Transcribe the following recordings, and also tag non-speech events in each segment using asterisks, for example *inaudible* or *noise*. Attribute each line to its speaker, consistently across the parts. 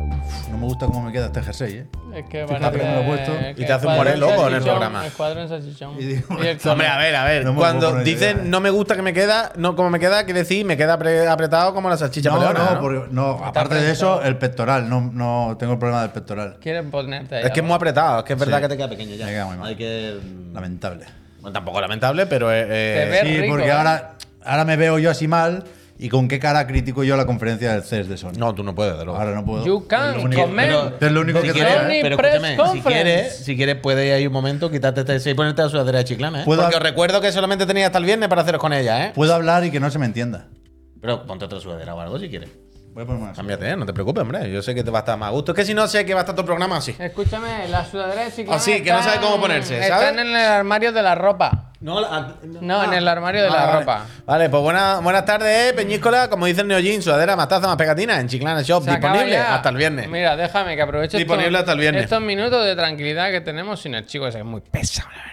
Speaker 1: me gusta cómo me queda este jersey, ¿eh?
Speaker 2: Es que
Speaker 1: Fíjate
Speaker 2: parece.
Speaker 1: que me lo he puesto.
Speaker 2: es
Speaker 1: Y
Speaker 2: que
Speaker 3: te hace un
Speaker 2: cuadro
Speaker 3: morel loco en el
Speaker 2: salchichón,
Speaker 3: programa.
Speaker 2: Es cuadro en salchichón.
Speaker 1: Y digo,
Speaker 2: Y el
Speaker 1: No,
Speaker 3: Hombre, a ver, a ver.
Speaker 1: No me puedo
Speaker 3: cuando
Speaker 1: poner
Speaker 3: dicen
Speaker 1: idea, ¿eh?
Speaker 3: no me gusta que me queda, no como me queda, quiere decir me queda apre- apretado como la salchicha
Speaker 1: No,
Speaker 3: peleona,
Speaker 1: no,
Speaker 3: ¿no?
Speaker 1: porque- no, aparte de eso, el pectoral. No, no tengo el problema del pectoral.
Speaker 2: Quieren ponerte ahí.
Speaker 3: Es que es muy
Speaker 2: algo.
Speaker 3: apretado, es que es verdad
Speaker 1: Sí.
Speaker 3: que te queda pequeño ya.
Speaker 1: Me queda muy mal.
Speaker 3: Hay que. mm,
Speaker 1: Lamentable.
Speaker 3: Bueno, tampoco lamentable, pero. eh, eh,
Speaker 2: Te ves- Qué
Speaker 1: sí,
Speaker 2: rico,
Speaker 1: porque
Speaker 2: ¿eh?
Speaker 1: ahora, ahora me veo yo así mal y con qué cara critico yo la conferencia del CES de Sony.
Speaker 3: No, tú no puedes, de luego.
Speaker 1: Ahora no puedo.
Speaker 2: You
Speaker 1: Es
Speaker 2: can
Speaker 1: lo único-
Speaker 2: comment.
Speaker 1: Es lo único
Speaker 3: Si
Speaker 1: que
Speaker 3: quieres,
Speaker 1: tengo.
Speaker 2: Sony
Speaker 3: pero
Speaker 2: Press
Speaker 3: escúchame, si
Speaker 2: Conference.
Speaker 3: quieres, si quieres, puedes ir ahí un momento, quitarte este deseo y ponerte la sudadera de chiclana, ¿eh?
Speaker 1: Puedo
Speaker 3: Porque
Speaker 1: hab-
Speaker 3: os recuerdo que solamente tenéis hasta el viernes para haceros con ella, ¿eh?
Speaker 1: Puedo hablar y que no se me entienda.
Speaker 3: Pero ponte otra sudadera o algo si quieres.
Speaker 1: Voy a ponerme una sudadera.
Speaker 3: Cámbiate, ¿eh? no te preocupes, hombre. Yo sé que te va a estar más a gusto. Es que si no, sé que va a estar todo el programa así.
Speaker 2: Escúchame, la sudadera de ciclón
Speaker 3: Así, Ah, que no sabe
Speaker 2: están-
Speaker 3: cómo ponerse, ¿sabes?
Speaker 2: Están en el armario de la ropa.
Speaker 3: No, la-
Speaker 2: No, en el armario de la
Speaker 3: Ah, vale.
Speaker 2: ropa.
Speaker 3: Vale, pues buena- buenas tardes, Peñíscola. Como dice el Neojin, sudadera, más taza, más pegatina en Chiclana Shop.
Speaker 2: Se acaba
Speaker 3: Disponible
Speaker 2: ya.
Speaker 3: hasta el viernes.
Speaker 2: Mira, déjame que aproveche
Speaker 3: Disponible
Speaker 2: estos,
Speaker 3: hasta el viernes.
Speaker 2: estos minutos de tranquilidad que tenemos sin el chico ese que es muy pesado, la verdad.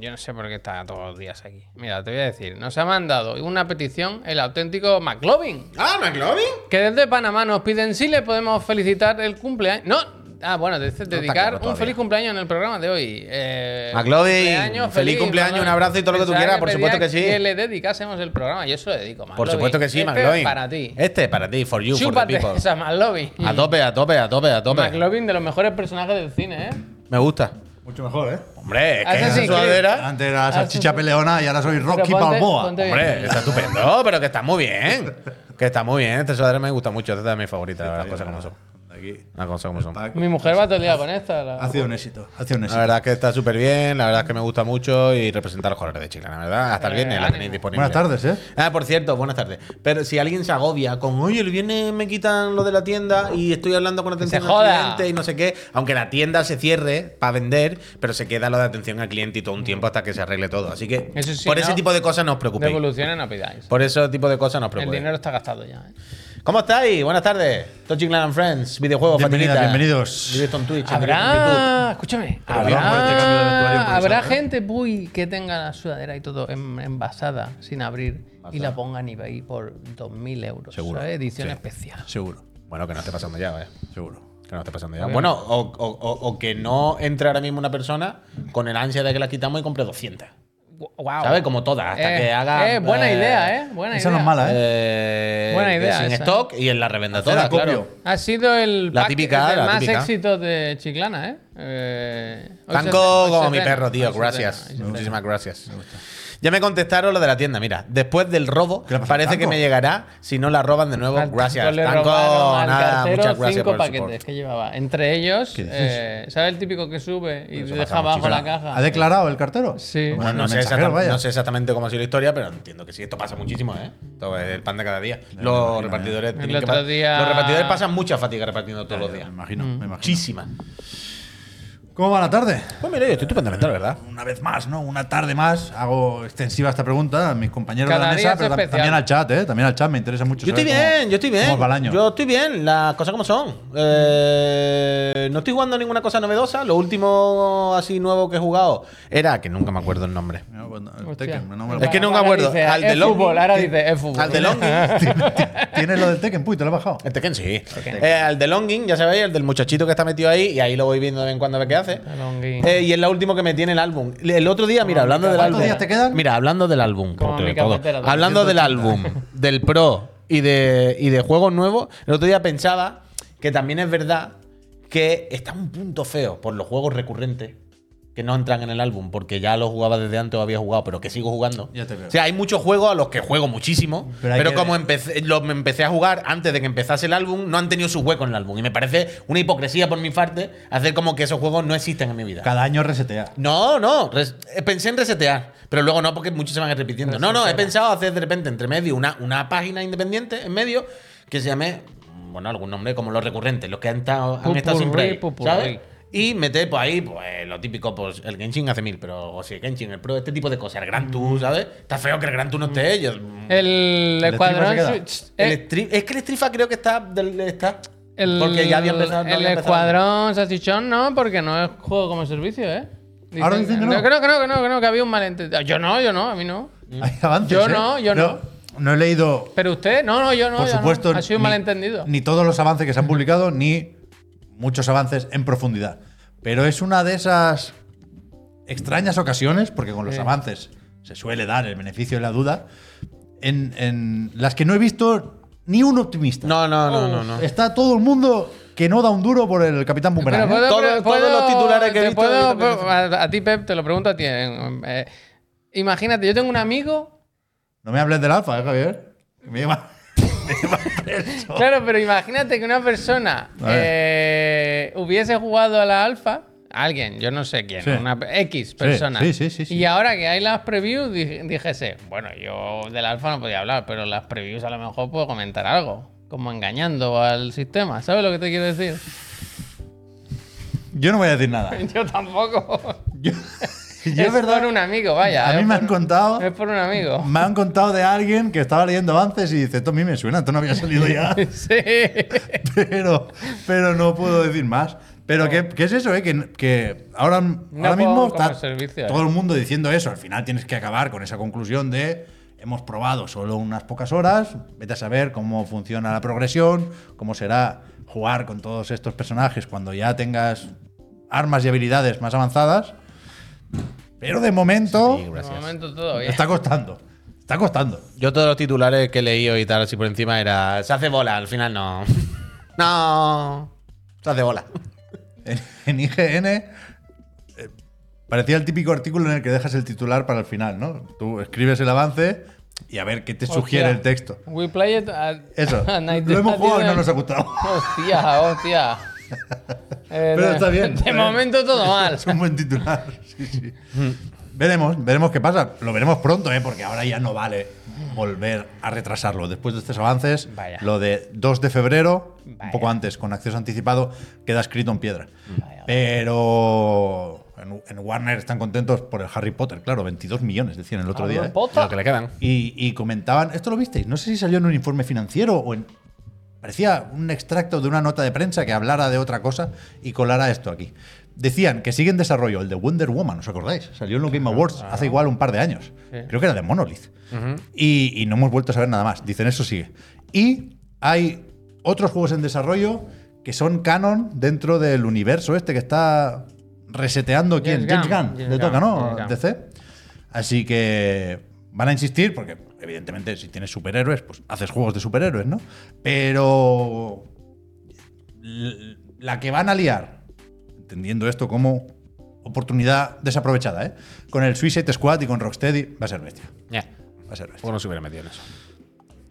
Speaker 2: Yo no sé por qué está todos los días aquí. Mira, te voy a decir, nos ha mandado una petición el auténtico McLovin,
Speaker 3: Ah, McLovin.
Speaker 2: que desde Panamá nos piden si le podemos felicitar el cumpleaños. No, ah, bueno, desde dedicar
Speaker 3: claro
Speaker 2: un
Speaker 3: todavía.
Speaker 2: feliz cumpleaños en el programa de hoy. Eh,
Speaker 3: McLovin, feliz cumpleaños,
Speaker 2: McLovin.
Speaker 3: un abrazo y todo lo que tú
Speaker 2: Pensaba
Speaker 3: quieras, por supuesto
Speaker 2: pedía
Speaker 3: que sí.
Speaker 2: Que le dedicásemos el programa, yo se lo dedico,
Speaker 3: Por
Speaker 2: McLovin.
Speaker 3: supuesto que sí,
Speaker 2: Este es
Speaker 3: McLovin.
Speaker 2: Para ti.
Speaker 3: Este, para ti, for you,
Speaker 2: Chúpate
Speaker 3: for the people.
Speaker 2: esa McLovin.
Speaker 3: A tope, a tope, a tope, a tope.
Speaker 2: McLovin de los mejores personajes del cine, ¿eh?
Speaker 3: Me gusta.
Speaker 1: Mucho mejor, ¿eh?
Speaker 3: Hombre, es que
Speaker 2: Assassin's
Speaker 3: esa
Speaker 2: Creed.
Speaker 3: sudadera.
Speaker 1: Antes era salchicha peleona y ahora soy Rocky
Speaker 2: Ah, Pero ponte-
Speaker 1: Balboa.
Speaker 2: ponte bien.
Speaker 3: Hombre, está estupendo, pero que está muy bien. Que está muy bien. Esta sudadera me gusta mucho. Esta es mi favorita, las cosas como son.
Speaker 1: Aquí.
Speaker 3: Las cosas como son.
Speaker 1: Pack.
Speaker 2: Mi mujer va todo el día con esta. la-
Speaker 1: Ha sido un éxito. Ha sido un
Speaker 3: La
Speaker 1: éxito.
Speaker 3: verdad es que está súper bien, la verdad es que me gusta mucho y representar los colores de Chile, la verdad. Hasta el
Speaker 2: Eh,
Speaker 3: viernes la
Speaker 2: ánimo.
Speaker 3: tenéis disponible.
Speaker 1: Buenas tardes, ¿eh?
Speaker 3: Ah, por cierto, buenas tardes. Pero si alguien se agobia con, oye, el viernes me quitan lo de la tienda y estoy hablando con atención
Speaker 2: se
Speaker 3: al
Speaker 2: joda.
Speaker 3: cliente y no sé qué, aunque la tienda se cierre para vender, pero se queda lo de atención al cliente y todo un tiempo hasta que se arregle todo. Así que
Speaker 2: Mm. Eso sí,
Speaker 3: por
Speaker 2: ¿no?
Speaker 3: ese tipo de cosas no os preocupéis.
Speaker 2: Devoluciones no pidáis.
Speaker 3: Por ese tipo de cosas no os
Speaker 2: El
Speaker 3: preocupéis.
Speaker 2: dinero está gastado ya. ¿eh?
Speaker 3: ¿Cómo estáis? Buenas tardes. Touching Clan and Friends, videojuegos,
Speaker 1: Bienvenidas,
Speaker 3: fatiguita.
Speaker 1: bienvenidos.
Speaker 3: Directo en Twitch, en directo en YouTube.
Speaker 2: Habrá. Escúchame.
Speaker 1: Pero perdón por este cambio de vestuario
Speaker 2: Habrá,
Speaker 1: improvisado,
Speaker 2: habrá
Speaker 1: ¿eh?
Speaker 2: gente buy que tenga la sudadera y todo en- envasada sin abrir y la pongan ahí por 2.000 euros.
Speaker 3: Seguro.
Speaker 2: ¿sabes? Edición
Speaker 3: Sí.
Speaker 2: especial.
Speaker 1: Seguro,
Speaker 3: Bueno, que no esté pasando ya, ¿eh?
Speaker 1: seguro.
Speaker 3: Que no esté pasando ya. Bueno, o, o- o- o que no entre ahora mismo una persona con el ansia de que la quitamos y compre 200.
Speaker 2: Wow.
Speaker 3: ¿Sabes? Como todas, hasta
Speaker 2: Eh,
Speaker 3: que haga.
Speaker 2: eh, buena
Speaker 3: eh,
Speaker 2: idea, ¿eh? Buena
Speaker 1: Esa
Speaker 2: idea.
Speaker 1: no es mala, ¿eh?
Speaker 3: eh,
Speaker 2: Buena
Speaker 3: que
Speaker 2: idea
Speaker 3: Sin
Speaker 2: esa.
Speaker 3: stock y en la revenda
Speaker 1: Hacer
Speaker 3: toda,
Speaker 1: acopio.
Speaker 3: claro.
Speaker 2: Ha sido el
Speaker 3: La
Speaker 2: pack
Speaker 3: típica,
Speaker 2: de
Speaker 3: la
Speaker 2: más
Speaker 3: típica.
Speaker 2: éxito de Chiclana, ¿eh? eh hoy se
Speaker 3: Tanco
Speaker 2: estrena, hoy se
Speaker 3: como mi
Speaker 2: estrena,
Speaker 3: perro,
Speaker 2: hoy
Speaker 3: tío.
Speaker 2: se
Speaker 3: Gracias.
Speaker 2: estrena, hoy se
Speaker 3: Muchísimas gracias. Ya me contestaron lo de la tienda. Mira, después del robo,
Speaker 1: ¿Qué le pasa al
Speaker 3: parece que
Speaker 1: Tanco?
Speaker 3: me llegará. Si no la roban de nuevo,
Speaker 2: Al
Speaker 3: gracias.
Speaker 2: Tanco le
Speaker 3: Tanco,
Speaker 2: robaron al
Speaker 3: nada,
Speaker 2: cartero
Speaker 3: muchas gracias
Speaker 2: cinco
Speaker 3: por el
Speaker 2: paquetes
Speaker 3: support.
Speaker 2: que llevaba. Entre ellos, eh, ¿sabes el típico que sube y
Speaker 3: Pues Eso
Speaker 2: deja
Speaker 3: pasa
Speaker 2: abajo la
Speaker 3: muchísimo.
Speaker 2: caja?
Speaker 1: ¿Ha declarado el cartero?
Speaker 2: Sí.
Speaker 1: Como
Speaker 3: Bueno,
Speaker 1: el
Speaker 3: no, sé
Speaker 1: mensajero,
Speaker 3: exactamente,
Speaker 1: vaya. Eh,
Speaker 3: no sé exactamente cómo ha sido la historia, pero entiendo que sí, esto pasa muchísimo, ¿eh? Todo es el pan de cada día.
Speaker 1: ¿eh?
Speaker 3: Los repartidores
Speaker 2: El
Speaker 3: tienen que
Speaker 2: otro
Speaker 3: pa-
Speaker 2: día-
Speaker 3: Los repartidores pasan mucha fatiga repartiendo todos los
Speaker 1: Me
Speaker 3: días.
Speaker 1: imagino,
Speaker 2: Mm.
Speaker 1: me imagino.
Speaker 3: Muchísima.
Speaker 1: ¿Cómo va la tarde?
Speaker 3: Pues mira, yo estoy estupendamente, la verdad.
Speaker 1: Una vez más, ¿no? Una tarde más. Hago extensiva esta pregunta a mis compañeros
Speaker 2: Cada
Speaker 1: de la
Speaker 2: día
Speaker 1: mesa,
Speaker 2: es
Speaker 1: pero tam-
Speaker 2: especial.
Speaker 1: también al chat, ¿eh? También al chat me interesa mucho.
Speaker 3: Yo estoy
Speaker 1: saber cómo-
Speaker 3: bien, yo estoy
Speaker 1: cómo
Speaker 3: bien.
Speaker 1: va el año.
Speaker 3: Yo estoy bien, las cosas como son. Eh, no estoy jugando ninguna cosa novedosa. Lo último así nuevo que he jugado era que nunca me acuerdo el nombre.
Speaker 1: Mira, cuando- el
Speaker 2: Hostia.
Speaker 1: Tekken, no me lo-
Speaker 3: Es que no me
Speaker 2: Ahora
Speaker 3: acuerdo.
Speaker 2: dice,
Speaker 3: Al
Speaker 2: "Es
Speaker 3: de Longing".
Speaker 2: fútbol, ahora dice, es fútbol.
Speaker 3: *laughs* Al de Longing. *laughs*
Speaker 1: Tienes lo del Tekken, puy, te lo he bajado.
Speaker 3: El Tekken Este sí. Eh, el de Longing, ya sabéis, el del muchachito que está metido ahí, y ahí lo voy viendo de vez en cuando a ver qué hace.
Speaker 2: El Longing.
Speaker 3: Eh, y es la último que me tiene el álbum. El otro día, mira, hablando del álbum.
Speaker 1: ¿Cuántos días te quedan?
Speaker 3: Mira, hablando del álbum.
Speaker 2: Como
Speaker 3: porque
Speaker 2: mi
Speaker 3: de todo.
Speaker 2: cafetera, ¿no?
Speaker 3: Hablando del álbum, del pro y de, y de juegos nuevos, el otro día pensaba que también es verdad que está un punto feo por los juegos recurrentes que no entran en el álbum, porque ya los jugaba desde antes o había jugado, pero que sigo jugando.
Speaker 1: Ya te veo.
Speaker 3: O sea, hay muchos juegos a los que juego muchísimo,
Speaker 1: Pero
Speaker 3: pero,
Speaker 1: hay que-
Speaker 3: como empecé, lo, me empecé a jugar antes de que empezase el álbum, no han tenido su hueco en el álbum. Y me parece una hipocresía por mi parte hacer como que esos juegos no existen en mi vida.
Speaker 1: Cada año resetea.
Speaker 3: No, no, res- eh, pensé en resetear, pero luego no, porque muchos se van repitiendo. No, no, he pensado hacer de repente entre medio una, una página independiente en medio que se llame, bueno, algún nombre como los recurrentes, los que han, estado- han estado
Speaker 2: Pupurrí,
Speaker 3: siempre ahí,
Speaker 2: pupurrí.
Speaker 3: ¿sabes? Y meter pues ahí, pues lo típico, pues el Genshin hace mil, pero o si el Genshin, el Pro, este tipo de cosas, el Gran
Speaker 2: Mm.
Speaker 3: Tour, ¿sabes? Está feo que el Gran Tour no esté. yo-
Speaker 2: El
Speaker 1: El
Speaker 2: escuadrón.
Speaker 1: estribo se
Speaker 2: su-
Speaker 1: queda.
Speaker 2: ch-
Speaker 3: el
Speaker 2: Mm. eh,
Speaker 3: Stri- es que el Strifa creo que está, del- está
Speaker 2: El,
Speaker 3: porque ya había empezado. no
Speaker 2: el
Speaker 3: había empezado.
Speaker 2: escuadrón salchichón no, porque no es juego como servicio, ¿eh?
Speaker 1: Ahora dicen que no.
Speaker 2: Yo creo que no, que no, que no, que había un malentendido. Yo no, yo no, a mí no.
Speaker 1: Hay avances,
Speaker 2: Mm. Yo
Speaker 1: ¿eh?
Speaker 2: no, yo no.
Speaker 1: No he leído,
Speaker 2: Pero usted, no, no, yo no.
Speaker 1: por
Speaker 2: yo no.
Speaker 1: supuesto,
Speaker 2: Ha sido un
Speaker 1: ni-
Speaker 2: malentendido.
Speaker 1: Ni todos los avances que se han publicado, ni muchos avances en profundidad. Pero es una de esas extrañas ocasiones, porque con los
Speaker 2: Sí.
Speaker 1: avances se suele dar el beneficio de la duda, en, en las que no he visto ni un optimista.
Speaker 3: No, no, no,
Speaker 2: Oh,
Speaker 3: no. no.
Speaker 1: Está todo el mundo que no da un duro por el Capitán Boomerang.
Speaker 2: Pero
Speaker 1: ¿eh?
Speaker 2: puedo-
Speaker 3: Todo-
Speaker 2: pero
Speaker 3: todos los titulares que he
Speaker 2: te
Speaker 3: visto,
Speaker 2: puedo-
Speaker 3: he visto que
Speaker 2: a, a ti, Pep, te lo pregunto a ti. eh, eh, imagínate, yo tengo un amigo.
Speaker 1: No me hables del alfa, ¿eh, Javier? Me lleva- me lleva preso.
Speaker 2: Claro, pero imagínate que una persona
Speaker 1: A ver.
Speaker 2: eh, hubiese jugado a la alfa. Alguien, yo no sé quién,
Speaker 1: Sí.
Speaker 2: una pe- X persona.
Speaker 1: sí, sí, sí, sí.
Speaker 2: Y ahora que hay las previews, di- dijese, bueno, yo del alfa no podía hablar, pero las previews a lo mejor puedo comentar algo, como engañando al sistema. ¿Sabes lo que te quiero decir?
Speaker 1: *laughs*
Speaker 2: *laughs*
Speaker 1: Yo no voy a decir nada.
Speaker 2: Yo tampoco.
Speaker 1: Yo, yo
Speaker 2: es
Speaker 1: es verdad.
Speaker 2: por un amigo, vaya.
Speaker 1: A mí
Speaker 2: es
Speaker 1: me
Speaker 2: por-
Speaker 1: han contado-
Speaker 2: Es por un amigo.
Speaker 1: Me han contado de alguien que estaba leyendo avances y dice, esto a mí me suena, esto no había salido
Speaker 2: *laughs*
Speaker 1: ya,
Speaker 2: Sí.
Speaker 1: pero, pero no puedo decir más. Pero ¿qué, qué es eso, eh? Que, que ahora, ahora
Speaker 2: puedo
Speaker 1: mismo
Speaker 2: como
Speaker 1: está
Speaker 2: servicio, eh.
Speaker 1: todo el mundo diciendo eso. Al final tienes que acabar con esa conclusión de hemos probado solo unas pocas horas, vete a saber cómo funciona la progresión, cómo será jugar con todos estos personajes cuando ya tengas armas y habilidades más avanzadas. Pero de momento
Speaker 3: Sí,
Speaker 2: De
Speaker 3: gracias.
Speaker 2: momento todo bien.
Speaker 1: está costando. Está costando.
Speaker 3: Yo todos los titulares que leí hoy y tal, así por encima, era. Se hace bola, al final no. *laughs* no. Se hace bola.
Speaker 1: En, *laughs* en IGN eh, parecía el típico artículo en el que dejas el titular para el final, ¿no? Tú escribes el avance y a ver qué te sugiere
Speaker 2: Hostia.
Speaker 1: el texto.
Speaker 2: We play it at, *laughs*
Speaker 1: Eso.
Speaker 2: at night-
Speaker 1: Lo hemos
Speaker 2: at
Speaker 1: jugado y no
Speaker 2: dinner.
Speaker 1: nos ha gustado.
Speaker 2: Hostia, hostia. Eh,
Speaker 1: *laughs* Pero
Speaker 2: de-
Speaker 1: está bien.
Speaker 2: De momento todo
Speaker 1: *laughs*
Speaker 2: mal.
Speaker 1: Es un buen titular. Sí, sí. veremos, veremos qué pasa. Lo veremos pronto, ¿eh? Porque ahora ya no vale volver a retrasarlo. Después de estos avances,
Speaker 2: Vaya.
Speaker 1: lo de 2 de febrero, un
Speaker 2: Vaya.
Speaker 1: poco antes, con acceso anticipado, queda escrito en piedra.
Speaker 2: vaya.
Speaker 1: Pero en, en Warner están contentos por el Harry Potter, claro, 22 millones, decían el otro día. ¿eh?
Speaker 2: Potter.
Speaker 3: Lo que le quedan.
Speaker 1: Y, y comentaban, esto lo visteis, no sé si salió en un informe financiero o en... Parecía un extracto de una nota de prensa que hablara de otra cosa y colara esto aquí. Decían que sigue en desarrollo el de Wonder Woman, ¿os acordáis? Salió en los Game Awards hace igual un par de años.
Speaker 2: Ah. Sí.
Speaker 1: Creo que era de Monolith. y, y no hemos vuelto a saber nada más. Dicen, eso sigue. Y hay otros juegos en desarrollo que son canon dentro del universo este que está reseteando quién? James
Speaker 2: James Gunn.
Speaker 1: Gunn.
Speaker 2: James
Speaker 1: Le toca,
Speaker 2: Gunn,
Speaker 1: ¿no?
Speaker 2: James Gunn.
Speaker 1: DC. Así que van a insistir, porque evidentemente si tienes superhéroes, pues haces juegos de superhéroes, ¿no? Pero l- la que van a liar, entendiendo esto como oportunidad desaprovechada, ¿eh? Con el Suicide Squad y con Rocksteady, va a ser bestia.
Speaker 3: Ya.
Speaker 1: Va a ser bestia.
Speaker 3: Poco no se hubiera metido en eso.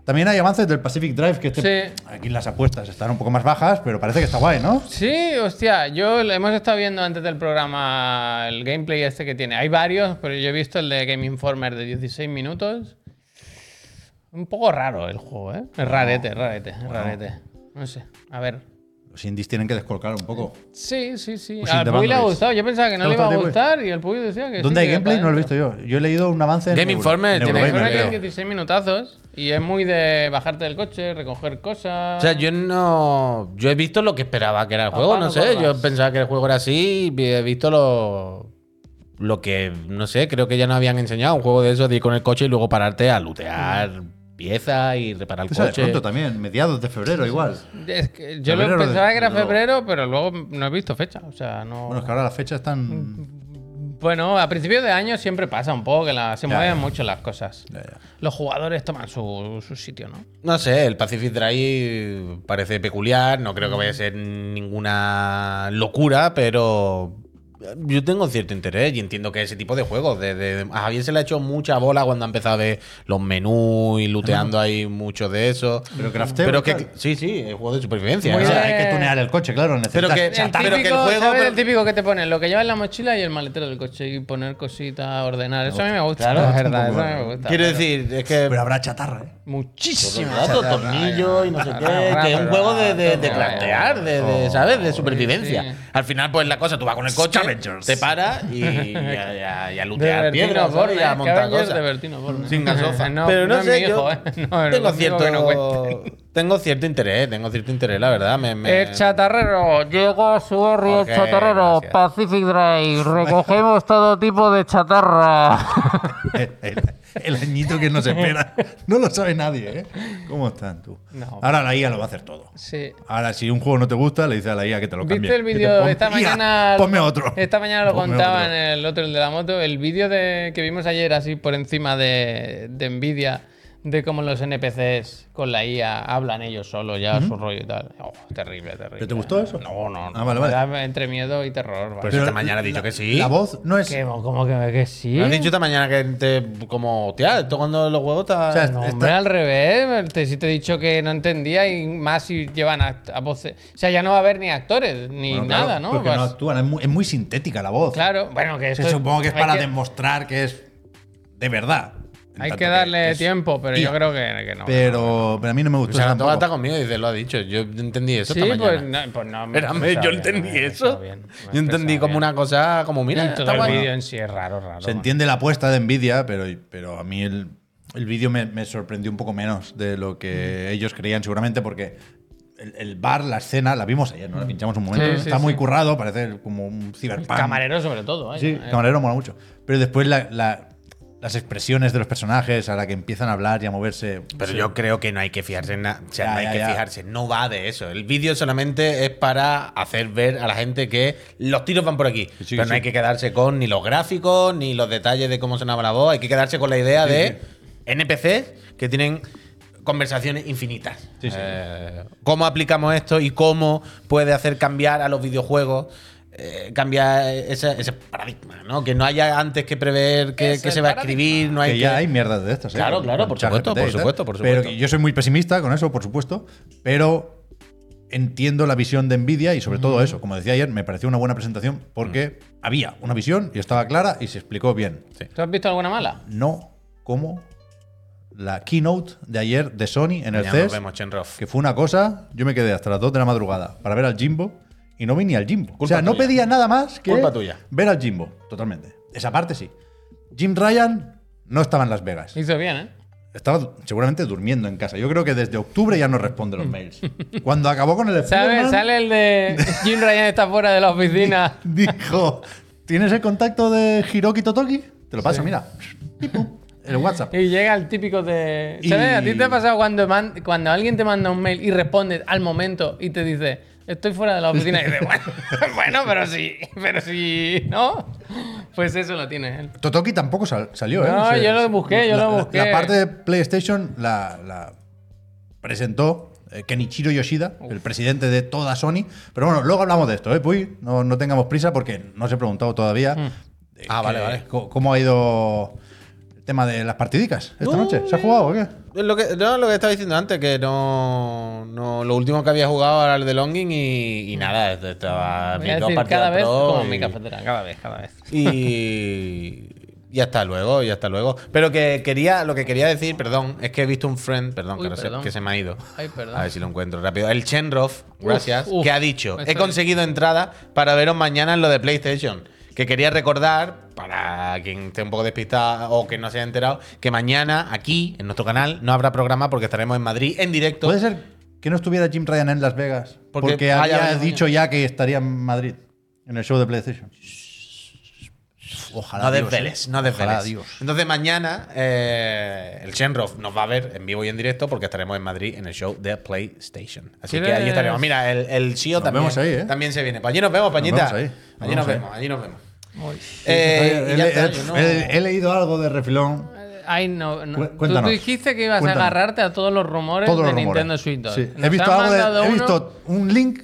Speaker 1: También hay avances del Pacific Drive, que este-
Speaker 2: Sí.
Speaker 1: aquí las apuestas están un poco más bajas, pero parece que está guay, ¿no?
Speaker 2: Sí, hostia, yo lo- hemos estado viendo antes del programa el gameplay este que tiene. Hay varios, pero yo he visto el de Game Informer de 16 minutos. Un poco raro el juego, ¿eh? Es rarete, rarete, rarete. No sé, a ver.
Speaker 1: Los indies tienen que descolcar un poco.
Speaker 2: Sí, sí, sí.
Speaker 1: Pushing
Speaker 2: Al
Speaker 1: the
Speaker 2: Puy le ha
Speaker 1: boundaries.
Speaker 2: gustado. Yo pensaba que no
Speaker 1: ¿Te
Speaker 2: le iba a
Speaker 1: gusta el de Puy?
Speaker 2: gustar y el Puy decía que sí.
Speaker 1: ¿Dónde hay
Speaker 2: que
Speaker 1: gameplay?
Speaker 2: pa'
Speaker 1: No lo he
Speaker 2: dentro.
Speaker 1: visto yo. Yo he leído un avance. en
Speaker 3: Game
Speaker 1: Euro-
Speaker 3: Informer
Speaker 1: en
Speaker 3: tiene
Speaker 2: Game
Speaker 1: Eurogamer,
Speaker 2: Informer
Speaker 1: creo.
Speaker 2: tiene 16 minutazos y es muy de bajarte del coche, recoger cosas.
Speaker 3: O sea, yo no. Yo he visto lo que esperaba que era el
Speaker 2: Papá,
Speaker 3: juego, no
Speaker 2: no
Speaker 3: sé. Yo
Speaker 2: corras.
Speaker 3: pensaba que el juego era así. y He visto lo. Lo que. No sé, creo que ya nos habían enseñado. Un juego de esos de ir con el coche y luego pararte a lootear piezas y reparar el
Speaker 1: Este sale
Speaker 3: coche.
Speaker 1: pronto también, mediados de febrero igual.
Speaker 2: Es que yo lo
Speaker 1: Febrero de-
Speaker 2: pensaba que era
Speaker 1: de luego.
Speaker 2: febrero, pero luego no he visto fecha. O sea, no.
Speaker 1: Bueno, es que ahora las fechas
Speaker 2: Mm,
Speaker 1: están.
Speaker 2: Bueno, a principios de año siempre pasa un poco que la- se
Speaker 1: Ya,
Speaker 2: mueven
Speaker 1: ya.
Speaker 2: mucho las cosas. Los jugadores toman su, su sitio, ¿no?
Speaker 3: No sé, el Pacific Drive parece peculiar. No creo que vaya a ser ninguna locura, pero. eh, Yo tengo cierto interés y entiendo que ese tipo de juegos. De, de- a Javier se le ha hecho mucha bola cuando ha empezado de los menús y looteando ahí mucho de eso.
Speaker 1: Pero crafteo,
Speaker 3: Pero que,
Speaker 1: claro.
Speaker 3: sí, sí, es juego de supervivencia.
Speaker 2: Muy
Speaker 3: o
Speaker 1: O
Speaker 3: sea,
Speaker 1: sea,
Speaker 2: bien.
Speaker 1: hay que tunear el coche, claro.
Speaker 3: Pero
Speaker 1: Necesitas
Speaker 3: que-
Speaker 2: El
Speaker 3: Chata,
Speaker 2: típico,
Speaker 3: pero que el juego-
Speaker 2: ¿sabes
Speaker 3: pero-
Speaker 2: el típico que te ponen? Lo que lleva en la mochila y el maletero del coche y poner cositas, ordenar. Eso a mí me gusta.
Speaker 1: Claro,
Speaker 2: es
Speaker 1: un
Speaker 2: verdad, *laughs* eso
Speaker 1: poco,
Speaker 2: a mí me gusta.
Speaker 3: Quiero
Speaker 2: pero-
Speaker 3: decir, es que.
Speaker 1: Pero habrá chatarra, ¿eh?
Speaker 2: Muchísimo.
Speaker 3: Rato, tornillo y no sé
Speaker 1: *laughs*
Speaker 3: qué. Que es un juego de, de, de craftear, de, de, ¿sabes? De supervivencia.
Speaker 2: Sí, sí.
Speaker 3: Al final, pues la cosa, tú vas
Speaker 2: *laughs*
Speaker 3: con el coche,
Speaker 1: Scavengers.
Speaker 3: te paras y, y, a- y a- y a
Speaker 2: De
Speaker 3: lootear
Speaker 2: Bertino
Speaker 3: piedras ¿sabes?
Speaker 2: Borne,
Speaker 3: y a montar
Speaker 2: Scavengers
Speaker 3: cosas.
Speaker 2: de Bertino Borne. *laughs*
Speaker 3: Sin gasofa.
Speaker 2: no,
Speaker 3: Pero no,
Speaker 2: es
Speaker 3: sé,
Speaker 2: mi
Speaker 3: yo
Speaker 2: hijo, ¿eh?
Speaker 3: *laughs*
Speaker 2: No,
Speaker 3: tengo,
Speaker 2: es un hijo que no cuenta.
Speaker 3: cierto, tengo cierto interés, tengo cierto interés, la verdad. Me, me-
Speaker 4: El chatarrero, llegó su herri el
Speaker 3: Jorge,
Speaker 4: chatarrero,
Speaker 1: *laughs*
Speaker 3: gracias.
Speaker 4: Pacific Drive, recogemos todo tipo de chatarra.
Speaker 1: El, el añito que nos espera. No lo sabe nadie, ¿eh? ¿Cómo están tú?
Speaker 2: No.
Speaker 1: Ahora la IA lo va a hacer todo.
Speaker 2: *laughs* Sí.
Speaker 1: Ahora, si un juego no te gusta, le dices a la IA que te lo cambie.
Speaker 2: ¿Viste el
Speaker 1: Que te
Speaker 2: vídeo?
Speaker 1: pon- *laughs*
Speaker 2: Esta
Speaker 1: IA,
Speaker 2: mañana.
Speaker 1: Ponme otro.
Speaker 2: Esta mañana lo
Speaker 1: Ponme
Speaker 2: contaba
Speaker 1: otro.
Speaker 2: en el otro, el de la moto. El vídeo de, que vimos ayer, así por encima de, de Nvidia, de cómo los NPCs con la IA hablan ellos solos, ya su rollo y tal. Oh, terrible, terrible.
Speaker 1: ¿Pero te gustó eso?
Speaker 2: No, no, no.
Speaker 1: Ah, vale, vale.
Speaker 2: Me da entre miedo y terror. vale.
Speaker 1: Pues
Speaker 3: esta
Speaker 1: la-
Speaker 3: mañana ha dicho
Speaker 1: la-
Speaker 3: que sí.
Speaker 1: La voz no es.
Speaker 2: ¿Qué? ¿Cómo que, que sí?
Speaker 3: Me han dicho esta mañana que te, como, hostia, esto cuando los huevos está.
Speaker 1: O sea,
Speaker 2: No,
Speaker 1: Está-
Speaker 2: hombre, al revés. Te, si te he dicho que no entendía y más si llevan act- a, voces. O sea, ya no va a haber ni actores ni
Speaker 1: Bueno, claro,
Speaker 2: nada, ¿no?
Speaker 1: Porque
Speaker 2: Vas-
Speaker 1: no actúan, es muy, es muy sintética la voz.
Speaker 2: Claro, bueno, que
Speaker 1: Se
Speaker 2: esto
Speaker 1: supongo que es
Speaker 2: hay
Speaker 1: para demostrar que es de verdad. En
Speaker 2: Hay
Speaker 1: tanto
Speaker 2: que darle
Speaker 1: es-
Speaker 2: tiempo, pero
Speaker 1: IA.
Speaker 2: yo creo que, que no.
Speaker 1: Pero, pero a mí no me
Speaker 3: O
Speaker 1: gustó
Speaker 3: sea,
Speaker 1: eso
Speaker 3: Antoja está
Speaker 1: tampoco.
Speaker 3: conmigo y dice, lo ha dicho. Yo entendí eso
Speaker 2: sí,
Speaker 3: esta
Speaker 2: pues
Speaker 3: mañana.
Speaker 2: no, pues no me
Speaker 3: Espérame,
Speaker 2: he expresado
Speaker 3: yo
Speaker 2: bien,
Speaker 3: entendí
Speaker 2: no me he
Speaker 3: eso.
Speaker 2: expresado bien, no me he
Speaker 3: yo entendí
Speaker 2: expresado
Speaker 3: como
Speaker 2: bien.
Speaker 3: una cosa, como, mira,
Speaker 2: Y
Speaker 3: está
Speaker 2: todo el
Speaker 3: guay.
Speaker 2: vídeo en sí es raro, raro.
Speaker 1: Se entiende la apuesta de Nvidia, pero, pero a mí el, el vídeo me, me sorprendió un poco menos de lo que
Speaker 2: Mm.
Speaker 1: ellos creían, seguramente, porque el, el bar, la escena, la vimos ayer, ¿no? La pinchamos un momento.
Speaker 2: Mm. Sí, sí,
Speaker 1: Está muy
Speaker 2: sí.
Speaker 1: currado, parece como un ciberpunk.
Speaker 2: Camarero sobre todo, ¿eh?
Speaker 1: Sí,
Speaker 2: Eh,
Speaker 1: camarero mola mucho. Pero después la- la- las expresiones de los personajes a la que empiezan a hablar y a moverse.
Speaker 3: Pero
Speaker 1: sí.
Speaker 3: yo creo que no hay que fijarse en nada. O sea,
Speaker 1: Ya,
Speaker 3: no hay
Speaker 1: ya,
Speaker 3: que
Speaker 1: ya.
Speaker 3: fijarse. No va de eso. El vídeo solamente es para hacer ver a la gente que los tiros van por aquí.
Speaker 1: sí,
Speaker 3: pero
Speaker 1: que
Speaker 3: no hay
Speaker 1: sí.
Speaker 3: que quedarse con ni los gráficos, ni los detalles de cómo sonaba la voz. Hay que quedarse con la idea de NPCs que tienen conversaciones infinitas.
Speaker 1: Sí, sí.
Speaker 3: Eh, ¿Cómo aplicamos esto y cómo puede hacer cambiar a los videojuegos? eh, cambiar ese, ese paradigma, ¿no? Que no haya antes que prever qué
Speaker 2: Ese
Speaker 3: qué se va a
Speaker 2: paradigma.
Speaker 3: escribir, no hay
Speaker 1: que
Speaker 3: que,
Speaker 1: ya hay mierdas de estas. ¿eh?
Speaker 3: Claro,
Speaker 1: Con-
Speaker 3: claro,
Speaker 1: con
Speaker 3: por
Speaker 1: ChatGPT
Speaker 3: supuesto, por
Speaker 1: y tal.
Speaker 3: supuesto, por
Speaker 1: Pero
Speaker 3: supuesto.
Speaker 1: yo soy muy pesimista con eso, por supuesto, pero entiendo la visión de Nvidia y sobre todo eso, como decía ayer, me pareció una buena presentación porque había una visión y estaba clara y se explicó bien.
Speaker 2: ¿Tú has visto alguna mala?
Speaker 1: No como la keynote de ayer de Sony en el
Speaker 3: Ya
Speaker 1: CES,
Speaker 3: nos vemos, Chenrof.
Speaker 1: que fue una cosa, yo me quedé hasta las 2 de la madrugada para ver al Jimbo y no vi ni al Jimbo. o
Speaker 3: Culpa
Speaker 1: sea, no
Speaker 3: tuya.
Speaker 1: pedía nada más que
Speaker 3: Culpa tuya.
Speaker 1: ver al Jimbo, totalmente. Esa parte sí. Jim Ryan no estaba en Las Vegas.
Speaker 2: Hizo bien, ¿eh?
Speaker 1: Estaba seguramente durmiendo en casa. Yo creo que desde octubre ya no responde los mails. Cuando acabó con el Spiderman,
Speaker 2: ¿Sabes? Mm. *laughs* Sale
Speaker 1: *laughs*
Speaker 2: el de Jim Ryan está fuera de la oficina.
Speaker 1: dijo: ¿Tienes el contacto de Hiroki Totoki? Te lo paso, mira. Pip, pum, El WhatsApp.
Speaker 2: Y llega el típico de.
Speaker 1: Y-
Speaker 2: ¿Sabes? ¿A ti te ha pasado cuando, man- cuando alguien te manda un mail y respondes al momento y te dice, estoy fuera de la oficina? Y dices, bueno, *laughs* bueno, pero sí, pero sí, ¿no? Pues eso lo tiene él.
Speaker 1: Totoki tampoco sal- salió, ¿eh?
Speaker 2: No, yo lo busqué, yo
Speaker 1: la-
Speaker 2: lo
Speaker 1: la-
Speaker 2: busqué.
Speaker 1: La, parte de PlayStation la, la presentó eh, Kenichiro Yoshida, el presidente de toda Sony. Pero bueno, luego hablamos de esto, ¿eh? Puy, no, no tengamos prisa porque no os he preguntado
Speaker 2: Mm.
Speaker 1: todavía. eh,
Speaker 3: Ah, vale,
Speaker 1: que-
Speaker 3: vale.
Speaker 1: co- ¿Cómo ha ido el tema de las partidicas esta noche? ¿Se ha jugado o qué?
Speaker 3: Es Lo que, no, lo que estaba diciendo antes, que no, no. Lo último que había jugado era el de Longing y, y nada, este- estaba
Speaker 2: Voy
Speaker 3: mis
Speaker 2: a
Speaker 3: dos
Speaker 2: decir
Speaker 3: partidas
Speaker 2: cada vez
Speaker 3: pro
Speaker 2: como
Speaker 3: y-
Speaker 2: mi cafetera, cada vez, cada vez.
Speaker 3: Y. Y hasta luego, y hasta luego. Pero que quería, lo que quería decir, perdón, es que he visto un friend, perdón,
Speaker 2: Uy,
Speaker 3: que, no sé-
Speaker 2: perdón.
Speaker 3: que se me ha ido.
Speaker 2: Ay, perdón.
Speaker 3: A ver si lo encuentro rápido. El Chenrof, gracias,
Speaker 2: uf,
Speaker 3: que ha dicho,
Speaker 2: me
Speaker 3: he
Speaker 2: estoy-
Speaker 3: conseguido entrada para veros mañana en lo de PlayStation. Que quería recordar, para quien esté un poco despistado o que no se haya enterado, que mañana aquí, en nuestro canal, no habrá programa porque estaremos en Madrid en directo.
Speaker 1: ¿Puede ser que no estuviera Jim Ryan en Las Vegas?
Speaker 3: Porque-
Speaker 1: Porque,
Speaker 3: Ah, ya,
Speaker 1: había
Speaker 3: ya, ya.
Speaker 1: dicho ya que estaría en Madrid, en el show de PlayStation. Ojalá.
Speaker 3: no
Speaker 1: Dios,
Speaker 3: desveles,
Speaker 1: ¿eh?
Speaker 3: no
Speaker 1: Ojalá,
Speaker 3: desveles.
Speaker 1: Dios.
Speaker 3: Entonces mañana eh, el Shenroff nos va a ver en vivo y en directo porque estaremos en Madrid en el show de PlayStation. Así que ahí
Speaker 2: ¿Quieres?
Speaker 3: estaremos. Mira, el, el CEO
Speaker 1: Nos
Speaker 3: también,
Speaker 1: vemos ahí, ¿eh?
Speaker 3: también se viene. Pues allí nos vemos, Pañita.
Speaker 1: vemos ahí. Nos
Speaker 3: Allí nos
Speaker 1: vemos ahí.
Speaker 3: vemos, allí nos vemos.
Speaker 2: Uy.
Speaker 3: Eh,
Speaker 1: Oye,
Speaker 3: y ya
Speaker 1: he-
Speaker 3: está,
Speaker 1: he-
Speaker 3: yo no-
Speaker 1: he- he leído algo de refilón.
Speaker 2: Ay, no, no.
Speaker 1: Cu-
Speaker 2: Tú- Tú,
Speaker 1: cuéntanos.
Speaker 2: dijiste que ibas
Speaker 1: Cuéntanos.
Speaker 2: a agarrarte a todos los rumores
Speaker 1: Todos
Speaker 2: de
Speaker 1: los rumores.
Speaker 2: Nintendo Switch 2.
Speaker 1: Sí.
Speaker 2: Nos
Speaker 1: He, visto
Speaker 2: han
Speaker 1: algo de-
Speaker 2: mandado
Speaker 1: he
Speaker 2: uno-
Speaker 1: visto un link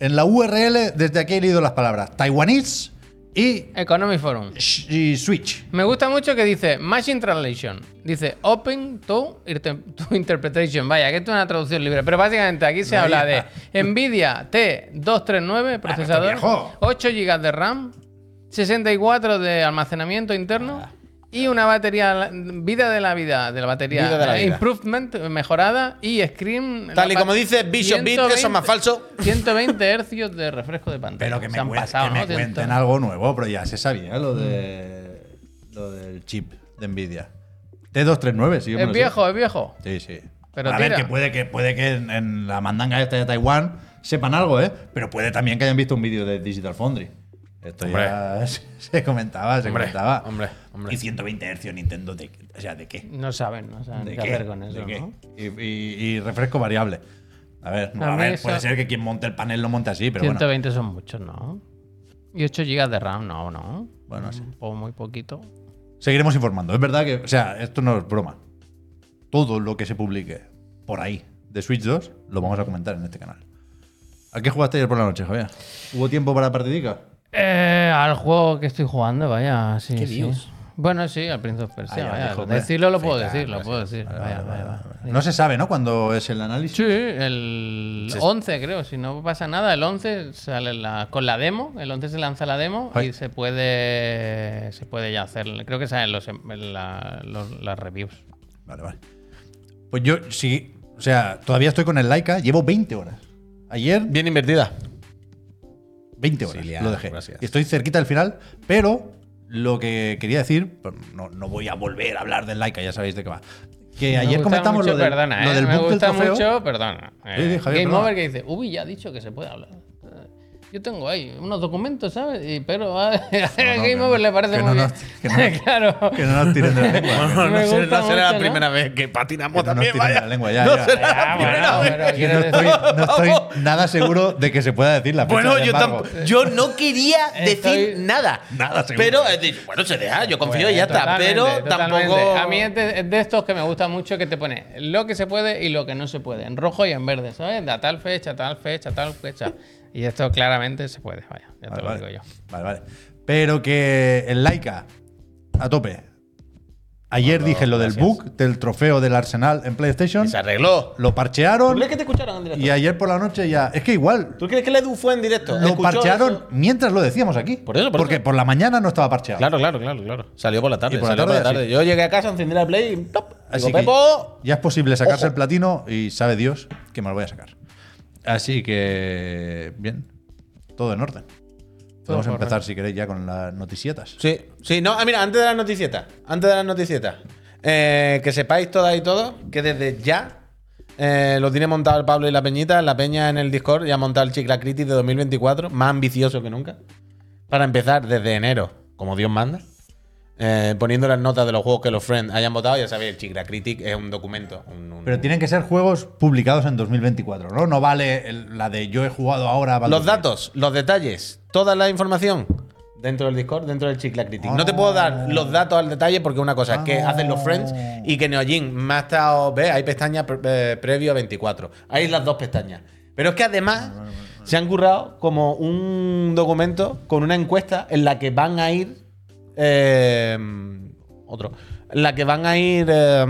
Speaker 1: en la URL. Desde aquí he leído las palabras taiwanís y,
Speaker 2: Economy Forum.
Speaker 1: sh- y Switch.
Speaker 2: Me gusta mucho que dice Machine Translation. Dice Open to, irte- to *laughs* Interpretation. Vaya, que esto es una traducción libre. Pero básicamente aquí se
Speaker 1: No,
Speaker 2: habla
Speaker 1: ya.
Speaker 2: de Nvidia
Speaker 3: Ah,
Speaker 2: T239 procesador,
Speaker 1: esto viejo.
Speaker 2: 8 GB de RAM, 64 de almacenamiento interno
Speaker 3: Ah.
Speaker 2: y una batería vida de la vida de la batería
Speaker 3: Vida de la
Speaker 2: eh,
Speaker 3: vida.
Speaker 2: improvement mejorada y screen
Speaker 3: Tal y
Speaker 2: la pa-
Speaker 3: como dice Bishop Beat, que eso es más falso.
Speaker 2: 120 hercios de refresco de pantalla.
Speaker 1: Pero que me,
Speaker 2: Se han
Speaker 1: cuen-
Speaker 2: pasado,
Speaker 1: que me
Speaker 2: ¿no? Mm.
Speaker 1: cuenten
Speaker 2: 100.
Speaker 1: algo nuevo, pero ya se sabía lo de lo del chip de Nvidia. T239, sí. yo me
Speaker 2: Es
Speaker 1: lo sé.
Speaker 2: viejo, es viejo.
Speaker 1: Sí, sí.
Speaker 2: Pero
Speaker 1: a
Speaker 2: tira.
Speaker 1: ver, que puede que, puede que en, en la mandanga esta de Taiwán sepan algo, ¿eh? Pero puede también que hayan visto un vídeo de Digital Foundry. Eh, Esto
Speaker 3: Hombre.
Speaker 1: ya se- *laughs* se comentaba, se
Speaker 3: Hombre,
Speaker 1: comentaba.
Speaker 3: hombre, hombre.
Speaker 1: Y 120 Hz Nintendo, de, o sea, ¿de qué?
Speaker 2: No saben, no saben
Speaker 1: ¿De
Speaker 2: qué,
Speaker 1: qué?
Speaker 2: hacer con eso,
Speaker 1: ¿De qué?
Speaker 2: ¿no?
Speaker 1: Y, y- y refresco variable. A ver, no,
Speaker 2: A
Speaker 1: a
Speaker 2: mí
Speaker 1: ver,
Speaker 2: eso-
Speaker 1: puede ser que quien monte el panel lo monte así, pero bueno.
Speaker 2: 120 son muchos, ¿no? Y 8 GB de RAM, no, no.
Speaker 1: Bueno, sí.
Speaker 2: Un po- muy poquito.
Speaker 1: Seguiremos informando. Es verdad que, o sea, esto no es broma. Todo lo que se publique por ahí de Switch 2 lo vamos a comentar en este canal. ¿A qué jugaste ayer por la noche, Javier? ¿Hubo tiempo para partidica?
Speaker 2: Eh, al juego que estoy jugando, vaya, sí.
Speaker 3: ¿Qué
Speaker 2: sí.
Speaker 3: dios?
Speaker 2: Bueno, sí, al Prince of Persia,
Speaker 1: Ah, ya,
Speaker 2: vaya.
Speaker 1: dijo, hombre.
Speaker 2: decirlo lo puedo
Speaker 1: Feita,
Speaker 2: decir, lo
Speaker 1: pues,
Speaker 2: puedo decir.
Speaker 1: vale,
Speaker 2: vaya,
Speaker 1: vale,
Speaker 2: vaya,
Speaker 1: vale,
Speaker 2: vaya.
Speaker 1: vale. No se sabe, ¿no? Cuando es el análisis.
Speaker 2: Sí, el 11 creo, si no pasa nada, el 11 sale la- con la demo, el 11 se lanza la demo
Speaker 1: Ay.
Speaker 2: y se puede se puede ya hacer, creo que salen los, en la- los- las reviews.
Speaker 1: Vale, vale. Pues yo sí, o sea, todavía estoy con el Laika, llevo 20 horas. Ayer,
Speaker 3: Bien invertida.
Speaker 1: 20 horas
Speaker 3: Sí, liado,
Speaker 1: lo dejé.
Speaker 3: gracias.
Speaker 1: Y Estoy cerquita del final, pero lo que quería decir, pues, no, no voy a volver a hablar del Laika, ya sabéis de qué va. Que
Speaker 2: Me
Speaker 1: ayer
Speaker 2: gusta
Speaker 1: comentamos
Speaker 2: mucho,
Speaker 1: lo, del-
Speaker 2: perdona,
Speaker 1: lo
Speaker 2: eh,
Speaker 1: del
Speaker 2: me
Speaker 1: bug del
Speaker 2: gusta
Speaker 1: trofeo.
Speaker 2: mucho, perdona. eh,
Speaker 1: Sí, sí, Javier,
Speaker 2: Game
Speaker 1: perdona.
Speaker 2: Over que dice, uy, ya ha dicho que se puede hablar. Eh, Yo tengo ahí unos documentos, ¿sabes? Y- pero *laughs* a, Game
Speaker 1: que no-
Speaker 2: Over le parece
Speaker 1: que no
Speaker 2: muy bien.
Speaker 1: nos- *laughs* que
Speaker 2: *laughs* claro.
Speaker 1: Que no nos tiren de la lengua. que no-
Speaker 2: Me
Speaker 3: no, será-
Speaker 2: gusta
Speaker 3: no será
Speaker 2: mucho,
Speaker 3: la
Speaker 2: ¿no?
Speaker 3: primera vez que patinamos
Speaker 1: que no nos
Speaker 3: también,
Speaker 1: tiren de
Speaker 3: vaya.
Speaker 1: la lengua, ya,
Speaker 3: no
Speaker 1: ya.
Speaker 3: será la
Speaker 2: Ah,
Speaker 3: primera
Speaker 2: bueno,
Speaker 3: vez.
Speaker 2: pero
Speaker 1: Que
Speaker 2: quiero
Speaker 1: no estoy,
Speaker 2: decir-
Speaker 1: no estoy nada seguro de que se pueda decir la fecha,
Speaker 3: Bueno,
Speaker 1: sin
Speaker 3: yo,
Speaker 1: embargo.
Speaker 3: tampoco, yo no quería decir
Speaker 2: Estoy-
Speaker 3: nada.
Speaker 1: Nada, seguro.
Speaker 3: Pero, eh, digo, bueno, se deja, yo confío y ya está.
Speaker 2: Totalmente,
Speaker 3: Pero
Speaker 2: totalmente.
Speaker 3: tampoco.
Speaker 2: A mí es de, es de estos que me gusta mucho que te pone lo que se puede y lo que no se puede, en rojo y en verde, ¿sabes? De a tal fecha, tal fecha, tal fecha. Y esto claramente se puede, vaya, ya te lo
Speaker 1: vale,
Speaker 2: digo yo.
Speaker 1: Vale, vale. Pero que el Laika, a tope. Ayer dije lo del
Speaker 3: gracias.
Speaker 1: bug del trofeo del Arsenal en PlayStation.
Speaker 3: Y se arregló.
Speaker 1: Lo
Speaker 3: ¿Tú
Speaker 1: parchearon
Speaker 3: crees que te escucharon en directo?
Speaker 1: y ayer por la noche ya. Es que igual.
Speaker 3: ¿Tú crees que la Edu fue en directo?
Speaker 1: Lo
Speaker 3: ¿Escuchó
Speaker 1: parchearon
Speaker 3: eso?
Speaker 1: mientras lo decíamos aquí.
Speaker 3: Por eso, por
Speaker 1: Porque
Speaker 3: eso.
Speaker 1: por la mañana no estaba parcheado.
Speaker 3: Claro, claro, claro, claro. Salió por la tarde.
Speaker 1: Y por la
Speaker 3: salió
Speaker 1: tarde, así.
Speaker 3: Yo llegué a casa, encendí la play y ¡plop!
Speaker 1: Así
Speaker 3: Digo,
Speaker 1: que
Speaker 3: Pepo.
Speaker 1: ya es posible sacarse
Speaker 3: Ojo.
Speaker 1: el platino y sabe Dios que me lo voy a sacar. Así que. Bien. Todo en orden. Podemos
Speaker 2: correcto.
Speaker 1: empezar, si queréis, ya con las noticietas.
Speaker 3: Sí, sí, no, ah, mira, antes de las noticietas, antes de las noticietas, eh, que sepáis todas y todos que desde ya eh, lo tiene montado el Pablo y la Peñita, la Peña en el Discord ya ha montado el Chicla Critis de 2024, más ambicioso que nunca, para empezar desde enero, como Dios manda. eh, poniendo las notas de los juegos que los friends hayan votado, ya sabéis, el Chicla Critic es un documento. un- un-
Speaker 1: Pero tienen que ser juegos publicados en 2024, ¿no? No vale el- la de yo he jugado ahora. a Baldur's
Speaker 3: Los
Speaker 1: Gate.
Speaker 3: datos, los detalles, toda la información dentro del Discord, dentro del Chicla Critic. No te
Speaker 1: Ah.
Speaker 3: puedo dar los datos al detalle porque una cosa es que
Speaker 1: Ah.
Speaker 3: hacen los friends y que Neojin me ha estado. ¿Ves? Hay pestañas pre- eh, previo a 24. Hay las dos pestañas. Pero es que además se han currado como un documento con una encuesta en la que van a ir. eh, otro. En la que van a ir. eh,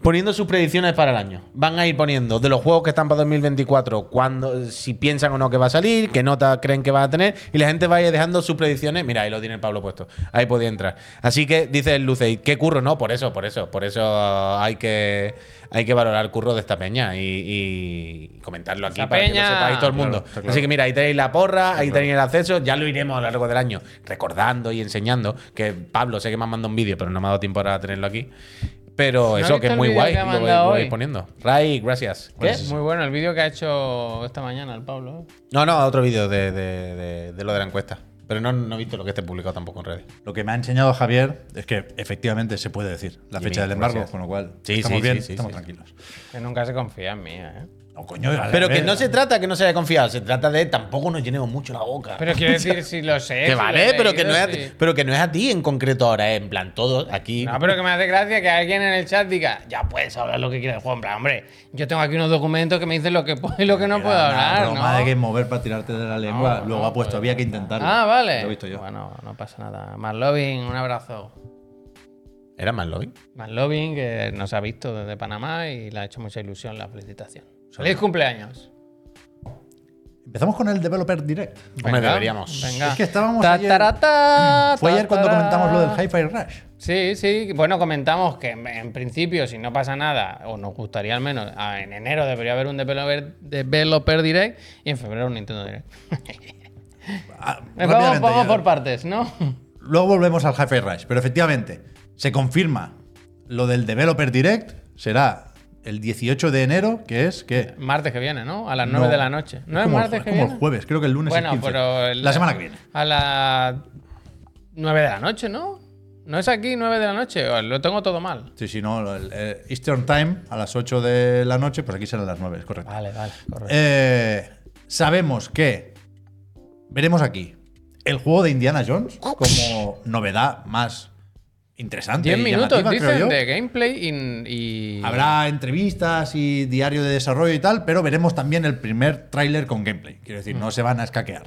Speaker 3: poniendo sus predicciones para el año. Van a ir poniendo de los juegos que están para 2024, cuando, si piensan o no que va a salir, qué nota creen que va a tener, y la gente va a ir dejando sus predicciones. Mira, ahí lo tiene el Pablo puesto. Ahí podía entrar. Así que dice el Lucey, qué curro, ¿no? Por eso, por eso, por eso hay que, hay que valorar el curro de esta peña y, y comentarlo aquí
Speaker 2: ¡Esta
Speaker 3: para que
Speaker 2: peña!
Speaker 3: lo sepáis todo el
Speaker 1: Claro,
Speaker 3: mundo.
Speaker 1: está claro.
Speaker 3: Así que mira, ahí tenéis la porra, ahí tenéis el acceso, ya lo iremos a lo largo del año recordando y enseñando, que Pablo sé que me han mandado un vídeo, pero no me ha dado tiempo ahora a tenerlo aquí. Pero
Speaker 2: ¿No has
Speaker 3: eso, que
Speaker 2: visto
Speaker 3: es
Speaker 2: el
Speaker 3: muy
Speaker 2: vídeo
Speaker 3: guay.
Speaker 2: que ha
Speaker 3: Lo voy,
Speaker 2: mandado
Speaker 3: lo voy
Speaker 2: hoy?
Speaker 3: poniendo. Ray, gracias. Pues ¿Qué?
Speaker 1: Pues
Speaker 2: Es muy bueno el vídeo que ha hecho esta mañana el Pablo. ¿eh?
Speaker 3: No, no, otro vídeo de, de- de- de lo de la encuesta. Pero no, no he visto lo que esté publicado tampoco en redes.
Speaker 1: Lo que me ha enseñado Javier es que efectivamente se puede decir la
Speaker 3: Jimmy,
Speaker 1: fecha del embargo,
Speaker 3: gracias.
Speaker 1: con lo cual
Speaker 3: Sí,
Speaker 1: estamos
Speaker 3: sí,
Speaker 1: bien,
Speaker 3: sí, sí,
Speaker 1: estamos
Speaker 3: sí, sí.
Speaker 1: tranquilos.
Speaker 2: Que nunca se confía en mí, ¿eh?
Speaker 1: No, coño, a
Speaker 3: Pero que
Speaker 1: ver,
Speaker 3: no se trata que no se haya confiado, se trata de tampoco nos llenemos mucho la boca.
Speaker 2: Pero quiero decir, si lo sé. si
Speaker 3: que
Speaker 2: lo he
Speaker 3: vale, pero que, no
Speaker 2: leído,
Speaker 3: es a ti,
Speaker 2: sí.
Speaker 3: pero que no es a ti en concreto ahora, eh, en plan, todos aquí.
Speaker 2: No, pero que me hace gracia que alguien en el chat diga, ya puedes hablar lo que quieras, Juan. En plan, hombre, yo tengo aquí unos documentos que me dicen lo que puedo y lo que no
Speaker 1: era
Speaker 2: puedo
Speaker 1: una
Speaker 2: hablar.
Speaker 1: broma
Speaker 2: ¿no?
Speaker 1: de que mover para tirarte de la lengua.
Speaker 2: No,
Speaker 1: Luego
Speaker 2: no,
Speaker 1: ha puesto,
Speaker 2: pues,
Speaker 1: había que intentarlo.
Speaker 2: Ah, vale.
Speaker 1: Lo he visto yo.
Speaker 2: Bueno, no pasa nada. Marlovin, un abrazo.
Speaker 3: Era más lobby.
Speaker 2: Marlovin, que nos ha visto desde Panamá y le ha hecho mucha ilusión la felicitación. ¡Feliz cumpleaños!
Speaker 1: Empezamos con el Developer Direct.
Speaker 3: Hombre, deberíamos.
Speaker 2: Venga.
Speaker 1: Es que estábamos
Speaker 2: Ta,
Speaker 1: ayer-
Speaker 2: tara, ta,
Speaker 1: Fue
Speaker 2: ta,
Speaker 1: ayer cuando
Speaker 2: tara.
Speaker 1: comentamos lo del Hi-Fi Rush.
Speaker 2: Sí, sí. Bueno, comentamos que en, en principio, si no pasa nada, o nos gustaría al menos, a- en enero debería haber un developer, developer direct y en febrero un Nintendo Direct.
Speaker 1: Ah,
Speaker 2: Vamos,
Speaker 1: rápidamente,
Speaker 2: vamos
Speaker 1: ya.
Speaker 2: por partes, ¿no? *laughs*
Speaker 1: Luego volvemos al Hi-Fi Rush. Pero efectivamente, se confirma lo del Developer Direct. Será el 18 de enero, que es que
Speaker 2: Martes que viene, ¿no? A las 9
Speaker 1: No.
Speaker 2: de la noche. ¿No es,
Speaker 1: como, el
Speaker 2: martes
Speaker 1: jue-
Speaker 2: que
Speaker 1: como
Speaker 2: viene?
Speaker 1: el jueves, creo que el lunes es
Speaker 2: Bueno,
Speaker 1: 15.
Speaker 2: pero. el-
Speaker 1: la semana que viene.
Speaker 2: A las 9 de la noche, ¿no? ¿No es aquí 9 de la noche? O Lo tengo todo mal.
Speaker 1: Sí, sí, no, el, eh, Eastern Time a las 8 de la noche, pues aquí serán las 9, es correcto.
Speaker 2: Vale, vale, correcto.
Speaker 1: Eh, sabemos que veremos aquí el juego de Indiana Jones como novedad más interesante.
Speaker 2: 10
Speaker 1: y
Speaker 2: minutos,
Speaker 1: llamativa, creo
Speaker 2: dicen,
Speaker 1: yo.
Speaker 2: de gameplay y. y-
Speaker 1: Habrá entrevistas y diario de desarrollo y tal, pero veremos también el primer tráiler con gameplay. Quiero
Speaker 2: Mm.
Speaker 1: decir, no se van a escaquear.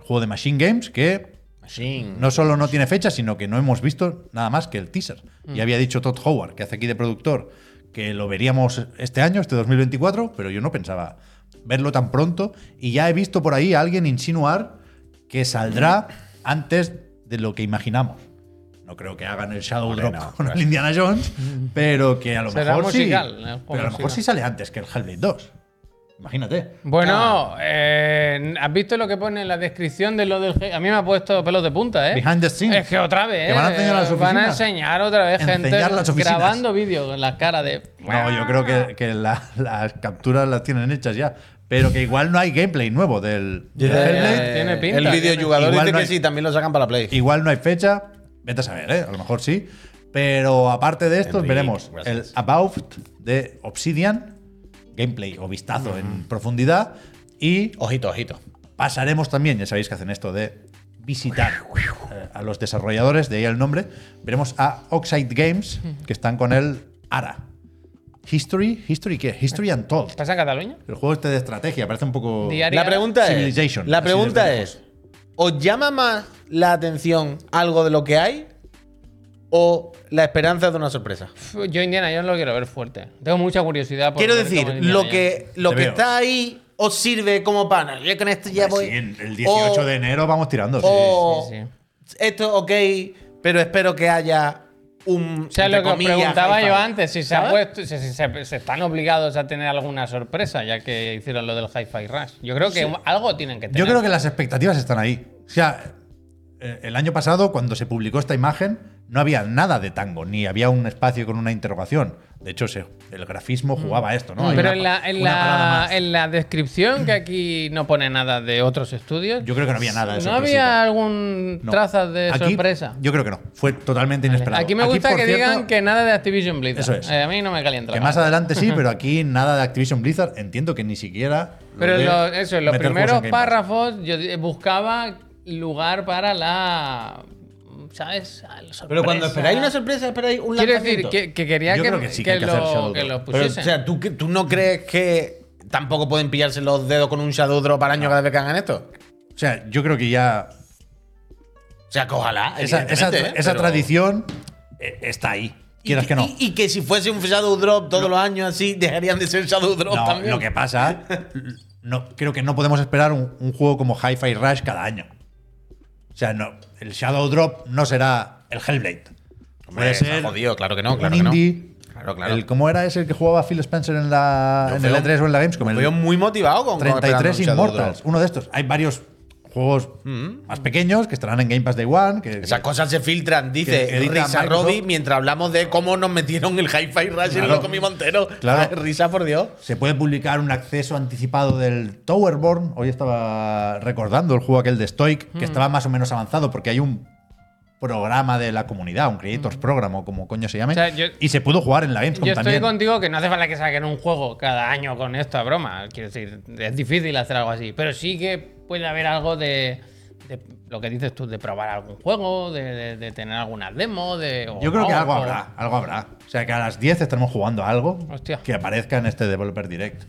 Speaker 1: El juego de Machine Games que
Speaker 3: Machine.
Speaker 1: no solo no tiene fecha, sino que no hemos visto nada más que el teaser.
Speaker 2: Mm.
Speaker 1: Y había dicho Todd Howard, que hace aquí de productor, que lo veríamos este año, este 2024, pero yo no pensaba verlo tan pronto. Y ya he visto por ahí a alguien insinuar que saldrá antes de lo que imaginamos. No creo que hagan el Shadow Drop con el Indiana
Speaker 2: *laughs*
Speaker 1: Jones, pero que a lo
Speaker 2: Será
Speaker 1: mejor
Speaker 2: musical,
Speaker 1: sí.
Speaker 2: el juego
Speaker 1: Pero a lo mejor
Speaker 2: musical.
Speaker 1: sí sale antes que el Hellblade 2. Imagínate.
Speaker 2: Bueno, eh, ¿has visto lo que pone en la descripción de lo del ge- A mí me ha puesto pelos de punta, ¿eh?
Speaker 1: Behind the scenes.
Speaker 2: Es que otra vez,
Speaker 1: Que van a enseñar
Speaker 2: eh,
Speaker 1: las oficinas.
Speaker 2: Van a enseñar otra vez gente
Speaker 1: Enseñar las oficinas.
Speaker 2: grabando vídeos con la cara de.
Speaker 1: No, yo creo que, que la- las capturas las tienen hechas ya. Pero que igual no hay gameplay nuevo del, del
Speaker 2: ya,
Speaker 1: Hellblade.
Speaker 2: ya. tiene pinta,
Speaker 3: Eh, El
Speaker 2: tiene-
Speaker 3: videojugador
Speaker 1: Igual
Speaker 3: dice
Speaker 1: no
Speaker 3: que
Speaker 1: hay-
Speaker 3: sí, también lo sacan para Play.
Speaker 1: Igual no hay fecha. Vete a saber, ¿eh? A lo mejor sí. Pero aparte de estos,
Speaker 3: Enrique,
Speaker 1: veremos
Speaker 3: gracias.
Speaker 1: el About de Obsidian. Gameplay o vistazo en profundidad. Y
Speaker 3: Ojito, ojito.
Speaker 1: pasaremos también, ya sabéis que hacen esto de visitar eh, a los desarrolladores, de ahí el nombre. Veremos a Oxide Games, que están con el ARA. History, ¿History qué? History Untold.
Speaker 2: ¿Pasa en Cataluña?
Speaker 1: El juego este de estrategia parece un poco.
Speaker 2: Diario.
Speaker 3: La pregunta es,
Speaker 1: Civilization,
Speaker 3: la
Speaker 1: así
Speaker 3: pregunta
Speaker 1: desde
Speaker 3: es, ¿os llama más la atención algo de lo que hay o la esperanza de una sorpresa?
Speaker 2: Pf, Yo Indiana Jones lo quiero ver fuerte. Tengo mucha curiosidad por
Speaker 3: Quiero
Speaker 2: ver
Speaker 3: decir,
Speaker 2: cómo es
Speaker 3: lo
Speaker 2: Indiana
Speaker 3: que, lo
Speaker 1: Te
Speaker 3: que
Speaker 1: veo.
Speaker 3: está ahí os sirve como pana. Yo con esto ya
Speaker 1: Hombre,
Speaker 3: voy.
Speaker 1: Pues sí, en- el 18
Speaker 3: o-
Speaker 1: de enero vamos tirando. sí.
Speaker 3: o
Speaker 2: sí,
Speaker 3: esto ok, pero espero que haya un.
Speaker 2: O sea, lo
Speaker 3: entre
Speaker 2: que os
Speaker 3: comillas,
Speaker 2: preguntaba
Speaker 3: hi-fi.
Speaker 2: yo antes, si se ha
Speaker 3: ¿Sabes?
Speaker 2: puesto, si, si se, pues, se están obligados a tener alguna sorpresa, ya que hicieron lo del Hi-Fi Rush. Yo creo que algo tienen que tener.
Speaker 1: Yo creo que las expectativas están ahí. O sea, eh, el año pasado, cuando se publicó esta imagen, no había nada de tango, ni había un espacio con una interrogación. De hecho, se- el grafismo jugaba a esto, ¿no? Hay
Speaker 2: Mm. Pero
Speaker 1: una-
Speaker 2: en la, en
Speaker 1: una parada
Speaker 2: la,
Speaker 1: más.
Speaker 2: en la descripción, que aquí no pone nada de otros estudios,
Speaker 1: Yo creo que no había nada de
Speaker 2: ¿no
Speaker 1: sorpresita.
Speaker 2: había algún
Speaker 1: No.
Speaker 2: trazas de
Speaker 1: Aquí,
Speaker 2: sorpresa?
Speaker 1: Yo creo que no. Fue totalmente inesperado.
Speaker 2: Aquí me gusta
Speaker 1: por
Speaker 2: que
Speaker 1: cierto,
Speaker 2: digan que nada de Activision Blizzard.
Speaker 1: Eso es.
Speaker 2: Eh, a mí no me calienta. la
Speaker 1: Que más
Speaker 2: cabeza.
Speaker 1: adelante sí, pero aquí nada de Activision Blizzard. Entiendo que ni siquiera. lo
Speaker 2: Pero
Speaker 1: de
Speaker 2: lo- eso, en los
Speaker 1: meter juegos en
Speaker 2: primeros
Speaker 1: Game Pass.
Speaker 2: párrafos yo di- buscaba lugar para la. ¿Sabes? La
Speaker 3: Pero
Speaker 2: sorpresa.
Speaker 3: cuando esperáis una sorpresa, esperáis un
Speaker 2: Quiero
Speaker 3: lanzamiento.
Speaker 2: decir que, que quería
Speaker 1: Yo
Speaker 2: que,
Speaker 1: creo que sí, que
Speaker 2: que
Speaker 1: hay que hacer
Speaker 2: lo,
Speaker 1: Shadow
Speaker 2: que
Speaker 1: Drop.
Speaker 2: lo
Speaker 3: Pero, o
Speaker 2: pusiesen.
Speaker 3: sea, ¿tú, qué- ¿tú no crees que tampoco pueden pillarse los dedos con un Shadow Drop al
Speaker 1: Ah.
Speaker 3: año cada vez que hagan esto?
Speaker 1: O sea, yo creo que ya
Speaker 3: O sea, que ojalá.
Speaker 1: esa, esa,
Speaker 3: evidentemente, ¿eh?
Speaker 1: esa
Speaker 3: Pero-
Speaker 1: tradición eh, está ahí. Quieras
Speaker 3: y,
Speaker 1: que no.
Speaker 3: Y, y que si fuese un Shadow Drop todos los años así, dejarían de ser Shadow Drop
Speaker 1: No,
Speaker 3: también.
Speaker 1: lo que pasa, no, creo que no podemos esperar un, un juego como Hi-Fi Rush cada año. O sea, no, el Shadow Drop no será el Hellblade.
Speaker 3: Hombre,
Speaker 1: Puede
Speaker 3: está
Speaker 1: ser
Speaker 3: jodido, claro que no,
Speaker 1: un
Speaker 3: claro que no.
Speaker 1: indie.
Speaker 3: Claro, claro.
Speaker 1: El, ¿Cómo era ese el que jugaba Phil Spencer en, la,
Speaker 3: Yo
Speaker 1: en
Speaker 3: veo-
Speaker 1: el E3 o en la Gamescom? El
Speaker 3: Me veo muy motivado con con esperando
Speaker 1: 33
Speaker 3: un Shadow
Speaker 1: Immortals,
Speaker 3: Drop. Mm.
Speaker 1: uno de estos. Hay varios juegos más pequeños que estarán en Game Pass Day One. Que,
Speaker 3: Esas cosas se filtran, dice
Speaker 1: Que edita
Speaker 3: Risa
Speaker 1: Microsoft.
Speaker 3: Robbie mientras hablamos de cómo nos metieron el Hi-Fi Rush y el
Speaker 1: Claro.
Speaker 3: loco mi Montero.
Speaker 1: Claro.
Speaker 3: *laughs* Risa, por Dios.
Speaker 1: Se puede publicar un acceso anticipado del Towerborn. Hoy estaba recordando el juego aquel de Stoic,
Speaker 2: Mm.
Speaker 1: que estaba más o menos avanzado porque hay un programa de la comunidad, un Creators Program o como coño se llame.
Speaker 2: Mm. O sea, yo-
Speaker 1: y se pudo jugar en la Gamescom
Speaker 2: Yo estoy
Speaker 1: también.
Speaker 2: contigo que no hace falta que saquen un juego cada año con esta broma. Quiero decir, es difícil hacer algo así. Pero sí que puede haber algo de, de lo que dices tú, de probar algún juego, de, de- de tener alguna demo. De, o
Speaker 1: Yo creo que
Speaker 2: no,
Speaker 1: algo
Speaker 2: o-
Speaker 1: habrá, algo habrá. O sea, que a las 10 estaremos jugando a algo
Speaker 2: Hostia.
Speaker 1: que aparezca en este Developer Direct.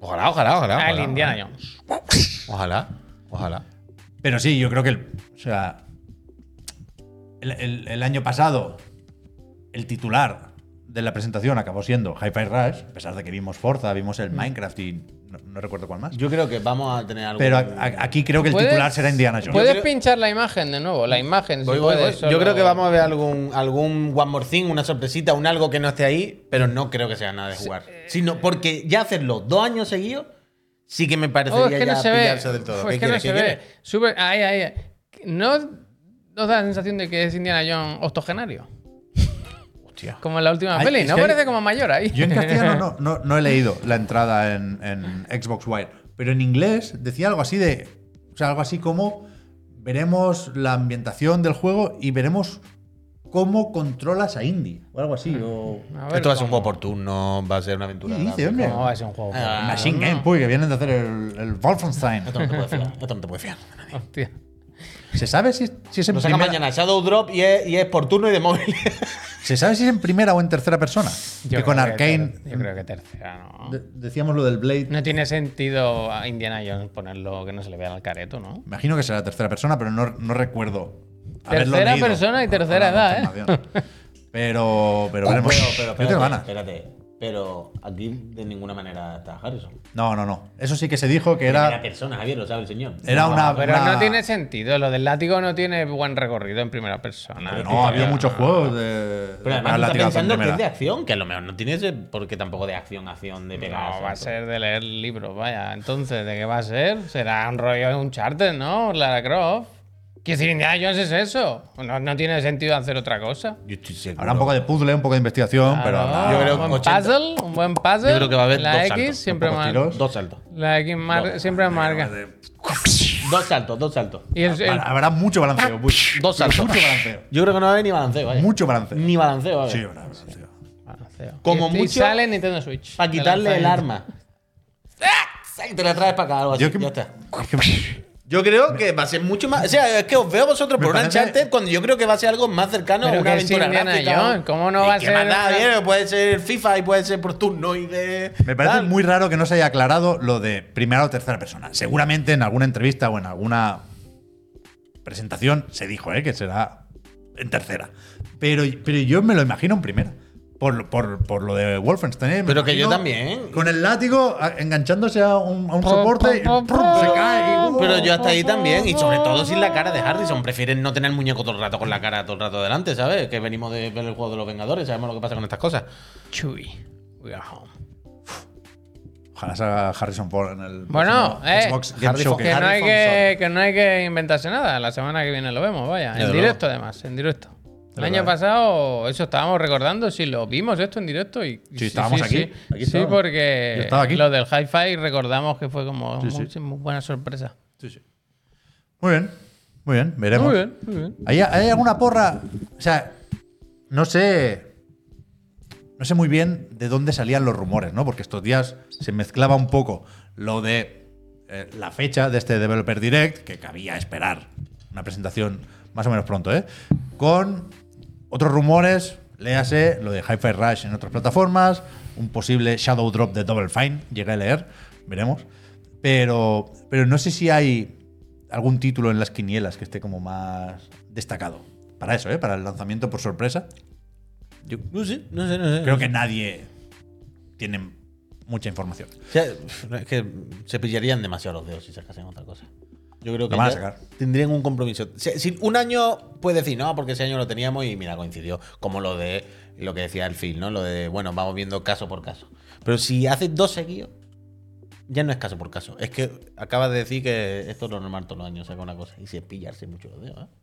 Speaker 3: Ojalá, ojalá, ojalá.
Speaker 2: Ah, el
Speaker 3: ojalá,
Speaker 2: Indiana Jones.
Speaker 3: Ojalá, ojalá.
Speaker 1: Pero sí, yo creo que el, o sea, el, el- el año pasado el titular de la presentación acabó siendo Hi-Fi Rush, a pesar de que vimos Forza, vimos el Minecraft y no, no recuerdo cuál más.
Speaker 3: Yo creo que vamos a tener algo.
Speaker 1: Pero a- a- aquí creo que el
Speaker 2: ¿Puedes-
Speaker 1: titular será Indiana Jones.
Speaker 2: Puedes
Speaker 3: creo-
Speaker 2: pinchar la imagen de nuevo, la imagen. si
Speaker 3: Voy, voy,
Speaker 2: puedes,
Speaker 3: voy.
Speaker 2: solo-
Speaker 3: Yo creo que vamos a ver algún, algún One More Thing, una sorpresita, un algo que no esté ahí, pero no creo que sea nada de jugar. Sino porque ya hacerlo dos años seguidos sí que me parecería
Speaker 2: Oh, es que
Speaker 3: ya
Speaker 2: no se
Speaker 3: pillarse
Speaker 2: ve.
Speaker 3: del todo.
Speaker 2: Uf,
Speaker 3: ¿Qué
Speaker 2: es que no
Speaker 3: quieres,
Speaker 2: se
Speaker 3: qué
Speaker 2: ve.
Speaker 3: quieres?
Speaker 2: Sube, ahí, ahí. ahí. ¿No nos da la sensación de que es Indiana Jones octogenario?
Speaker 1: Hostia.
Speaker 2: Como en la última
Speaker 1: Ay,
Speaker 2: peli,
Speaker 1: es
Speaker 2: ¿no?
Speaker 1: que hay-
Speaker 2: Parece como mayor ahí. *laughs*
Speaker 1: Yo en castellano no, no, no he leído la entrada en, en Xbox Wire, pero en inglés decía algo así de. O sea, algo así como veremos la ambientación del juego y veremos cómo controlas a Indy. O algo así. O,
Speaker 2: A ver
Speaker 5: Esto va a ser
Speaker 2: cómo-
Speaker 5: un juego por turno, va a ser una aventura.
Speaker 1: ¿Qué dice,
Speaker 5: gráfica.
Speaker 1: hombre?
Speaker 2: cómo va a ser un juego.
Speaker 5: Ah,
Speaker 1: Machine Game, puy, que vienen de hacer el, el Wolfenstein.
Speaker 5: Esto no te puedes fiar. Esto no te puedes fiar.
Speaker 2: Hostia.
Speaker 1: ¿Se sabe si, si es en
Speaker 5: Lo saca
Speaker 1: primera,
Speaker 5: mañana, Shadow Drop y es, y es por turno y de móvil. *laughs*
Speaker 1: ¿Se sabe si es en primera o en tercera persona?
Speaker 2: Yo
Speaker 1: que con
Speaker 2: creo ter-
Speaker 1: Arkane.
Speaker 2: yo creo que tercera, ¿no?
Speaker 1: de- decíamos lo del Blade.
Speaker 2: No tiene sentido a Indiana Jones ponerlo que no se le vea al careto, ¿no?
Speaker 1: Imagino que será tercera persona, pero no, no recuerdo. haberlo
Speaker 2: Tercera
Speaker 1: leído
Speaker 2: persona y
Speaker 1: a- a
Speaker 2: tercera
Speaker 1: la
Speaker 2: edad, ¿eh?
Speaker 1: confirmación. Pero, pero
Speaker 5: Pero,
Speaker 1: veremos.
Speaker 5: Oh,
Speaker 1: Yo
Speaker 5: pero,
Speaker 1: tengo
Speaker 5: espérate,
Speaker 1: ganas.
Speaker 5: espérate. Pero aquí de ninguna manera está Harrison.
Speaker 1: No, no, no. Eso sí que se dijo que
Speaker 5: Era
Speaker 1: era,
Speaker 5: persona, Javier, lo sabe el señor.
Speaker 1: era una.
Speaker 2: Pero
Speaker 1: una-
Speaker 2: no tiene sentido. Lo del látigo no tiene buen recorrido en primera persona.
Speaker 1: Pero no, ha habido muchos juegos de.
Speaker 5: Pero
Speaker 1: para
Speaker 5: además tú
Speaker 1: látigo
Speaker 5: estás pensando
Speaker 1: en
Speaker 5: que es de
Speaker 1: primera.
Speaker 5: acción, que a lo mejor no tienes, porque tampoco de acción, acción de pegar.
Speaker 2: No, va a
Speaker 5: saltos.
Speaker 2: ser de leer libros, vaya. Entonces, ¿de qué va a ser? Será un rollo de un charter, ¿no? Lara Croft. Quiero decir, Indiana Jones es eso. No, no tiene sentido hacer otra cosa.
Speaker 5: Yo estoy seguro.
Speaker 1: Habrá un poco de puzzle, un poco de investigación, pero.
Speaker 2: Ah,
Speaker 1: habrá-
Speaker 5: Yo creo
Speaker 2: un buen
Speaker 5: que 80.
Speaker 2: puzzle, un buen puzzle.
Speaker 5: Yo creo que va a haber
Speaker 2: la
Speaker 5: dos
Speaker 2: X
Speaker 5: saltos,
Speaker 2: siempre
Speaker 1: pocos
Speaker 2: mar-
Speaker 1: tiros.
Speaker 5: Dos saltos.
Speaker 2: La X mar- siempre marca.
Speaker 5: Dos saltos, dos saltos.
Speaker 2: Y el- el-
Speaker 1: Habrá habrá mucho balanceo. puy.
Speaker 5: Ah, Dos saltos.
Speaker 1: Mucho balanceo.
Speaker 5: *laughs* Yo creo que no va a haber ni balanceo, vaya.
Speaker 1: Mucho balanceo.
Speaker 5: Ni balanceo, vaya.
Speaker 1: Sí, habrá balanceo.
Speaker 2: Balanceo.
Speaker 5: Como
Speaker 2: Y- y
Speaker 5: mucho-
Speaker 2: sale Nintendo Switch.
Speaker 5: Para quitarle el
Speaker 2: lanzamiento.
Speaker 5: arma. ¡Ah! Y te la traes para acá, algo así.
Speaker 1: Yo que-
Speaker 5: ya está.
Speaker 1: es que-
Speaker 5: Yo creo que va a ser mucho más. O sea, es que os veo vosotros
Speaker 1: Me
Speaker 5: por un
Speaker 1: parece-
Speaker 5: Uncharted cuando yo creo que va a ser algo más cercano a
Speaker 2: Pero
Speaker 5: una
Speaker 2: que es
Speaker 5: aventura
Speaker 2: Indiana
Speaker 5: gráfica.
Speaker 2: Jones, ¿cómo no
Speaker 5: ¿Y
Speaker 2: va a
Speaker 5: qué
Speaker 2: ser
Speaker 5: más da,
Speaker 2: una-
Speaker 5: Javier? Puede ser FIFA y puede ser por turno y de.
Speaker 1: Me parece
Speaker 5: tal.
Speaker 1: muy raro que no se haya aclarado lo de primera o tercera persona. Seguramente en alguna entrevista o en alguna presentación se dijo ¿eh? que será en tercera. Pero, pero yo me lo imagino en primera. Por, lo- por- por lo de Wolfenstein. ¿eh? Me
Speaker 5: Pero que yo
Speaker 1: imagino
Speaker 5: también.
Speaker 1: Con el látigo a- enganchándose a un, a un soporte y ¡prum! se cae. y, ¡uh!
Speaker 5: Pero yo hasta ahí también, y sobre todo sin la cara de Harrison. Prefieren no tener el muñeco todo el rato con la cara todo el rato delante, ¿sabes? Que venimos de ver el juego de los Vengadores, sabemos lo que pasa con estas cosas.
Speaker 2: Chuy. We are home.
Speaker 1: Ojalá salga Harrison Ford en el
Speaker 2: Bueno,
Speaker 1: próximo
Speaker 2: eh,
Speaker 1: Xbox Game
Speaker 5: Harrison-
Speaker 1: Showcase.
Speaker 2: Que no, hay
Speaker 5: Harry
Speaker 2: que, que no hay que inventarse nada. La semana que viene lo vemos, vaya.
Speaker 5: Desde
Speaker 2: En
Speaker 5: luego.
Speaker 2: directo, además, en directo. El
Speaker 1: Verdad,
Speaker 2: año
Speaker 1: eh.
Speaker 2: pasado, eso estábamos recordando, si lo vimos esto en directo. Y, y
Speaker 1: estábamos aquí.
Speaker 2: Sí,
Speaker 1: Aquí
Speaker 2: Sí,
Speaker 1: estábamos. Yo
Speaker 2: porque
Speaker 1: estaba aquí.
Speaker 2: lo del hi-fi recordamos que fue como
Speaker 1: Sí,
Speaker 2: muy,
Speaker 1: sí.
Speaker 2: muy buena sorpresa.
Speaker 1: Sí, sí. Muy bien, muy bien, veremos.
Speaker 2: Muy bien, muy bien.
Speaker 1: ¿Hay, hay alguna porra? O sea, no sé. No sé muy bien de dónde salían los rumores, ¿no? Porque estos días se mezclaba un poco lo de eh, la fecha de este Developer Direct, que cabía esperar una presentación más o menos pronto, ¿eh? Con otros rumores, léase lo de Hi-Fi Rush en otras plataformas, un posible Shadow Drop de Double Fine, llegué a leer, veremos. Pero, pero no sé si hay algún título en las quinielas que esté como más destacado. Para eso, ¿eh? Para el lanzamiento por sorpresa.
Speaker 5: Yo no sé, no sé, no sé.
Speaker 1: Creo que nadie tiene mucha información.
Speaker 5: O sea, es que se pillarían demasiado los dedos si sacasen otra cosa. Yo creo que
Speaker 1: Lo van a
Speaker 5: ya
Speaker 1: sacar.
Speaker 5: tendrían un compromiso. Si, si un año puede decir, no, porque ese año lo teníamos y mira, coincidió. Como lo de lo que decía el Phil, ¿no? Lo de, bueno, vamos viendo caso por caso. Pero si haces dos seguidos, ya no es caso por caso. Es que acabas de decir que esto es lo normal todos los años, saca una cosa. Y si es pillarse mucho los dedos, ¿eh?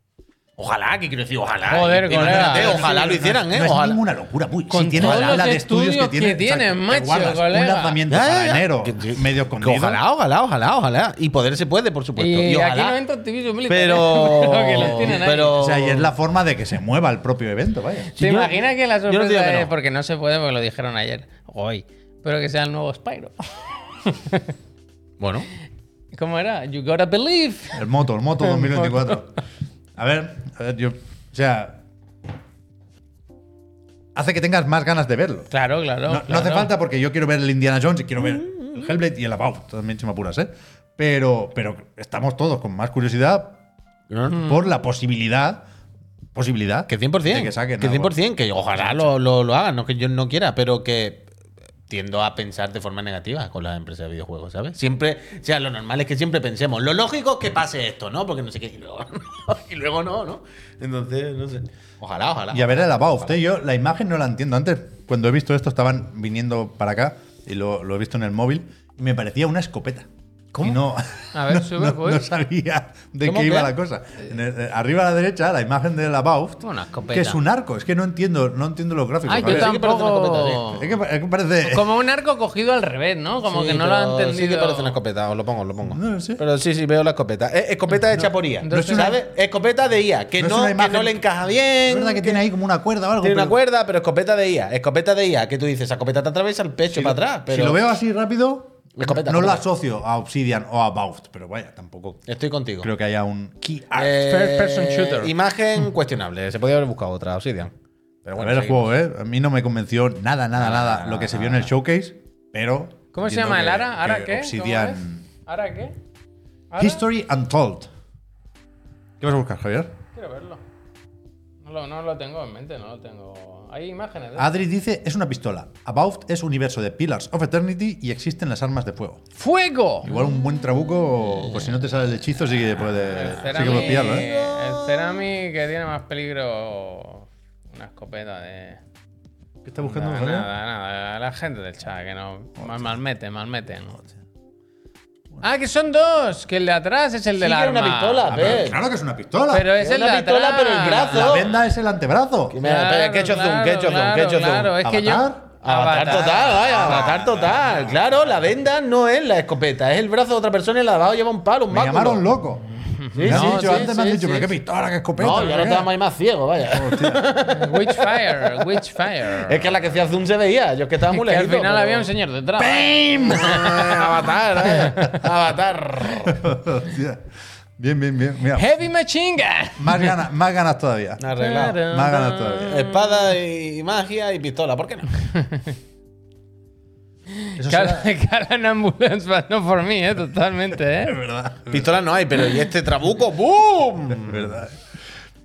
Speaker 5: Ojalá, que quiero decir, ojalá.
Speaker 2: Joder,
Speaker 5: Y- y no,
Speaker 2: colega.
Speaker 5: espérate, ojalá lo hicieran, ¿eh?
Speaker 1: No
Speaker 5: ojalá.
Speaker 1: es ninguna locura, uy.
Speaker 2: Con todos
Speaker 1: la ala
Speaker 2: los estudios que tienen,
Speaker 1: te
Speaker 2: macho,
Speaker 1: guardas
Speaker 2: colega.
Speaker 1: Un lanzamiento
Speaker 5: Ya, ya,
Speaker 1: para
Speaker 5: ya.
Speaker 1: enero,
Speaker 5: Que- que-
Speaker 1: medio
Speaker 5: que
Speaker 1: escondido.
Speaker 5: Ojalá, ojalá, ojalá, ojalá. Y poder se puede, por supuesto.
Speaker 2: Y,
Speaker 5: Y
Speaker 2: aquí
Speaker 5: ojalá.
Speaker 2: no entra Activision Blizzard,
Speaker 5: Pero-
Speaker 2: ¿eh? *laughs* que los tienen ahí.
Speaker 5: pero-
Speaker 1: O sea, y es la forma de que se mueva el propio evento, vaya.
Speaker 2: ¿Te
Speaker 5: yo-
Speaker 2: imaginas que la
Speaker 5: yo no digo
Speaker 2: sorpresa
Speaker 5: que
Speaker 2: es
Speaker 5: no.
Speaker 2: porque no se puede porque lo dijeron ayer hoy, pero que sea el nuevo Spyro?
Speaker 5: Bueno.
Speaker 2: ¿Cómo era? You gotta believe.
Speaker 1: El moto, el moto 2024. A ver, a ver, yo. O sea. Hace que tengas más ganas de verlo.
Speaker 2: Claro, claro.
Speaker 1: No, Mm. no
Speaker 2: claro.
Speaker 1: hace falta porque yo quiero ver el Indiana Jones y quiero ver el Hellblade y el About. También si me apuras, ¿eh? Pero, pero estamos todos con más curiosidad por la posibilidad. Posibilidad.
Speaker 5: Que 100%.
Speaker 1: de que saquen. algo.
Speaker 5: 100%, que ojalá lo, lo, lo hagan, no que yo no quiera, pero que tiendo a pensar de forma negativa con las empresas de videojuegos, ¿sabes? Siempre, o sea, lo normal es que siempre pensemos, lo lógico es que pase esto, ¿no? Porque no sé qué, y luego, *laughs* y luego no, ¿no? Entonces, no sé. Ojalá, ojalá.
Speaker 1: Y a ver el About. ¿eh? Yo la imagen no la entiendo. Antes, cuando he visto esto, estaban viniendo para acá y lo, lo he visto en el móvil y me parecía una escopeta. Y no,
Speaker 2: A ver,
Speaker 1: *laughs* no-
Speaker 2: sube,
Speaker 1: no-
Speaker 2: pues.
Speaker 1: no sabía de
Speaker 2: ¿Cómo
Speaker 1: qué iba
Speaker 2: qué?
Speaker 1: la cosa. En el- eh, arriba a la derecha, la imagen de la Bauft,
Speaker 2: Una escopeta.
Speaker 1: que es un arco. Es que no entiendo, no entiendo los gráficos.
Speaker 2: Ay,
Speaker 1: Javier.
Speaker 2: yo
Speaker 5: parece que parece una
Speaker 2: tampoco.
Speaker 1: es, que, es que parece.
Speaker 2: Como un arco cogido al revés, ¿no? Como
Speaker 5: Sí,
Speaker 2: que no lo
Speaker 5: pero
Speaker 2: han entendido.
Speaker 5: Sí que parece una escopeta, os lo pongo, os lo pongo.
Speaker 1: No lo sé.
Speaker 5: Pero sí, sí, veo la escopeta. Es escopeta de chaporía.
Speaker 2: no es una-
Speaker 5: ¿Sabes? Escopeta de IA, que
Speaker 1: no
Speaker 5: no,
Speaker 1: es una
Speaker 5: que
Speaker 1: imagen-
Speaker 5: no le encaja bien.
Speaker 1: Es verdad que tiene ahí como una cuerda o algo.
Speaker 5: tiene una
Speaker 1: pero
Speaker 5: cuerda, pero escopeta de IA. Escopeta de IA, que tú dices, escopeta te atraviesa el pecho
Speaker 1: si
Speaker 5: para
Speaker 1: lo-
Speaker 5: atrás. Pero
Speaker 1: Si lo veo así rápido,
Speaker 5: Escopeta,
Speaker 1: no lo
Speaker 5: escopeta.
Speaker 1: asocio a Obsidian o a Bauft, pero vaya, tampoco.
Speaker 5: Estoy contigo.
Speaker 1: Creo que haya un key art.
Speaker 5: Eh,
Speaker 2: First person shooter.
Speaker 5: Imagen cuestionable. Se podía haber buscado otra, Obsidian. Pero
Speaker 1: a ver el
Speaker 5: seguimos.
Speaker 1: juego, ¿eh? A mí no me convenció nada, nada, nada, lo que se vio en el showcase, pero.
Speaker 2: ¿Cómo se
Speaker 1: entiendo
Speaker 2: llama el
Speaker 1: que-
Speaker 2: Ara? ¿Ara
Speaker 1: que
Speaker 2: qué?
Speaker 1: Obsidian.
Speaker 2: ¿Cómo es? ¿Ara qué? ¿Ara?
Speaker 1: History Untold. ¿Qué vas a buscar, Javier?
Speaker 2: Quiero verlo. No lo, no lo tengo en mente, no lo tengo. Hay imágenes ¿eh? de
Speaker 1: Adri dice: es una pistola. About es universo de Pillars of Eternity y existen las armas de fuego.
Speaker 2: ¡Fuego!
Speaker 1: Igual un buen trabuco, pues si no te sale el hechizo, sí que puede,
Speaker 2: El
Speaker 1: sí que
Speaker 2: Cerami,
Speaker 1: puedes pillarlo, ¿eh?
Speaker 2: el Cerami que tiene más peligro. Una escopeta de.
Speaker 1: ¿Qué estás buscando,
Speaker 5: ¿eh?
Speaker 2: nada,
Speaker 1: Javier?
Speaker 2: nada, nada. La gente del chat que no. Mal, mal meten, mal meten. Ah, que son dos. Que el de atrás es el del
Speaker 5: Sí, que era
Speaker 2: arma.
Speaker 5: una pistola,
Speaker 1: Ah,
Speaker 5: ¿ves?
Speaker 1: pero claro que es una pistola.
Speaker 2: Pero es
Speaker 5: Era
Speaker 2: el de
Speaker 5: una pistola,
Speaker 2: atrás.
Speaker 5: pero el brazo.
Speaker 1: La venda es el antebrazo.
Speaker 5: Mira, espera, que he hecho zoom, que he hecho zoom, que he hecho zoom.
Speaker 2: Claro, es que yo.
Speaker 1: ¿Avatar?
Speaker 5: Avatar, total, vaya, avatar total. Claro, la venda no es la escopeta, es el brazo de otra persona y la de abajo lleva un palo, un
Speaker 1: Me
Speaker 5: báculo.
Speaker 1: llamaron loco. me
Speaker 5: sí,
Speaker 1: han dicho,
Speaker 5: sí,
Speaker 1: antes me han
Speaker 5: sí,
Speaker 1: dicho,
Speaker 5: sí,
Speaker 1: pero qué
Speaker 5: sí.
Speaker 1: pistola, qué escopeta.
Speaker 5: No, ya no
Speaker 1: qué".
Speaker 5: te da más, más ciego, vaya.
Speaker 2: Witchfire, Witchfire.
Speaker 5: es que la que hacía zoom se veía, yo es que estaba muy
Speaker 2: Que al
Speaker 5: lejito,
Speaker 2: final
Speaker 5: pero-
Speaker 2: había un señor detrás.
Speaker 5: avatar, vaya. avatar.
Speaker 1: Hostia. *laughs* Bien, bien, bien. Mira,
Speaker 2: Heavy Machinga.
Speaker 1: más ganas, más ganas todavía.
Speaker 2: *laughs*
Speaker 5: Arreglado.
Speaker 1: Más ganas todavía.
Speaker 5: Espada y magia y pistola, ¿por qué no?
Speaker 1: Eso será-
Speaker 2: Cara, *laughs* cara en ambulance, but no por mí, eh, totalmente,
Speaker 1: Es
Speaker 2: eh.
Speaker 1: verdad.
Speaker 5: Pistola no hay, pero y este trabuco, ¡boom!
Speaker 1: Es verdad.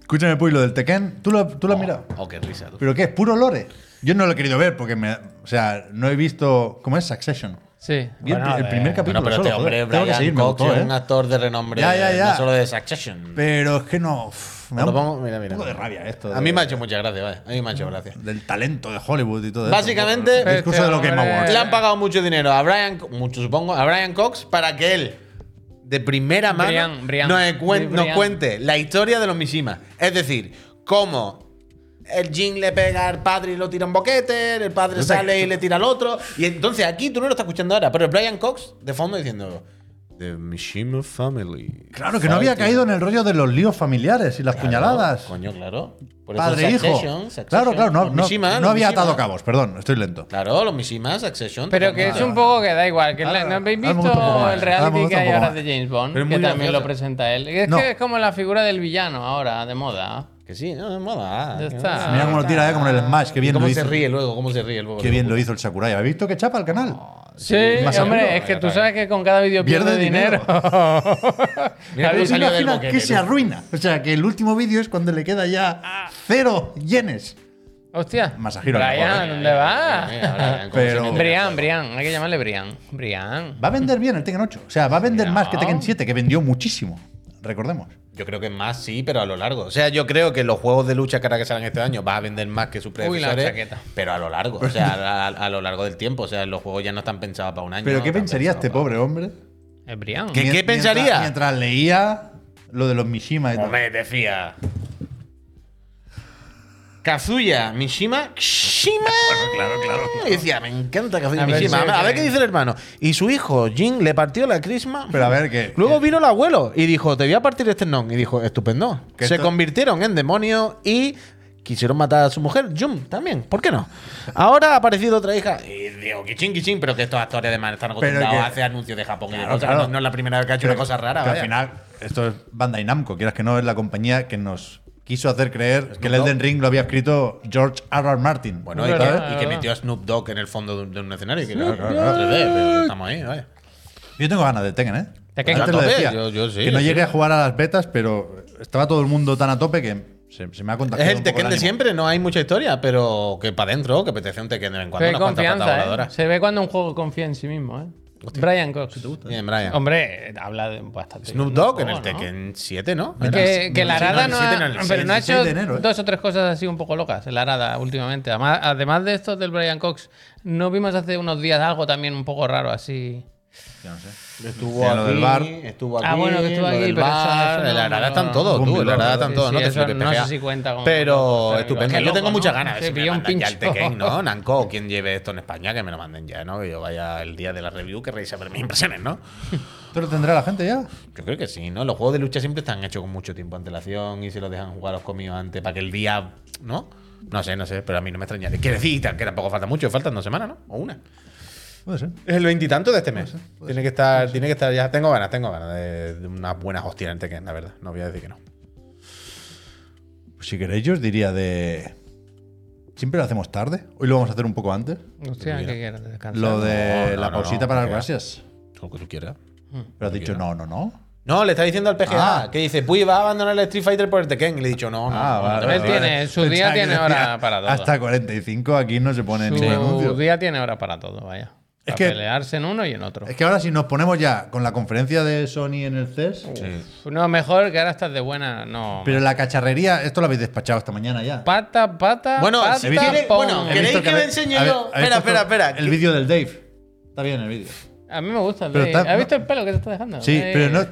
Speaker 1: Escúchame, Puy, lo del Tekken, ¿tú lo, tú lo has mirado?
Speaker 5: Oh, qué risa. tú.
Speaker 1: ¿Pero qué? ¿Es puro lore? Yo no lo he querido ver porque me. O sea, no he visto. ¿Cómo es? Succession.
Speaker 2: Sí.
Speaker 1: Vi el, pri- el primer capítulo.
Speaker 5: Bueno, pero este
Speaker 1: solo,
Speaker 5: hombre,
Speaker 1: joder. Tengo que
Speaker 5: Brian
Speaker 1: seguir, me
Speaker 5: Cox,
Speaker 1: gustó,
Speaker 5: es
Speaker 1: ¿eh?
Speaker 5: un actor de renombre,
Speaker 1: Ya, ya, ya.
Speaker 5: no solo de Succession.
Speaker 1: Pero es que no. uf, me
Speaker 5: Os
Speaker 1: da
Speaker 5: lo
Speaker 1: un
Speaker 5: pongo, mira, mira.
Speaker 1: poco de rabia esto.
Speaker 5: A mí
Speaker 1: de-
Speaker 5: me ha hecho muchas gracias, vaya. A mí me ha hecho gracias.
Speaker 1: Del talento de Hollywood y todo
Speaker 5: Básicamente-
Speaker 1: eso. El discurso de lo que
Speaker 2: Este hombre-
Speaker 5: Le han pagado mucho dinero a Brian, mucho supongo, a Brian Cox para que él, de primera mano,
Speaker 2: Brian, Brian.
Speaker 5: nos, cuen- nos
Speaker 2: Brian.
Speaker 5: cuente la historia de los Mishimas. Es decir, cómo el Jin le pega al padre y lo tira un boquete, el padre
Speaker 1: Entonces,
Speaker 5: sale y le tira al otro. Y entonces aquí tú no lo estás escuchando ahora, pero Brian Cox de fondo diciendo. The Mishima Family.
Speaker 1: Claro, que no había
Speaker 5: Fighting".
Speaker 1: caído en el rollo de los líos familiares y las
Speaker 5: Claro,
Speaker 1: puñaladas.
Speaker 5: Coño, claro. Por eso
Speaker 1: Padre e hijo.
Speaker 5: Succession,
Speaker 1: claro,
Speaker 5: Succession,
Speaker 1: claro, no,
Speaker 5: los
Speaker 1: no-
Speaker 5: Mishima,
Speaker 1: no
Speaker 5: los
Speaker 1: había
Speaker 5: Mishima.
Speaker 1: atado cabos, perdón, estoy lento.
Speaker 5: Claro, los Mishima, Succession.
Speaker 2: Pero que es un poco que da igual. Que la- ¿No habéis
Speaker 1: ahora Ah, me gusta un poco
Speaker 2: visto
Speaker 1: más,
Speaker 2: el
Speaker 1: ahora me
Speaker 2: reality
Speaker 1: gusta
Speaker 2: que
Speaker 1: un
Speaker 2: hay
Speaker 1: poco más.
Speaker 2: ahora de James Bond?
Speaker 5: Pero es
Speaker 2: Que
Speaker 5: muy
Speaker 2: también
Speaker 5: gracioso.
Speaker 2: lo presenta él. Es
Speaker 1: No.
Speaker 2: que es como la figura del villano ahora, de moda.
Speaker 5: Que sí, no, no moda.
Speaker 2: Ya está.
Speaker 1: Mira cómo lo tira, eh, como en el Smash, qué
Speaker 5: Ah, Y
Speaker 1: bien
Speaker 5: cómo
Speaker 1: lo
Speaker 5: se
Speaker 1: hizo.
Speaker 5: ríe luego, cómo se ríe el bobo.
Speaker 1: Qué bien lo hizo el Sakurai. ¿Habéis visto que chapa el canal?
Speaker 2: Sí,
Speaker 1: más seguro.
Speaker 2: hombre, es que tú sabes que con cada vídeo pierde,
Speaker 1: Pierde dinero. *laughs*
Speaker 2: dinero. *laughs*
Speaker 5: Mira cómo
Speaker 1: ¿Te
Speaker 5: salió del
Speaker 1: imaginas
Speaker 5: boquete,
Speaker 1: que
Speaker 5: tú?
Speaker 1: se arruina? O sea, que el último vídeo es cuando le queda
Speaker 2: Ah.
Speaker 1: ya cero yenes.
Speaker 2: Hostia.
Speaker 1: Masahiro, mejor,
Speaker 2: Brian,
Speaker 1: eh. *laughs*
Speaker 2: ¿dónde va?
Speaker 1: Pero-
Speaker 2: *laughs* Brian, Brian. Hay que llamarle Brian. Brian.
Speaker 1: Va a vender bien el Tekken 8. O sea, va a vender más que
Speaker 2: No.
Speaker 1: Tekken 7, que vendió muchísimo. Recordemos.
Speaker 5: Yo creo que más sí, pero a lo largo. O sea, yo creo que los juegos de lucha que ahora que salen este año va a vender más que sus
Speaker 2: Uy, la
Speaker 5: predecesores.
Speaker 2: chaqueta.
Speaker 5: pero a lo largo, o sea, a, a- a lo largo del tiempo. O sea, los juegos ya no están pensados para un año.
Speaker 1: Pero ¿qué
Speaker 5: están
Speaker 1: pensaría
Speaker 5: pensados
Speaker 1: este pobre hombre?
Speaker 2: Es Brian.
Speaker 5: ¿Qué-
Speaker 1: Mien-
Speaker 5: pensaría?
Speaker 1: Mientras, mientras leía lo de los Mishima y
Speaker 5: para-
Speaker 1: tal.
Speaker 5: Hombre, te fía. Kazuya Mishima.
Speaker 2: *laughs*
Speaker 5: Shima.
Speaker 1: claro, claro, claro.
Speaker 5: Y decía, me encanta Kazuya
Speaker 2: A ver,
Speaker 5: Mishima.
Speaker 2: sí,
Speaker 5: a ver, a ver
Speaker 2: sí.
Speaker 5: qué dice el hermano. Y su hijo, Jin, le partió la crisma.
Speaker 1: Pero a ver, que,
Speaker 5: Luego vino el abuelo y dijo, te voy a partir este non. Y dijo, estupendo.
Speaker 1: Que
Speaker 5: Se
Speaker 1: esto-
Speaker 5: convirtieron en demonios y quisieron matar a su mujer, Jum, también. ¿Por qué no? Ahora ha aparecido otra hija. Y digo, kichín, kichín, pero que estos actores además están acostumbrados
Speaker 1: que-
Speaker 5: a hacer anuncios de Japón. y de
Speaker 1: Claro,
Speaker 5: cosas.
Speaker 1: claro.
Speaker 5: No, no es la primera vez que ha hecho
Speaker 1: Pero
Speaker 5: una cosa rara.
Speaker 1: que al
Speaker 5: vaya.
Speaker 1: final, esto es Bandai Namco, quieras que no, es la compañía que nos quiso hacer creer que el Elden Ring lo había escrito George R. R. Martin.
Speaker 5: Bueno, y
Speaker 2: Es verdad,
Speaker 5: que, y
Speaker 2: es
Speaker 5: que
Speaker 2: verdad.
Speaker 5: metió a Snoop Dogg en el fondo de un, de un escenario. Que
Speaker 1: Snoop
Speaker 5: claro, claro, claro, 3D, pero estamos ahí, vaya.
Speaker 1: yo tengo ganas de Tekken, ¿eh?
Speaker 2: Tekken.
Speaker 1: Antes
Speaker 5: A
Speaker 1: lo
Speaker 5: tope,
Speaker 1: decía,
Speaker 5: yo- yo sí,
Speaker 1: que no
Speaker 5: yo
Speaker 1: llegué a
Speaker 5: sí.
Speaker 1: jugar a las betas, pero estaba todo el mundo tan a tope que se, se me ha
Speaker 5: Es
Speaker 1: contagiado.
Speaker 5: el
Speaker 1: un poco
Speaker 5: Tekken de
Speaker 1: ánimo.
Speaker 5: siempre, no hay mucha historia, pero que para adentro, que apetece un Tekken de vez en
Speaker 2: Se
Speaker 5: cuando.
Speaker 2: ve
Speaker 5: Unas cuantas patadas
Speaker 2: confianza, ¿eh?
Speaker 5: voladoras.
Speaker 2: Se ve cuando un juego confía en sí mismo, ¿eh? Brian Cox.
Speaker 5: Bien, Brian.
Speaker 2: Hombre, eh, habla de bastante.
Speaker 5: Snoop
Speaker 2: bien
Speaker 5: Dogg
Speaker 2: del
Speaker 5: en el
Speaker 2: juego, ¿no?
Speaker 5: Tekken 7, ¿no?
Speaker 2: Que, que la Arada no
Speaker 5: en el
Speaker 2: ha,
Speaker 5: 7, en el
Speaker 2: pero
Speaker 5: 6.
Speaker 2: no ha
Speaker 1: 16
Speaker 2: hecho
Speaker 1: de enero, ¿eh?
Speaker 2: dos o tres cosas así un poco locas, el Arada últimamente. Además, además de esto del Brian Cox, no vimos hace unos días algo también un poco raro así.
Speaker 1: Ya no sé.
Speaker 3: Estuvo
Speaker 1: Tiene lo
Speaker 3: aquí,
Speaker 1: del bar.
Speaker 3: estuvo aquí.
Speaker 2: Ah, bueno, que estuvo
Speaker 3: lo
Speaker 2: aquí,
Speaker 3: del
Speaker 2: pero
Speaker 3: bar,
Speaker 2: eso- eso
Speaker 3: en la
Speaker 2: no-
Speaker 3: verdad
Speaker 2: no-
Speaker 3: están todos, tú.
Speaker 1: Bumblebee,
Speaker 3: En la verdad
Speaker 1: ¿no?
Speaker 3: están todos.
Speaker 2: Sí,
Speaker 3: no
Speaker 2: sí,
Speaker 3: te
Speaker 2: eso
Speaker 3: flipes,
Speaker 2: no
Speaker 3: PGA.
Speaker 2: sé si cuenta como-
Speaker 3: Pero
Speaker 2: pero
Speaker 3: estupendo.
Speaker 2: qué
Speaker 3: Yo
Speaker 2: loco,
Speaker 3: tengo
Speaker 2: ¿no?
Speaker 3: muchas ganas. de
Speaker 2: Se
Speaker 3: ver si me
Speaker 2: pilló un
Speaker 3: mandan ya el
Speaker 2: pincho.
Speaker 3: Tekken, ¿no? Nanco, quien lleve esto en España, que me lo manden ya, ¿no? Que yo vaya el día de la review, que revisar mis impresiones, ¿no?
Speaker 1: ¿Esto lo tendrá la gente ya?
Speaker 3: Yo creo que sí, ¿no? Los juegos de lucha siempre están hechos con mucho tiempo de antelación y se los dejan jugar a los comidos antes para que el día, ¿no? No sé, no sé, pero a mí no me extrañaría. Quiere decir que tampoco falta mucho, faltan dos semanas, ¿no? O una.
Speaker 1: Puede ser.
Speaker 3: Es el veintitanto de este mes. tiene que estar, tiene que estar ya. Tengo ganas, tengo ganas de, de unas buenas hostias en Tekken, la verdad. No voy a decir que no.
Speaker 1: Pues si queréis, yo os diría de. Siempre lo hacemos tarde. Hoy lo vamos a hacer un poco antes.
Speaker 2: Hostia, que quieres descansar.
Speaker 1: Lo de
Speaker 3: No, no,
Speaker 1: la
Speaker 3: no,
Speaker 1: pausita
Speaker 3: no,
Speaker 1: para las
Speaker 3: porque-
Speaker 1: gracias.
Speaker 3: Lo que tú quieras.
Speaker 1: Pero has dicho no, no, no.
Speaker 3: No, le está diciendo al PGA
Speaker 1: Ah.
Speaker 3: que dice, Puy va a abandonar el Street Fighter por el Tekken. Y le he dicho, no, no.
Speaker 1: Ah,
Speaker 3: no,
Speaker 1: vale,
Speaker 3: no,
Speaker 1: vale,
Speaker 2: Él tiene-
Speaker 1: vale.
Speaker 2: su día
Speaker 1: Pensaba que
Speaker 2: tiene
Speaker 1: decía,
Speaker 2: hora para todo.
Speaker 1: Hasta 45 aquí no se pone ningún
Speaker 2: Su
Speaker 1: anuncio.
Speaker 2: día tiene hora para todo, vaya.
Speaker 1: Es
Speaker 2: Es
Speaker 1: que-
Speaker 2: pelearse en uno y en otro.
Speaker 1: Es que ahora si nos ponemos ya con la conferencia de Sony en el CES,
Speaker 2: No, mejor que ahora estás de buena. No.
Speaker 1: pero la cacharrería, esto lo habéis despachado esta mañana ya.
Speaker 2: pata, pata.
Speaker 3: Bueno,
Speaker 2: pata,
Speaker 3: si quiere-
Speaker 2: pom.
Speaker 3: bueno,
Speaker 1: He
Speaker 3: ¿queréis
Speaker 1: visto
Speaker 3: que me
Speaker 1: habe-
Speaker 3: enseñe
Speaker 1: habe-
Speaker 3: yo?
Speaker 1: habéis
Speaker 3: Espera,
Speaker 1: puesto
Speaker 3: espera, espera.
Speaker 1: El vídeo del Dave. Está bien el vídeo.
Speaker 2: A mí me gusta. el
Speaker 1: Pero
Speaker 2: de-
Speaker 1: está-
Speaker 2: ¿Has visto
Speaker 1: no-
Speaker 2: el pelo que se está dejando?
Speaker 1: Sí,
Speaker 2: Eh,
Speaker 1: pero no,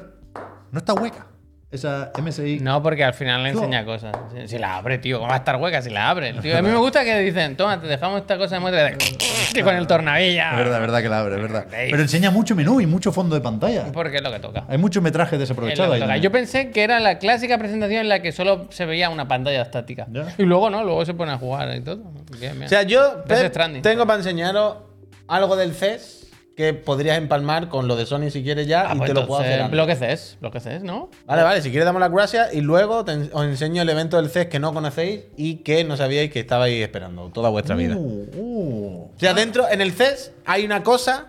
Speaker 1: no está hueca. Esa MSI.
Speaker 2: No, porque al final le
Speaker 1: No.
Speaker 2: enseña cosas. Si, si la abre, tío, ¿cómo va a estar hueca si la abre? el tío? A mí me gusta que dicen, toma, te dejamos esta cosa de muestra que con el
Speaker 1: Es
Speaker 2: tornavilla.
Speaker 1: verdad, es verdad que la abre, es verdad.
Speaker 2: Dave.
Speaker 1: Pero enseña mucho menú y mucho fondo de pantalla.
Speaker 2: Porque es lo que toca.
Speaker 1: Hay mucho metraje
Speaker 2: Es lo
Speaker 1: desaprovechado
Speaker 2: que
Speaker 1: ahí.
Speaker 2: toca.
Speaker 1: también.
Speaker 2: Yo pensé que era la clásica presentación en la que solo se veía una pantalla estática.
Speaker 1: Ya.
Speaker 2: Y luego no, luego se pone a jugar y todo. Bien, bien.
Speaker 3: O sea, yo
Speaker 2: Death
Speaker 3: Pep,
Speaker 2: Stranding.
Speaker 3: tengo para enseñaros algo del CES que podrías empalmar con lo de Sony si quieres ya
Speaker 2: Ah,
Speaker 3: y
Speaker 2: pues
Speaker 3: te lo puedo
Speaker 2: entonces,
Speaker 3: hacer. antes.
Speaker 2: Bloqueces, bloqueces, ¿no?
Speaker 3: Vale, vale, si quieres damos las gracias y luego te en- os enseño el evento del CES que no conocéis y que no sabíais que estabais esperando toda vuestra vida. O
Speaker 1: Uh, uh.
Speaker 3: sea, dentro, en el CES hay una cosa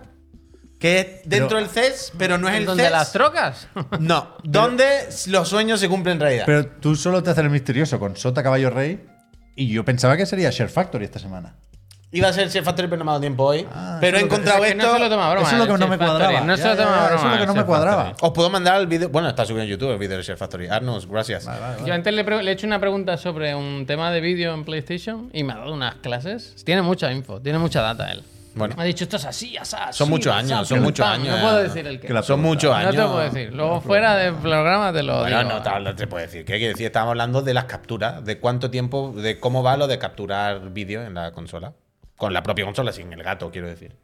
Speaker 3: que es dentro
Speaker 1: Pero-
Speaker 3: del CES, pero no es el
Speaker 2: ¿Donde
Speaker 3: CES.
Speaker 2: las trocas?
Speaker 3: no, donde los sueños se cumplen en realidad.
Speaker 1: Pero tú solo te haces el misterioso con Sota Caballo Rey. Y yo pensaba que sería Share Factory esta semana.
Speaker 3: Iba a ser Chef Factory, pero no me ha dado tiempo hoy.
Speaker 1: Ah,
Speaker 3: pero he
Speaker 1: eso es lo que-
Speaker 3: encontrado
Speaker 2: Es que
Speaker 3: esto.
Speaker 2: no se lo toma a broma.
Speaker 1: eso es lo que
Speaker 2: el
Speaker 1: no me
Speaker 2: Chef Factory.
Speaker 1: cuadraba.
Speaker 2: No se
Speaker 1: Ya,
Speaker 2: lo
Speaker 1: ya,
Speaker 2: toma a
Speaker 1: ya,
Speaker 2: broma.
Speaker 1: eso es lo que no
Speaker 2: el
Speaker 1: me
Speaker 2: Chef
Speaker 1: cuadraba.
Speaker 2: Factory.
Speaker 3: Os puedo mandar el vídeo. Bueno, está subido en YouTube el vídeo de Share Factory. Arnos, gracias.
Speaker 2: Yo antes le, pre- le he hecho una pregunta sobre un tema de vídeo en PlayStation y me ha dado unas clases. Tiene mucha info, tiene mucha data él.
Speaker 3: Bueno.
Speaker 2: Me ha dicho, esto es así, asá, así.
Speaker 3: Son muchos
Speaker 2: asá,
Speaker 3: años, son
Speaker 2: pim,
Speaker 3: muchos
Speaker 2: pam".
Speaker 3: años.
Speaker 2: No puedo decir el qué.
Speaker 1: Que la
Speaker 3: Son
Speaker 1: pregunta.
Speaker 3: muchos
Speaker 2: No
Speaker 3: años.
Speaker 2: te puedo decir. Luego fuera del programa te lo
Speaker 3: Bueno,
Speaker 2: digo.
Speaker 3: no, tal, no te puedo decir. ¿Qué quiere decir? Estamos hablando de las capturas, de cuánto tiempo, de cómo va lo de capturar vídeo en la consola. Con la propia consola, sin el gato, quiero decir.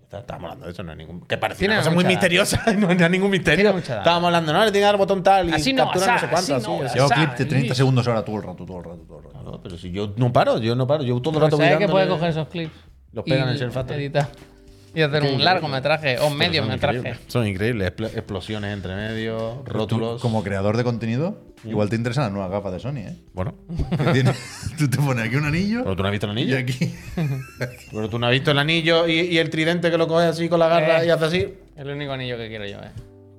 Speaker 3: Está- Estábamos hablando de eso, no hay ningún. Que parecía
Speaker 2: Tiene
Speaker 3: una cosa muy
Speaker 2: mucha edad.
Speaker 3: misteriosa, *laughs* no era ningún misterio.
Speaker 2: Tiene mucha Pues edad.
Speaker 3: Estábamos hablando, no, le tiene que dar botón tal y
Speaker 2: Así no,
Speaker 3: captura
Speaker 2: asá,
Speaker 3: no sé
Speaker 2: así
Speaker 3: cuánto.
Speaker 2: no,
Speaker 3: así,
Speaker 1: Llevo
Speaker 2: Sabe,
Speaker 1: clip de 30
Speaker 2: Luis.
Speaker 1: segundos ahora todo el rato, todo el rato, todo el rato.
Speaker 3: Claro, pero si yo no paro, yo no paro, yo todo el
Speaker 2: Pero
Speaker 3: rato
Speaker 2: ¿Sabes que puede
Speaker 3: mirándole-
Speaker 2: coger esos clips?
Speaker 3: Los pegan en
Speaker 2: y
Speaker 3: Shell Factory.
Speaker 2: editar? Y hacer un largometraje o medio metraje.
Speaker 3: Son increíbles. Expl- Explosiones entre medio,
Speaker 1: Tú,
Speaker 3: rótulos.
Speaker 1: como creador de contenido, igual te interesan las nuevas gafas de Sony, ¿eh?
Speaker 3: Bueno,
Speaker 1: Que tiene- tú te pones aquí un anillo
Speaker 3: pero tú no has visto el
Speaker 1: y
Speaker 3: anillo.
Speaker 1: aquí.
Speaker 3: Pero tú no has visto el anillo y, y el tridente que lo coges así con la garra
Speaker 2: Eh.
Speaker 3: y hace así.
Speaker 2: El único anillo que quiero yo, eh.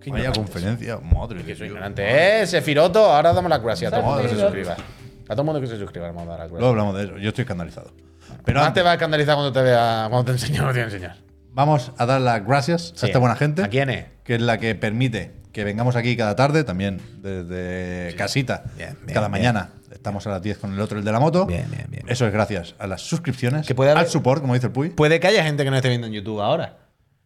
Speaker 1: Vaya conferencia, madre de
Speaker 3: Soy
Speaker 1: Dios.
Speaker 3: ignorante. Eh, Sefiroto, ahora damos las gracias a todo el mundo que se
Speaker 1: Madre.
Speaker 3: suscriba. A todo el mundo que se suscriba, le vamos a dar las
Speaker 1: Luego
Speaker 3: gracias.
Speaker 1: hablamos de eso. Yo estoy escandalizado. Pero
Speaker 3: Más te
Speaker 1: antes,
Speaker 3: va a escandalizar cuando te vea, cuando te enseñe *laughs* lo que te voy a enseñar.
Speaker 1: vamos a dar las gracias
Speaker 3: Sí.
Speaker 1: a esta buena gente.
Speaker 3: ¿A quiénes?
Speaker 1: Que es la que permite que vengamos aquí cada tarde, también desde casita,
Speaker 3: Bien, bien,
Speaker 1: cada
Speaker 3: bien.
Speaker 1: mañana. Estamos a las 10 con el otro, el de la moto.
Speaker 3: Bien, bien, bien.
Speaker 1: Eso es gracias a las suscripciones,
Speaker 3: Que puede
Speaker 1: al
Speaker 3: haber-
Speaker 1: support, como dice el Puy.
Speaker 3: Puede que haya gente que no esté viendo en YouTube ahora.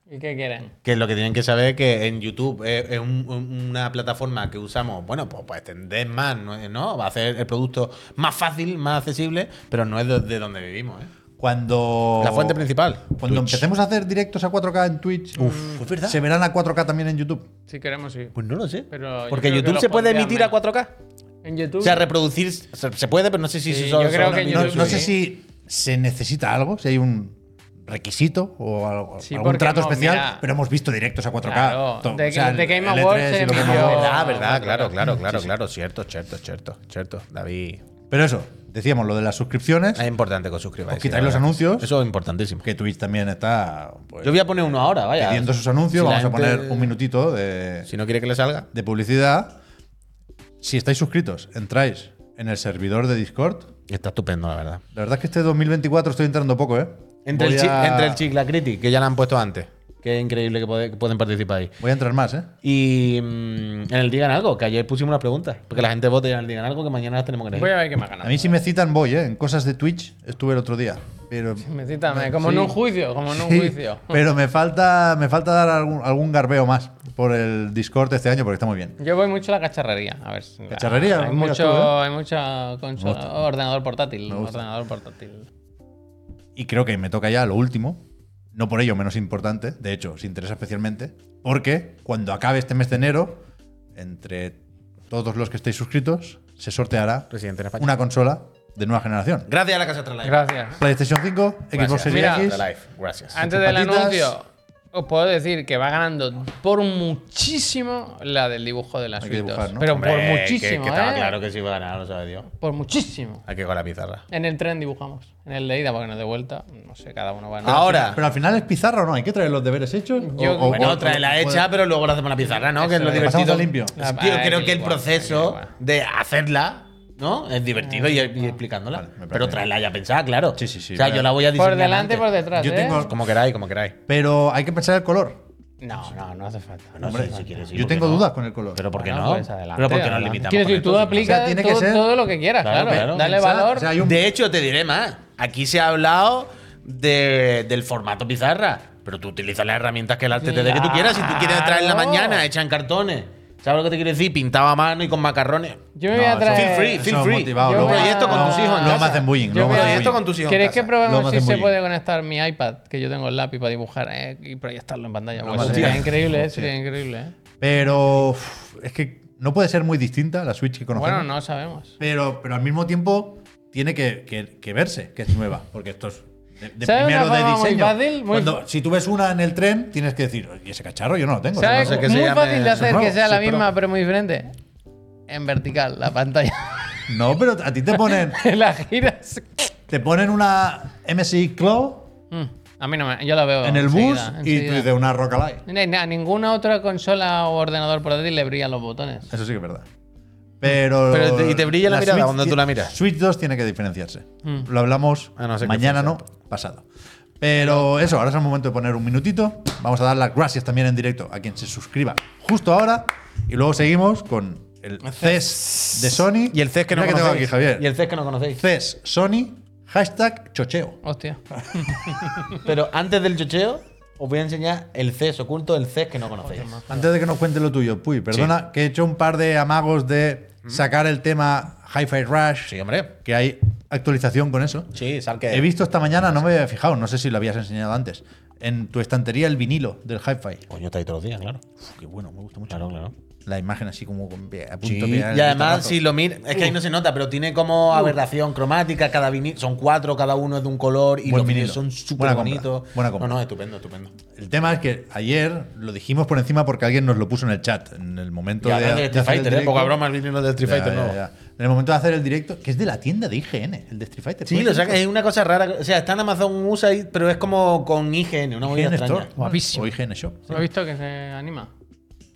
Speaker 2: ¿Y qué quieren?
Speaker 3: Que lo que tienen que saber es que en YouTube es, es un- un- una plataforma que usamos, bueno, pues para extender más, ¿no? ¿no? Va a hacer el producto más fácil, más accesible, pero no es de, de donde vivimos, ¿eh?
Speaker 1: Cuando.
Speaker 3: La fuente principal.
Speaker 1: Cuando
Speaker 3: Twitch.
Speaker 1: empecemos a hacer directos a 4K en Twitch,
Speaker 3: es Pues, verdad.
Speaker 1: se verán a 4K también en YouTube.
Speaker 2: Si queremos, sí.
Speaker 3: Pues no lo sé.
Speaker 2: Pero yo
Speaker 3: Porque
Speaker 2: creo que
Speaker 3: YouTube
Speaker 2: lo
Speaker 3: se puede
Speaker 2: pondrían
Speaker 3: emitir a
Speaker 2: menos.
Speaker 3: 4K.
Speaker 2: En YouTube.
Speaker 3: O sea, reproducir se, se puede, pero no sé si
Speaker 2: Sí,
Speaker 3: se
Speaker 2: yo creo que en
Speaker 1: No,
Speaker 2: YouTube
Speaker 1: no
Speaker 2: sí.
Speaker 1: sé si se necesita algo, si hay un requisito o algo-
Speaker 2: Sí,
Speaker 1: algún
Speaker 2: porque
Speaker 1: trato
Speaker 2: hemos-
Speaker 1: especial,
Speaker 2: mira.
Speaker 1: pero hemos visto directos a 4K.
Speaker 2: Claro,
Speaker 1: To-
Speaker 2: de-
Speaker 1: el-
Speaker 2: de Game
Speaker 1: el
Speaker 2: Awards
Speaker 1: E3 y
Speaker 2: se
Speaker 1: lo que
Speaker 2: emitió-
Speaker 1: hemos-
Speaker 3: verdad,
Speaker 2: Yo-
Speaker 3: verdad, claro, claro,
Speaker 1: Sí,
Speaker 3: claro,
Speaker 1: sí.
Speaker 3: claro. Cierto, cierto, cierto, cierto. David.
Speaker 1: Pero eso, decíamos lo de las suscripciones,
Speaker 3: Es importante que os suscribáis.
Speaker 1: Os Pues quitáis
Speaker 3: sí,
Speaker 1: los
Speaker 3: la verdad.
Speaker 1: anuncios.
Speaker 3: Eso es importantísimo.
Speaker 1: que Twitch también está pues,
Speaker 3: Yo voy a poner uno ahora, vaya.
Speaker 1: pidiendo sus anuncios.
Speaker 3: Si la
Speaker 1: Vamos a
Speaker 3: gente-
Speaker 1: poner un minutito de,
Speaker 3: Si no quiere que le salga.
Speaker 1: de publicidad. Si estáis suscritos, entráis en el servidor de Discord.
Speaker 3: Está estupendo, la verdad.
Speaker 1: La verdad es que este 2024 estoy entrando poco, ¿eh?
Speaker 3: Entre el,
Speaker 1: Voy
Speaker 3: chi-
Speaker 1: a-
Speaker 3: entre el Chiclacriti, que ya la han puesto antes.
Speaker 5: que es increíble que, puede- que pueden participar ahí.
Speaker 1: Voy a entrar más, ¿eh?
Speaker 5: Y mm, en el Digan Algo, que ayer pusimos unas preguntas. Porque la gente vote en el Digan Algo, que mañana las tenemos que
Speaker 2: Voy
Speaker 5: leer.
Speaker 2: a ver qué me ha
Speaker 1: A
Speaker 2: ganado.
Speaker 1: mí si me citan voy, ¿eh? En cosas de Twitch estuve el otro día. Pero, *laughs*
Speaker 2: Me cítame, como en
Speaker 1: Sí.
Speaker 2: un juicio, como en un
Speaker 1: Sí,
Speaker 2: juicio.
Speaker 1: pero me falta me falta dar algún, algún garbeo más por el Discord este año porque está muy bien.
Speaker 2: Yo voy mucho a la cacharrería. A ver. si-
Speaker 1: ¿Cacharrería?
Speaker 2: Hay
Speaker 1: Mira
Speaker 2: mucho,
Speaker 1: tú, ¿eh?
Speaker 2: hay mucho consola- ordenador portátil. Ordenador portátil.
Speaker 1: Y creo que me toca ya lo último, no por ello menos importante, de hecho, os interesa especialmente, porque cuando acabe este mes de enero, entre todos los que estéis suscritos, se sorteará
Speaker 5: Residente en España.
Speaker 1: una consola de nueva generación.
Speaker 5: Gracias a la Casa Astralife.
Speaker 2: Gracias.
Speaker 1: PlayStation 5, Xbox Series
Speaker 2: Mira,
Speaker 1: X.
Speaker 5: Astralife, gracias.
Speaker 2: Antes del
Speaker 1: patitas.
Speaker 2: anuncio, os puedo decir que va ganando por muchísimo la del dibujo de las
Speaker 1: Hay que
Speaker 2: suites.
Speaker 1: dibujar, ¿no?
Speaker 2: Pero por
Speaker 5: Hombre,
Speaker 2: muchísimo,
Speaker 5: Que, que estaba
Speaker 2: ¿eh?
Speaker 5: claro que sí iba a ganar, lo sabe Dios.
Speaker 2: Por muchísimo.
Speaker 5: Hay que coger la pizarra.
Speaker 2: En el tren dibujamos. En el de ida, porque no de vuelta. No sé, cada uno va en
Speaker 5: Ahora.
Speaker 1: Pero al final es pizarra o no, hay que traer los deberes hechos. o,
Speaker 2: Yo-
Speaker 1: o-
Speaker 2: Bueno,
Speaker 1: o-
Speaker 5: Bueno, trae la
Speaker 1: o-
Speaker 5: hecha, pero luego la hacemos la pizarra, ¿no? Que es
Speaker 2: Eso
Speaker 5: lo
Speaker 2: es.
Speaker 5: divertido.
Speaker 1: Pasamos a limpio.
Speaker 5: Tío,
Speaker 2: Ah,
Speaker 5: creo
Speaker 2: es
Speaker 5: que el
Speaker 2: igual,
Speaker 5: proceso
Speaker 2: es igual.
Speaker 5: de hacerla, ¿no? Es divertido
Speaker 2: Ah,
Speaker 5: y, y explicándola.
Speaker 1: Vale, me parece
Speaker 5: pero
Speaker 1: bien.
Speaker 5: traerla ya pensada, claro.
Speaker 1: Sí, sí, sí,
Speaker 5: O sea,
Speaker 1: vale.
Speaker 5: yo la voy a diseñar.
Speaker 2: Por delante y
Speaker 5: antes.
Speaker 2: por detrás.
Speaker 1: Yo
Speaker 2: ¿eh?
Speaker 1: tengo-
Speaker 5: Como queráis, como queráis.
Speaker 1: Pero hay que pensar el color.
Speaker 2: No, no, no hace falta.
Speaker 5: No sé si quieres ir,
Speaker 1: Yo
Speaker 5: ¿por qué
Speaker 1: tengo
Speaker 5: no?
Speaker 1: dudas con el color.
Speaker 5: Pero ¿por qué
Speaker 2: Bueno,
Speaker 5: no?
Speaker 2: pues adelante,
Speaker 5: pero ¿por qué nos
Speaker 2: adelante.
Speaker 5: limitamos?
Speaker 2: Quiero
Speaker 5: con
Speaker 2: decir, tú
Speaker 5: esto?
Speaker 2: aplica
Speaker 1: O sea, tiene que
Speaker 2: todo,
Speaker 1: ser-
Speaker 2: todo lo que quieras,
Speaker 5: Claro,
Speaker 2: claro.
Speaker 5: claro.
Speaker 2: Dale
Speaker 1: Pensar,
Speaker 2: valor.
Speaker 1: o sea, hay un-
Speaker 5: De hecho, te diré más. Aquí se ha hablado de- del formato pizarra, pero tú utilizas las herramientas que el arte te dé que tú quieras. Si tú quieres traer en la
Speaker 2: Claro.
Speaker 5: mañana, hecha en cartones. ¿Sabes lo que te quiero decir? Pintado a mano y con macarrones.
Speaker 2: Yo me voy a
Speaker 1: No, eso-
Speaker 2: traer.
Speaker 5: Feel free,
Speaker 1: Eso
Speaker 5: feel free.
Speaker 1: motivado,
Speaker 2: Yo
Speaker 5: Un
Speaker 2: voy a-
Speaker 5: proyecto con tus hijos. en
Speaker 2: No
Speaker 1: Luego me
Speaker 5: casa.
Speaker 1: hacen bullying.
Speaker 2: Yo
Speaker 1: luego me
Speaker 2: voy a-
Speaker 1: hacen
Speaker 2: esto
Speaker 1: bullying.
Speaker 5: con tus hijos en
Speaker 2: ¿Queréis que
Speaker 5: casa.
Speaker 1: Lo
Speaker 2: probemos
Speaker 1: más
Speaker 2: si se
Speaker 1: bullying.
Speaker 2: puede conectar mi iPad, que yo tengo el lápiz para dibujar eh, y proyectarlo en pantalla? Porque
Speaker 1: más
Speaker 2: eso sería
Speaker 1: bien.
Speaker 2: increíble, eh,
Speaker 1: Hostia.
Speaker 2: sería increíble. eh.
Speaker 1: Pero uf, es que no puede ser muy distinta la Switch que conocemos.
Speaker 2: Bueno, no sabemos.
Speaker 1: Pero, pero al mismo tiempo tiene que, que- que verse que es nueva. Porque esto es de, de
Speaker 2: ¿Sabes
Speaker 1: primero
Speaker 2: una
Speaker 1: de
Speaker 2: forma muy
Speaker 1: diseño.
Speaker 2: fácil? Muy-
Speaker 1: Cuando- si tú ves una en el tren, tienes que decir, ¿y ese cacharro yo no lo tengo? eso
Speaker 2: ¿Sabes?
Speaker 1: no lo
Speaker 5: que
Speaker 1: sé".
Speaker 5: se
Speaker 2: Muy
Speaker 5: llame-
Speaker 2: fácil de
Speaker 5: eso
Speaker 1: es
Speaker 2: hacer que
Speaker 1: nuevo,
Speaker 2: sea la
Speaker 1: sí, pero-
Speaker 2: misma, pero muy diferente. En vertical, la pantalla. *laughs*
Speaker 1: No, pero a ti te ponen,
Speaker 2: la giras.
Speaker 1: te ponen una MSI Claw
Speaker 2: Mm, A mí no me. Yo la veo.
Speaker 1: en el bus
Speaker 2: Oh,
Speaker 1: y
Speaker 2: enseguida,
Speaker 1: tú
Speaker 2: enseguida.
Speaker 1: dices una Roca Light.
Speaker 2: Ni- ni A ninguna otra consola o ordenador portátil le brillan los botones.
Speaker 1: Eso sí que es verdad. Pero,
Speaker 5: Mm. Pero te- y te brilla la mirada cuando
Speaker 1: ti-
Speaker 5: tú la miras.
Speaker 1: Switch 2 tiene que diferenciarse. Lo hablamos
Speaker 5: A no ser que
Speaker 1: mañana,
Speaker 5: sea
Speaker 1: no, pasado. Pero eso, ahora es el momento de poner un minutito. Vamos a dar las gracias también en directo a quien se suscriba justo ahora. Y luego seguimos con el CES de Sony.
Speaker 5: E Y el CES que no
Speaker 1: Mira tengo aquí,
Speaker 5: conocéis.
Speaker 1: Javier.
Speaker 5: Y el CES que no conocéis.
Speaker 1: CES Sony, hashtag chocheo.
Speaker 2: Hostia.
Speaker 5: Pero antes del chocheo, os voy a enseñar el CES oculto, el CES que no conocéis.
Speaker 1: Antes de que nos cuente lo tuyo, Puy, perdona que he hecho un par de amagos de
Speaker 5: Mm.
Speaker 1: sacar el tema Hi-Fi Rush.
Speaker 5: Sí, hombre.
Speaker 1: Que hay actualización con eso.
Speaker 5: Sí, sal que.
Speaker 1: He visto esta mañana, no me había fijado, no sé si lo habías enseñado antes. En tu estantería el vinilo del hi-fi.
Speaker 5: Coño, está ahí todos los días, claro.
Speaker 1: Uf, Qué bueno, me gusta mucho.
Speaker 5: Claro, claro.
Speaker 1: La imagen así como con pie- a punto
Speaker 5: Sí,
Speaker 1: de pegar el
Speaker 5: y además,
Speaker 1: vistazo.
Speaker 5: si lo miras, es que ahí no se nota, pero tiene como aberración cromática. Cada vinil, son cuatro, cada uno es de un color y
Speaker 1: Buen
Speaker 5: los
Speaker 1: vinilo.
Speaker 5: vinilos son
Speaker 1: Buena
Speaker 5: súper
Speaker 1: compra,
Speaker 5: bonitos.
Speaker 1: buena compra.
Speaker 5: No, no, estupendo, estupendo.
Speaker 1: El tema es que ayer lo dijimos por encima porque alguien nos lo puso en el chat. En el momento
Speaker 5: Y
Speaker 1: de,
Speaker 5: hablando de
Speaker 1: de
Speaker 5: Street
Speaker 1: hacer el
Speaker 5: Fighter, ¿eh?
Speaker 1: directo.
Speaker 5: Poca broma el vinilo de Street
Speaker 1: Ya,
Speaker 5: Fighter
Speaker 1: ya,
Speaker 5: nuevo.
Speaker 1: ya. En el momento de hacer el directo, que es de la tienda de IGN, el de Street Fighter. Pues
Speaker 5: Sí,
Speaker 1: ¿Puede
Speaker 5: lo
Speaker 1: ser?
Speaker 5: saca, es una cosa rara. O sea, está en Amazon USA, y- pero es como con IGN, una movida
Speaker 1: IGN
Speaker 5: extraña.
Speaker 1: Store.
Speaker 2: Guapísimo.
Speaker 1: O IGN Shop.
Speaker 2: ¿Lo has visto que se anima?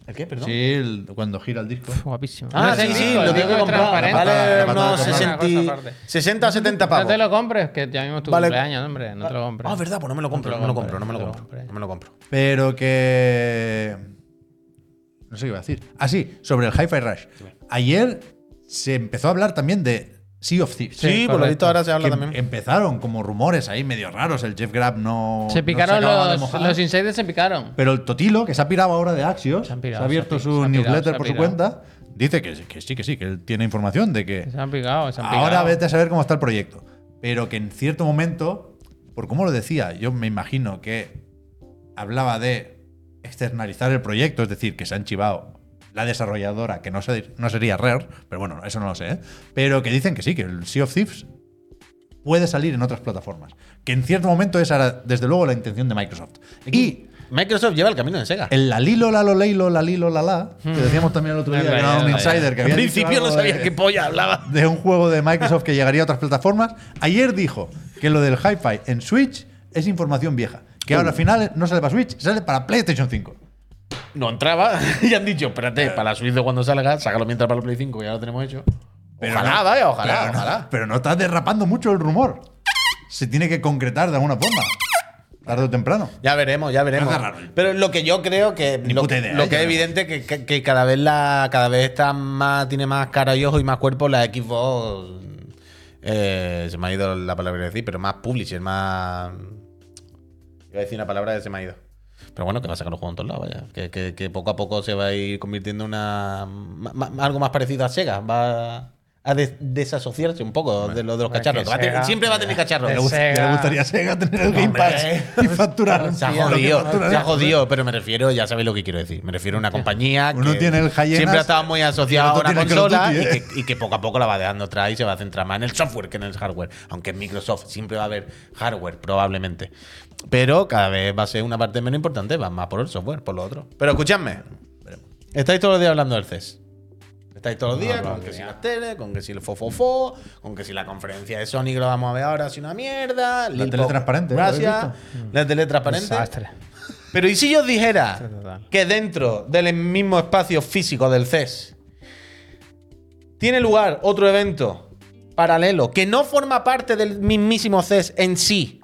Speaker 5: ¿El qué, perdón?
Speaker 1: Sí, el- cuando gira el disco.
Speaker 2: Guapísimo. No
Speaker 5: Ah,
Speaker 2: es
Speaker 5: sí,
Speaker 2: el
Speaker 5: sí,
Speaker 2: disco, el
Speaker 5: lo tengo
Speaker 2: disco
Speaker 5: que
Speaker 2: es
Speaker 5: comprar.
Speaker 2: transparente.
Speaker 1: La
Speaker 5: Vale
Speaker 1: patata
Speaker 5: unos
Speaker 1: con
Speaker 2: Una cosa
Speaker 5: 60,
Speaker 2: aparte.
Speaker 5: 60 o 70 pavos.
Speaker 2: No te lo compres, que ya mismo es tu
Speaker 5: Vale.
Speaker 2: cumpleaños, hombre. No te lo compres.
Speaker 5: Ah, es verdad, pues no me lo compro,
Speaker 2: te
Speaker 5: no me lo compro, no me lo
Speaker 2: te
Speaker 5: compro. No me lo compro.
Speaker 1: Pero que. No sé qué iba a decir. Ah, sí, sobre el Hi-Fi Rush. Ayer se empezó a hablar también de Sea of Thieves.
Speaker 2: Sí,
Speaker 5: Sí, por lo
Speaker 2: correcto.
Speaker 5: visto ahora se
Speaker 1: Que
Speaker 5: habla
Speaker 1: em-
Speaker 5: también.
Speaker 1: Empezaron como rumores ahí medio raros. El Jeff Grab no.
Speaker 2: Se
Speaker 1: no
Speaker 2: picaron
Speaker 1: acababa de
Speaker 2: los,
Speaker 1: mojar.
Speaker 2: los insiders, se picaron.
Speaker 1: Pero el Totilo, que se ha pirado ahora de Axios,
Speaker 2: Se
Speaker 1: se,
Speaker 2: han pirado,
Speaker 1: ha abierto
Speaker 2: se ha pi-
Speaker 1: su
Speaker 2: se ha pirado, se
Speaker 1: newsletter
Speaker 2: ha
Speaker 1: por su
Speaker 2: pirado.
Speaker 1: cuenta, dice que, que sí, que sí, que él tiene información de que.
Speaker 2: Se han picado, se han picado.
Speaker 1: Ahora vete a saber cómo está el proyecto. Pero que en cierto momento, por cómo lo decía, yo me imagino que hablaba de externalizar el proyecto, es decir, que se han chivado la desarrolladora, que no, se- no sería Rare, pero bueno, eso no lo sé, ¿eh? pero que dicen que sí, que el Sea of Thieves puede salir en otras plataformas. Que en cierto momento esa era, desde luego, la intención de Microsoft. Y
Speaker 5: Microsoft lleva el camino de Sega.
Speaker 1: el lalilo, lalo, leilo, lalilo, lala,
Speaker 5: Hmm.
Speaker 1: que decíamos también el otro día, que era un insider que
Speaker 5: Al
Speaker 1: había dicho
Speaker 5: principio no
Speaker 1: algo
Speaker 5: sabía
Speaker 1: de-
Speaker 5: qué polla hablaba.
Speaker 1: de un juego de Microsoft que llegaría a otras plataformas. Ayer dijo que lo del Hi-Fi en Switch es información vieja. Que ahora al final no sale para Switch, sale para PlayStation 5.
Speaker 5: No entraba *laughs* y han dicho, espérate, para la Switch de cuando salga, sácalo mientras para el Play 5, que ya lo tenemos hecho. ojalá,
Speaker 1: no-
Speaker 5: vaya, ojalá,
Speaker 1: claro, no-
Speaker 5: ojalá.
Speaker 1: pero no está derrapando mucho el rumor. Se tiene que concretar de alguna forma. tarde o temprano.
Speaker 3: Ya veremos, ya veremos.
Speaker 1: Parece raro. ¿eh?
Speaker 3: Pero lo que yo creo que.
Speaker 1: Ni
Speaker 3: lo,
Speaker 1: puta idea,
Speaker 3: lo
Speaker 1: ¿eh?
Speaker 3: que
Speaker 1: Ya
Speaker 3: es
Speaker 1: veremos.
Speaker 3: evidente que, que, que cada vez la. Cada vez está más. Tiene más cara y ojo y más cuerpo la Xbox. eh, se me ha ido la palabra que decir, pero más publisher, más. Iba a decir una palabra que se me ha ido. Pero bueno, que va a sacar los juegos en todos lados, vaya. Que, que- que poco a poco se va a ir convirtiendo en una. ma- ma- algo más parecido a Sega. Va a des- desasociarse un poco de, lo, de los
Speaker 2: hombre,
Speaker 3: cacharros.
Speaker 2: que
Speaker 3: Va a tener-
Speaker 2: Sega-
Speaker 3: siempre va a tener cacharros.
Speaker 1: Le,
Speaker 2: Sega.
Speaker 1: gust- le gustaría a Sega tener el Game Pass
Speaker 3: hombre.
Speaker 1: y facturar.
Speaker 3: Se ha
Speaker 1: Lo que
Speaker 3: jodido,
Speaker 1: facturar
Speaker 3: se ha
Speaker 1: es-
Speaker 3: jodido, pero me refiero, ya sabéis lo que quiero decir. Me refiero a una compañía
Speaker 1: Uno
Speaker 3: que
Speaker 1: tiene el high-end
Speaker 3: siempre ha
Speaker 1: as-
Speaker 3: estado muy
Speaker 1: y
Speaker 3: asociada
Speaker 1: el
Speaker 3: a
Speaker 1: otro
Speaker 3: una
Speaker 1: tiene el
Speaker 3: consola
Speaker 1: Call of Duty, ¿eh?
Speaker 3: y, que, y que poco a poco la va dejando atrás y se va a centrar más en el software que en el hardware. Aunque en Microsoft siempre va a haber hardware, probablemente. Pero cada vez va a ser una parte menos importante, va más por el software, por lo otro. Pero escuchadme, estáis todos los días hablando del CES. Estáis
Speaker 1: Ah,
Speaker 3: todos los días con que si las tele, con que si el fofofo, con que si la conferencia de Sony que lo vamos a ver ahora es una mierda. La
Speaker 1: tele transparente, ¿eh? ¿Lo habéis
Speaker 3: Gracias. La tele transparente.
Speaker 2: Mm. Desastre.
Speaker 3: Pero ¿y si yo os dijera
Speaker 2: total.
Speaker 3: que dentro del mismo espacio físico del CES tiene lugar otro evento paralelo que no forma parte del mismísimo CES en sí,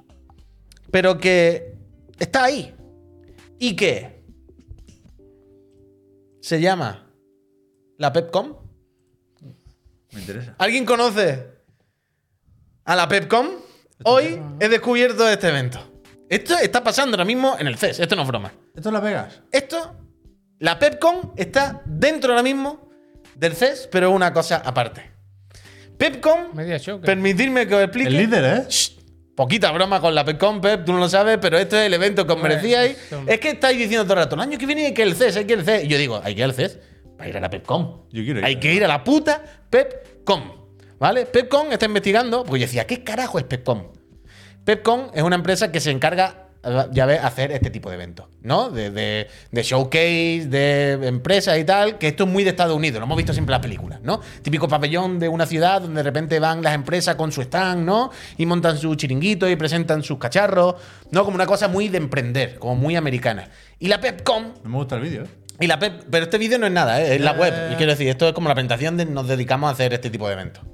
Speaker 3: pero que está ahí y que se llama la Pepcom?
Speaker 1: Me interesa.
Speaker 3: ¿Alguien conoce a la Pepcom? Hoy he descubierto este evento. Esto está pasando ahora mismo en el CES, esto no es broma.
Speaker 1: ¿Esto es Las Vegas?
Speaker 3: Esto, la Pepcom está dentro ahora mismo del CES, pero una cosa aparte. Pepcom,
Speaker 2: Media show. que-
Speaker 3: permitidme que os explique.
Speaker 1: El líder, ¿eh?
Speaker 3: Shh, poquita broma con la Pepcom, Pep, tú no lo sabes, pero este es el evento que os merecíais.
Speaker 2: son-
Speaker 3: Es que estáis diciendo todo el rato, el año que viene hay que ir al CES, hay que ir al CES. Y yo digo, hay que ir al CES para ir a la Pepcom.
Speaker 1: Yo quiero ir.
Speaker 3: Hay que ir a la puta Pepcom. ¿Vale? Pepcom está investigando, porque yo decía, ¿qué carajo es Pepcom? Pepcom es una empresa que se encarga, ya ves, hacer este tipo de eventos, ¿no? De, de- de showcase, de empresas y tal, que esto es muy de Estados Unidos, lo hemos visto siempre en las películas, ¿no? Típico pabellón de una ciudad donde de repente van las empresas con su stand, ¿no? Y montan su chiringuito y presentan sus cacharros, ¿no? Como una cosa muy de emprender, como muy americana. Y la Pepcom
Speaker 1: No me gusta el vídeo, ¿eh?
Speaker 3: y la pep- pero este vídeo no es nada, ¿eh? es la
Speaker 1: Ya,
Speaker 3: web.
Speaker 1: ya, ya.
Speaker 3: Quiero decir, esto es como la presentación de nos dedicamos a hacer este tipo de eventos.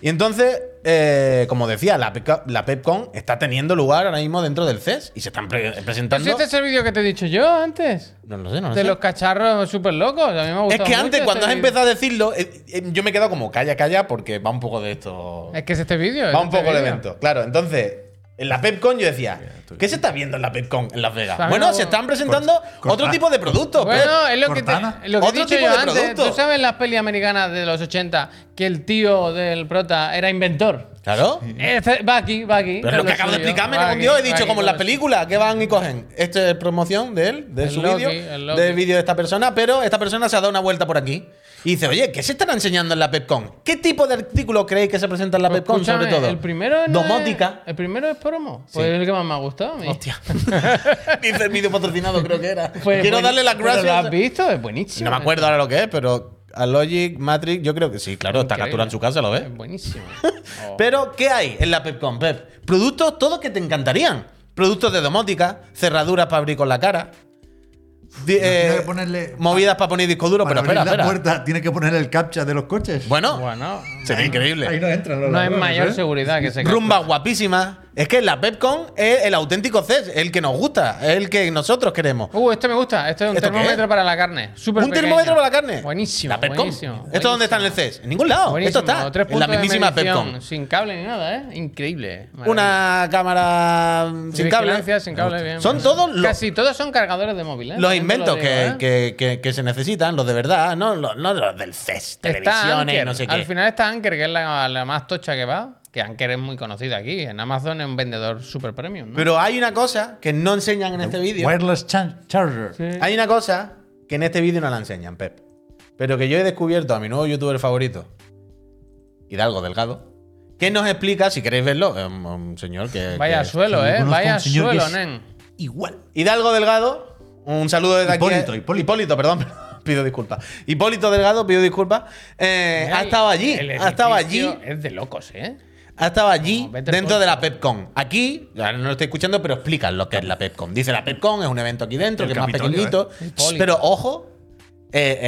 Speaker 3: Y entonces, eh, como decía, la, Pepco- la PepCon está teniendo lugar ahora mismo dentro del CES y se están pre- eh,
Speaker 2: ¿Pero si
Speaker 3: presentando.
Speaker 2: este es el vídeo que te he dicho yo antes?
Speaker 3: No lo sé, no lo
Speaker 2: De
Speaker 3: sé.
Speaker 2: los cacharros súper locos. A mí me ha
Speaker 3: Es
Speaker 2: gustado
Speaker 3: que
Speaker 2: mucho
Speaker 3: antes, cuando
Speaker 2: este
Speaker 3: has
Speaker 2: vídeo.
Speaker 3: empezado a decirlo, eh, eh, yo me he quedado como calla, calla, porque va un poco de esto.
Speaker 2: Es que es este vídeo. es
Speaker 3: Va un
Speaker 2: este
Speaker 3: poco el
Speaker 2: vídeo.
Speaker 3: evento. Claro, entonces, en la PepCon yo decía, ¿qué se está viendo en la PepCon en Las Vegas?
Speaker 2: Sabe
Speaker 3: Bueno,
Speaker 2: algo-
Speaker 3: se están presentando
Speaker 1: Cor-
Speaker 3: otro
Speaker 1: corta-
Speaker 3: tipo de productos.
Speaker 2: *laughs*
Speaker 3: Pep.
Speaker 2: Bueno, es lo que, te,
Speaker 1: Cortana.
Speaker 2: es lo que he
Speaker 3: Otro
Speaker 2: dicho
Speaker 3: tipo
Speaker 2: yo
Speaker 3: de
Speaker 2: antes.
Speaker 3: producto.
Speaker 2: ¿Tú sabes las pelis americanas de los 80 que el tío del prota era inventor?
Speaker 3: Claro.
Speaker 2: Este- va aquí, va aquí.
Speaker 3: Pero lo que acabo de explicarme, no he dicho como en la película, que van y cogen. Esto es promoción de él, de
Speaker 2: El
Speaker 3: su
Speaker 2: Loki,
Speaker 3: vídeo,
Speaker 2: el Loki.
Speaker 3: del vídeo de esta persona, pero esta persona se ha dado una vuelta por aquí. Y dice, oye, ¿qué se estará enseñando en la PepCon? ¿Qué tipo de artículo creéis que se presenta en la PepCon, sobre todo?
Speaker 2: Pues El primero no
Speaker 3: Domótica.
Speaker 2: es- el primero es promo. Pues es el que más me ha gustado. a mí.
Speaker 3: Hostia. *laughs* dice el vídeo patrocinado, creo que era.
Speaker 2: Pues
Speaker 3: Quiero
Speaker 2: buen-
Speaker 3: darle las
Speaker 2: pero ¿Lo has
Speaker 3: gracias.
Speaker 2: visto? Es buenísimo.
Speaker 3: No me acuerdo ahora lo que es, pero a Logic, Matrix, yo creo que sí, claro, está
Speaker 2: Increíble.
Speaker 3: captura en su casa, lo ves.
Speaker 2: Es
Speaker 3: *laughs*
Speaker 2: buenísimo. Oh.
Speaker 3: Pero, ¿qué hay en la PepCon, Pep? Productos todos que te encantarían. Productos de domótica, cerraduras para abrir con la cara. di-
Speaker 1: Imagino
Speaker 3: eh,
Speaker 1: que ponerle-
Speaker 3: movidas para poner disco duro,
Speaker 1: Para
Speaker 3: pero espera,
Speaker 1: abrir la
Speaker 3: espera.
Speaker 1: puerta tiene que poner el captcha de los coches.
Speaker 3: Bueno,
Speaker 2: Oh, bueno,
Speaker 3: sería increíble.
Speaker 1: Ahí no entran los
Speaker 2: no hay
Speaker 1: ladrones,
Speaker 2: mayor
Speaker 1: ¿eh?
Speaker 2: seguridad que se
Speaker 3: Rumba guapísima. Es que la PepCon es el auténtico CES, el que nos gusta, el que nosotros queremos.
Speaker 2: Uh, este me gusta. Este es un
Speaker 3: ¿Esto qué
Speaker 2: termómetro
Speaker 3: es?
Speaker 2: para la carne. Súper
Speaker 3: Un
Speaker 2: pequeño.
Speaker 3: termómetro para la carne.
Speaker 2: Buenísimo.
Speaker 3: La PepCon.
Speaker 2: buenísimo,
Speaker 3: ¿Esto
Speaker 2: buenísimo.
Speaker 3: dónde está en el CES? En ningún lado.
Speaker 2: Buenísimo.
Speaker 3: Oh, Esto está
Speaker 2: Tres
Speaker 3: en la
Speaker 2: puntos de
Speaker 3: mismísima
Speaker 2: medición,
Speaker 3: PepCon.
Speaker 2: Sin cable ni nada, ¿eh? Increíble. Maravilla.
Speaker 3: Una cámara
Speaker 2: De
Speaker 3: sin cable.
Speaker 2: vigilancia, sin cable, bien,
Speaker 3: Son
Speaker 2: bien.
Speaker 3: todos los-
Speaker 2: Casi todos son cargadores de móvil, ¿eh?
Speaker 3: Los
Speaker 2: También te lo
Speaker 3: inventos
Speaker 2: digo,
Speaker 3: que,
Speaker 2: ¿eh?
Speaker 3: que- que- que se necesitan, los de verdad, no los, no los del CES,
Speaker 2: Está
Speaker 3: televisiones,
Speaker 2: Anker.
Speaker 3: no sé
Speaker 2: Al
Speaker 3: qué.
Speaker 2: final está Anker, que es la, la más tocha que va. Que Anker es muy conocida aquí. En Amazon es un vendedor super premium. ¿no?
Speaker 3: Pero hay una cosa que no enseñan en este vídeo.
Speaker 1: Wireless chan- charger.
Speaker 3: Hay una cosa que en este vídeo no la enseñan, Pep. Pero que yo he descubierto a mi nuevo youtuber favorito, Hidalgo Delgado, que nos explica, si queréis verlo, es un, un señor que...
Speaker 2: Vaya
Speaker 3: que-
Speaker 2: suelo,
Speaker 1: Yo
Speaker 2: ¿eh?
Speaker 1: conozco a
Speaker 2: Vaya
Speaker 1: un señor que
Speaker 2: suelo,
Speaker 1: es-
Speaker 2: nen.
Speaker 1: Igual.
Speaker 3: Hidalgo Delgado, un saludo desde
Speaker 1: Hipólito,
Speaker 3: aquí.
Speaker 1: Hipólito.
Speaker 3: perdón. *laughs* Pido disculpas. Hipólito Delgado, pido disculpas. Eh, ha estado allí.
Speaker 2: El
Speaker 3: Ha estado allí.
Speaker 2: edificio Es de locos, ¿eh?
Speaker 3: Ha estado allí
Speaker 2: No, vete al
Speaker 3: dentro
Speaker 2: coche.
Speaker 3: de la PepCon. Aquí, ahora no lo estoy escuchando, pero explican lo que es la PepCon. Dice la PepCon es un evento aquí dentro,
Speaker 1: El
Speaker 3: que es más
Speaker 1: Capitolio,
Speaker 3: pequeñito.
Speaker 2: El poli.
Speaker 3: Pero ojo, eh,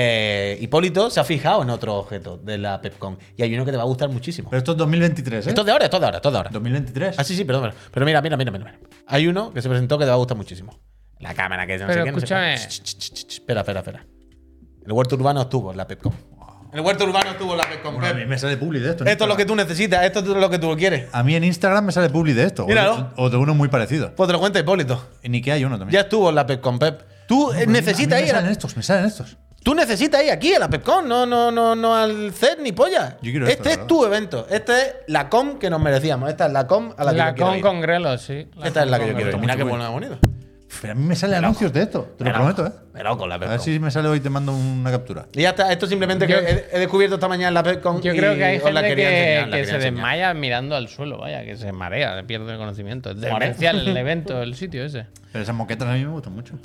Speaker 3: eh, Hipólito se ha fijado en otro objeto de la PepCon. Y hay uno que te va a gustar muchísimo.
Speaker 1: Pero esto es 2023, ¿eh?
Speaker 3: Esto es de ahora, esto es de ahora, esto es de ahora.
Speaker 1: 2023.
Speaker 3: Ah, sí, sí, perdón. perdón. Pero mira, mira, mira, mira. mira. Hay uno que se presentó que te va a gustar muchísimo. La cámara que no
Speaker 2: Pero
Speaker 3: sé qué, no sé
Speaker 2: escúchame.
Speaker 3: cuál. Ch, ch, ch, ch, ch. Espera, espera, espera. El huerto urbano estuvo en la PepCon. El huerto urbano estuvo en la PepCon.
Speaker 1: Bueno, a mí
Speaker 3: Pep.
Speaker 1: me sale publi de esto. en
Speaker 3: Esto es lo que
Speaker 1: Instagram.
Speaker 3: tú necesitas, esto es lo que tú quieres.
Speaker 1: A mí en Instagram me sale publi de esto. o de-
Speaker 3: Míralo.
Speaker 1: O de uno muy parecido.
Speaker 3: Pues te lo cuenta Hipólito.
Speaker 1: En Ikea hay uno también.
Speaker 3: Ya estuvo en la PepCon, Pep. Tú eh,
Speaker 1: Pero a mí- a
Speaker 3: necesitas
Speaker 1: mí
Speaker 3: ir
Speaker 1: Me
Speaker 3: a
Speaker 1: salen estos, me salen estos.
Speaker 3: Tú necesitas ir aquí a la PepCon, no, no, no, no al CED ni polla.
Speaker 1: Yo quiero esto,
Speaker 3: este
Speaker 1: la
Speaker 3: es
Speaker 1: verdad.
Speaker 3: tu evento. Esta es la com que nos merecíamos. Esta es la com a la que
Speaker 2: la
Speaker 3: yo quiero
Speaker 2: con
Speaker 3: ir.
Speaker 2: con grelos, sí.
Speaker 3: Esta es la que yo
Speaker 2: con
Speaker 3: quiero
Speaker 2: grelos.
Speaker 3: ir. Mira
Speaker 1: Mucho
Speaker 3: qué
Speaker 1: bueno.
Speaker 3: buena bonita.
Speaker 1: Pero a mí me salen anuncios de esto. Te lo
Speaker 3: Me
Speaker 1: prometo, ¿eh?
Speaker 3: loco, Me loco la
Speaker 1: A ver
Speaker 3: PepCon.
Speaker 1: si me sale hoy y te mando una captura.
Speaker 3: Y ya está. Esto simplemente que
Speaker 2: Yo-
Speaker 3: he, he descubierto esta mañana en la PepCon.
Speaker 2: Yo creo
Speaker 3: y
Speaker 2: que hay
Speaker 3: os la
Speaker 2: gente que,
Speaker 3: quería enseñar, la
Speaker 2: que
Speaker 3: quería
Speaker 2: se
Speaker 3: enseñar.
Speaker 2: desmaya mirando al suelo, vaya, que se marea, pierde el conocimiento. Es
Speaker 3: Marea.
Speaker 1: *laughs*
Speaker 2: demencial el evento, el sitio ese.
Speaker 1: Pero esas moquetas a mí me gustan mucho.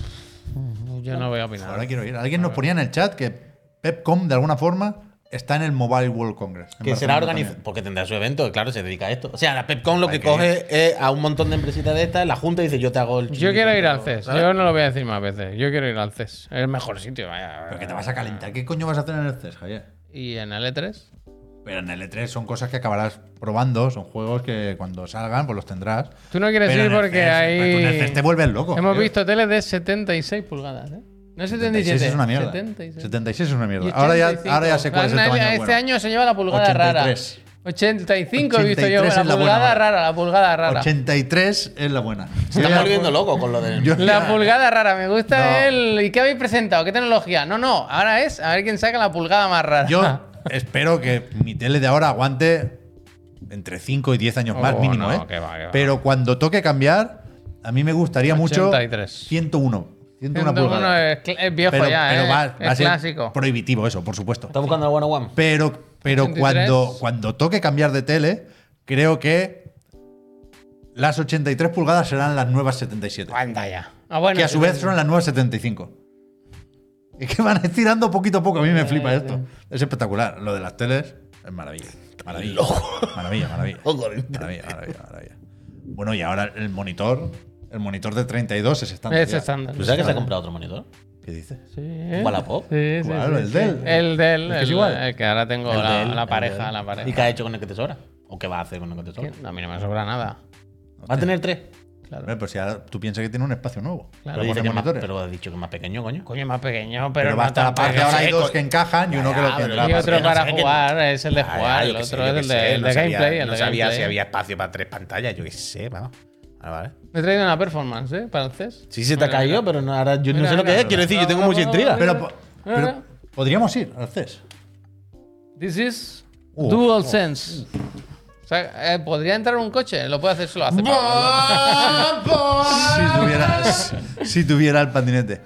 Speaker 2: Yo no voy a opinar.
Speaker 1: Ahora quiero ir. Alguien nos ponía en el chat que Pepcom, de alguna forma, está en el Mobile World Congress. en
Speaker 3: Que
Speaker 1: Barcelona
Speaker 3: será organizado.
Speaker 1: también.
Speaker 3: Porque tendrá su evento, claro, se dedica a esto. O sea, la PepCon lo
Speaker 1: Hay
Speaker 3: que
Speaker 1: que ir.
Speaker 3: coge es a un montón de empresitas de estas. La junta dice: Yo te hago el.
Speaker 2: Yo
Speaker 3: chiringuito,
Speaker 2: quiero ir
Speaker 3: te
Speaker 2: al
Speaker 3: hago-
Speaker 2: CES.
Speaker 3: ¿sabes?
Speaker 2: Yo no lo voy a decir más veces. Yo quiero ir al CES. Es el mejor sitio, vaya.
Speaker 1: Pero que te vas a calentar. ¿Qué coño vas a hacer en el CES, Javier?
Speaker 2: ¿Y en L3?
Speaker 1: Pero en el E3 son cosas que acabarás probando, son juegos que cuando salgan pues los tendrás.
Speaker 2: Tú no quieres
Speaker 1: Pero
Speaker 2: ir
Speaker 1: en el
Speaker 2: porque
Speaker 1: CES,
Speaker 2: hay-
Speaker 1: pero tú en el CES te vuelves loco.
Speaker 2: Hemos
Speaker 1: tío.
Speaker 2: visto tele de 76 pulgadas, ¿eh? No 77.
Speaker 1: 76 es una mierda.
Speaker 2: 76.
Speaker 1: 76 es una mierda.
Speaker 2: Y
Speaker 1: Ahora ya,
Speaker 2: 85.
Speaker 1: ahora ya sé cuál es el
Speaker 2: Nadie-
Speaker 1: tamaño
Speaker 2: Este
Speaker 1: bueno.
Speaker 2: año se lleva la pulgada
Speaker 1: 83.
Speaker 2: rara. 85 he visto
Speaker 1: 83
Speaker 2: yo. La
Speaker 1: es la buena
Speaker 2: pulgada
Speaker 1: hora.
Speaker 2: rara, la pulgada rara.
Speaker 1: 83 es la buena.
Speaker 3: Se
Speaker 1: Yo ya-
Speaker 3: están volviendo loco con lo
Speaker 1: *laughs*
Speaker 3: de.
Speaker 1: yo
Speaker 2: La
Speaker 1: ya-
Speaker 2: pulgada rara, me gusta
Speaker 1: No.
Speaker 2: el. ¿Y qué habéis presentado? ¿Qué tecnología? No, no, ahora es a ver quién saca la pulgada más rara. *laughs*
Speaker 1: Yo espero que mi tele de ahora aguante entre 5 y 10 años más,
Speaker 2: Oh,
Speaker 1: mínimo,
Speaker 2: no,
Speaker 1: ¿eh?
Speaker 2: que va, que va.
Speaker 1: Pero cuando toque cambiar, a mí me gustaría mucho
Speaker 2: 83.
Speaker 1: 101. 101
Speaker 2: 101
Speaker 1: pulgadas.
Speaker 2: es, cl- es viejo
Speaker 1: pero
Speaker 2: ya,
Speaker 1: pero
Speaker 2: ¿eh?
Speaker 1: va,
Speaker 2: es
Speaker 1: va a ser
Speaker 2: clásico.
Speaker 1: prohibitivo eso, por supuesto.
Speaker 3: ¿Estás buscando el 101?
Speaker 1: Pero, pero
Speaker 2: 83.
Speaker 1: cuando, cuando toque cambiar de tele, creo que las 83 pulgadas serán las nuevas 77.
Speaker 2: Anda ya. Ah, bueno,
Speaker 1: que a su vez son las nuevas 75. Es que van a ir tirando poquito a poco. A mí
Speaker 2: Eh,
Speaker 1: me flipa esto. Es espectacular. Lo de las teles es maravilla. Maravilla. Maravilla,
Speaker 2: *laughs*
Speaker 1: maravilla.
Speaker 3: Loco de
Speaker 1: Maravilla, maravilla, maravilla. Bueno, y ahora el monitor. El monitor de 32 es estándar.
Speaker 2: Es
Speaker 1: ya.
Speaker 2: estándar.
Speaker 3: ¿Tú sabes que se ha comprado otro monitor?
Speaker 1: ¿Qué dices?
Speaker 2: Sí, ¿eh?
Speaker 3: Wallapop.
Speaker 2: Sí, sí,
Speaker 1: Claro,
Speaker 2: sí,
Speaker 1: el
Speaker 2: sí.
Speaker 1: del.
Speaker 2: El del.
Speaker 1: Es que es
Speaker 2: el-
Speaker 1: igual.
Speaker 2: el que ahora tengo
Speaker 3: El
Speaker 2: la,
Speaker 3: de él,
Speaker 2: la
Speaker 3: el de
Speaker 2: pareja,
Speaker 3: él.
Speaker 2: la pareja.
Speaker 3: ¿Y qué ha hecho con el que te sobra? ¿O qué va a hacer con el que te sobra?
Speaker 2: A mí no me sobra nada.
Speaker 3: ¿Va a tener tres?
Speaker 1: Hombre,
Speaker 2: Claro.
Speaker 1: pero si ahora tú piensas que tiene un espacio nuevo.
Speaker 2: Claro,
Speaker 1: Para
Speaker 3: dice
Speaker 1: poner
Speaker 3: que es más-
Speaker 1: monitores.
Speaker 3: pero has dicho que es más pequeño, coño.
Speaker 2: Coño, más pequeño, pero,
Speaker 1: Pero va a
Speaker 2: no
Speaker 1: estar
Speaker 2: tan
Speaker 1: aparte.
Speaker 2: pequeño.
Speaker 1: Ahora hay
Speaker 3: seco.
Speaker 1: dos que encajan y uno
Speaker 3: Ya,
Speaker 1: que lo
Speaker 3: ya,
Speaker 1: tendrá.
Speaker 2: Y
Speaker 3: pero
Speaker 1: para-
Speaker 2: otro
Speaker 3: no
Speaker 2: para
Speaker 3: sé qué-
Speaker 2: jugar, es el de jugar,
Speaker 3: Ah, yo
Speaker 2: el
Speaker 3: qué sé,
Speaker 2: otro
Speaker 3: yo
Speaker 2: es
Speaker 3: qué
Speaker 2: el
Speaker 3: sé,
Speaker 2: de, el
Speaker 3: no
Speaker 2: de
Speaker 3: sabía-
Speaker 2: gameplay. el
Speaker 3: No
Speaker 2: de
Speaker 3: sabía si
Speaker 2: gameplay.
Speaker 3: había espacio para tres pantallas, yo qué sé, vamos. Vale, vale.
Speaker 2: Me he traído una performance, ¿eh? Para el CES.
Speaker 3: Sí, se te ha caído, pero no, ahora yo no
Speaker 2: Mira,
Speaker 3: sé lo que
Speaker 2: mira.
Speaker 3: es. Quiero decir, yo
Speaker 2: No,
Speaker 3: tengo
Speaker 2: no,
Speaker 3: mucha
Speaker 2: no,
Speaker 3: intriga.
Speaker 1: Pero, po-
Speaker 2: Mira,
Speaker 1: pero
Speaker 2: mira.
Speaker 1: podríamos ir al CES.
Speaker 2: This is
Speaker 1: Oh,
Speaker 2: Dual Sense. O sea, eh, podría entrar un coche, lo puede hacer solo hace Pablo.
Speaker 1: si tuviera, si tuviera el patinete.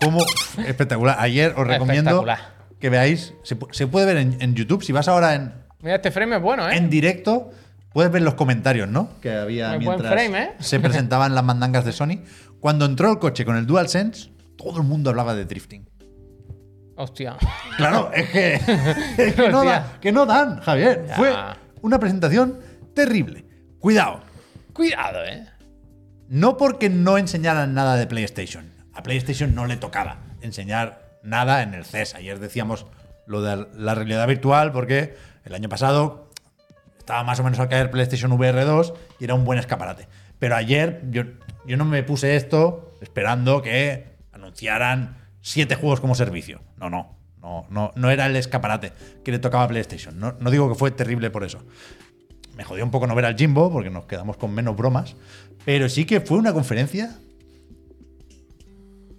Speaker 1: Como espectacular. Ayer os recomiendo
Speaker 2: Espectacular.
Speaker 1: que veáis. Se, pu- se puede ver en, en YouTube. Si vas ahora en,
Speaker 2: Mira, este frame es bueno, ¿eh?
Speaker 1: en directo, puedes ver los comentarios, ¿no? Que había
Speaker 2: Muy buen
Speaker 1: mientras
Speaker 2: frame, ¿eh?
Speaker 1: se presentaban las mandangas de Sony. Cuando entró el coche con el DualSense, todo el mundo hablaba de drifting.
Speaker 2: Hostia. *laughs*
Speaker 1: Claro, es que, es que, no,
Speaker 2: Hostia.
Speaker 1: da- que no dan, Javier.
Speaker 2: Ya.
Speaker 1: Fue una presentación terrible. Cuidado,
Speaker 2: Cuidado, ¿eh?
Speaker 1: no porque no enseñaran nada de PlayStation. A PlayStation no le tocaba enseñar nada en el CES. Ayer decíamos lo de la realidad virtual porque el año pasado estaba más o menos al caer PlayStation VR 2 y era un buen escaparate. Pero ayer yo, yo no me puse esto esperando que anunciaran siete juegos como servicio. No, no. No, no, no era el escaparate que le tocaba a PlayStation. No, no digo que fue terrible por eso me jodió un poco no ver al Jimbo porque nos quedamos con menos bromas, pero sí que fue una conferencia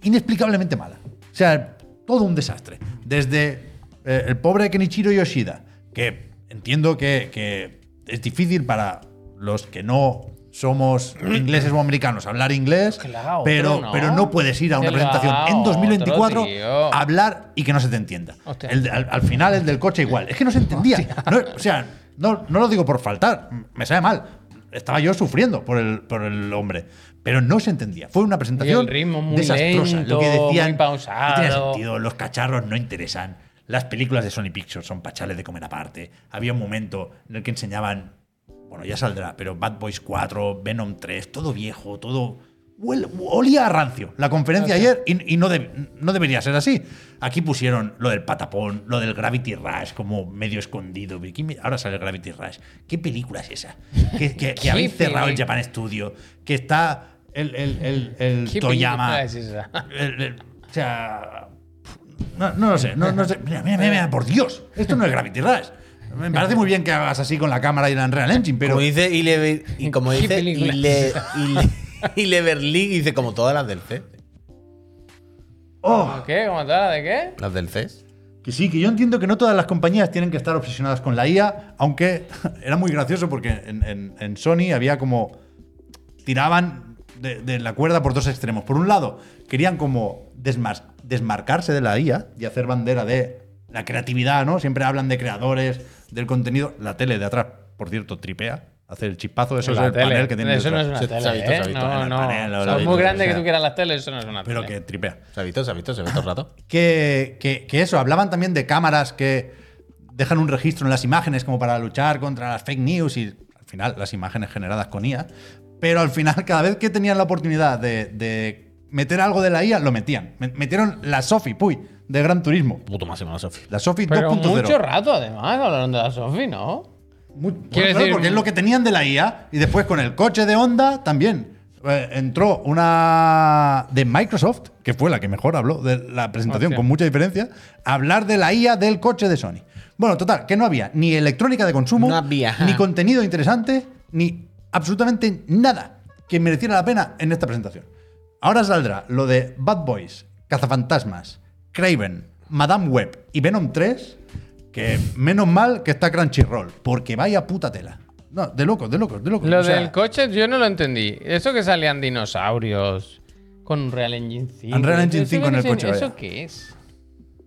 Speaker 1: inexplicablemente mala. O sea, todo un desastre. Desde eh, el pobre Kenichiro Yoshida, que entiendo que, que es difícil para los que no
Speaker 2: *clears throat*
Speaker 1: somos ingleses o americanos hablar inglés,
Speaker 2: Claro,
Speaker 1: pero,
Speaker 2: pero no.
Speaker 1: pero no puedes ir a una
Speaker 2: Claro,
Speaker 1: presentación en 2024
Speaker 2: otro tío.
Speaker 1: a hablar y que no se te entienda.
Speaker 2: Hostia.
Speaker 1: El de- al, al final, el del coche igual. Es que no se entendía. No, o sea, no, no lo digo por faltar, m- me sabe mal. Estaba yo sufriendo por el, por el hombre. Pero no se entendía. Fue una presentación
Speaker 2: Y el ritmo muy
Speaker 1: desastrosa.
Speaker 2: lento,
Speaker 1: lo que decían
Speaker 2: muy pausado.
Speaker 1: no tenía sentido. Los cacharros no interesan. Las películas de Sony Pictures son pachales de comer aparte. Había un momento en el que enseñaban, bueno, ya saldrá, pero Bad Boys 4, Venom 3, todo viejo, todo huele- olía a rancio la conferencia ayer y, y no, de- no debería ser así. Aquí pusieron lo del patapón, lo del Gravity Rush como medio escondido. Aquí mi- Ahora sale el Gravity Rush. ¿Qué película es esa? Que, que- que
Speaker 2: *laughs* ¿Qué
Speaker 1: habéis cerrado el
Speaker 2: peli-
Speaker 1: Japan Studio, que está el, el, el- el
Speaker 2: ¿Qué
Speaker 1: Toyama.
Speaker 2: película es esa?
Speaker 1: El- el- o sea. No, no lo sé, no, no sé. Mira, mira, mira, mira, por Dios. Esto no es Gravity Rush. Me parece muy bien que hagas así con la cámara y el Unreal Engine, pero.
Speaker 5: como dice, y le, y como
Speaker 2: ¿Qué
Speaker 5: dice, y
Speaker 2: película?
Speaker 5: le, y
Speaker 3: *laughs*
Speaker 5: le- y le Berlín, dice como todas las del CES.
Speaker 1: ¡Oh!
Speaker 2: ¿Qué? ¿Cómo tal? ¿De qué?
Speaker 5: Las del CES.
Speaker 1: Que sí, que yo entiendo que no todas las compañías tienen que estar obsesionadas con la IA, aunque *laughs* era muy gracioso porque en, en- en Sony había como. tiraban de, de la cuerda por dos extremos. Por un lado, querían como desmar- desmarcarse de la IA y hacer bandera de la creatividad, ¿no? Siempre hablan de creadores, del contenido. La tele de atrás, por cierto, tripea. Hace el chispazo, eso
Speaker 2: La
Speaker 1: es el
Speaker 2: tele.
Speaker 1: panel que tiene
Speaker 2: Eso no
Speaker 1: detrás.
Speaker 2: es una
Speaker 5: Se- se ha
Speaker 2: tele,
Speaker 5: visto, se ha
Speaker 2: ¿eh?
Speaker 5: visto.
Speaker 2: No,
Speaker 1: El
Speaker 2: no.
Speaker 1: panel, lo-
Speaker 2: O sea,
Speaker 1: lo-
Speaker 2: es
Speaker 1: lo-
Speaker 2: muy grande
Speaker 1: o
Speaker 2: que
Speaker 1: sea,
Speaker 2: tú quieras las teles, eso no es una
Speaker 1: Pero
Speaker 2: tele.
Speaker 1: que tripea.
Speaker 5: ¿Se ha visto? ¿Se ha visto? ¿Se ve todo el rato?
Speaker 1: que, que- que eso, hablaban también de cámaras que dejan un registro en las imágenes como para luchar contra las fake news y al final las imágenes generadas con IA. Pero al final, cada vez que tenían la oportunidad de, de meter algo de la IA, lo metían. Me- Metieron la Sofi, puy, de Gran Turismo.
Speaker 5: Puto máximo la Sofía.
Speaker 1: La Sofi 2.0.
Speaker 2: Pero mucho rato, además, hablaron de la Sofi, ¿no?
Speaker 1: Muy-
Speaker 2: Quiero
Speaker 1: claro,
Speaker 2: decir-
Speaker 1: porque es lo que tenían de la IA. Y después con el coche de Honda también. Eh, entró una de Microsoft, que fue la que mejor habló de la presentación
Speaker 2: Hostia.
Speaker 1: con mucha diferencia, a hablar de la IA del coche de Sony. Bueno, total, que no había ni electrónica de consumo,
Speaker 5: No había, ajá.
Speaker 1: ni contenido interesante, ni absolutamente nada que mereciera la pena en esta presentación. Ahora saldrá lo de Bad Boys, Cazafantasmas, Craven, Madame Web y Venom 3, que menos mal que está Crunchyroll, porque vaya puta tela. No, de locos, de locos, de locos.
Speaker 2: Lo
Speaker 1: Pues O sea,
Speaker 2: del coche yo no lo entendí. Eso que salían dinosaurios con Unreal Engine 5.
Speaker 1: Unreal Engine
Speaker 2: ¿Eso
Speaker 1: 5 en
Speaker 2: qué
Speaker 1: el
Speaker 2: es-
Speaker 1: coche, vaya.
Speaker 2: ¿Eso qué es?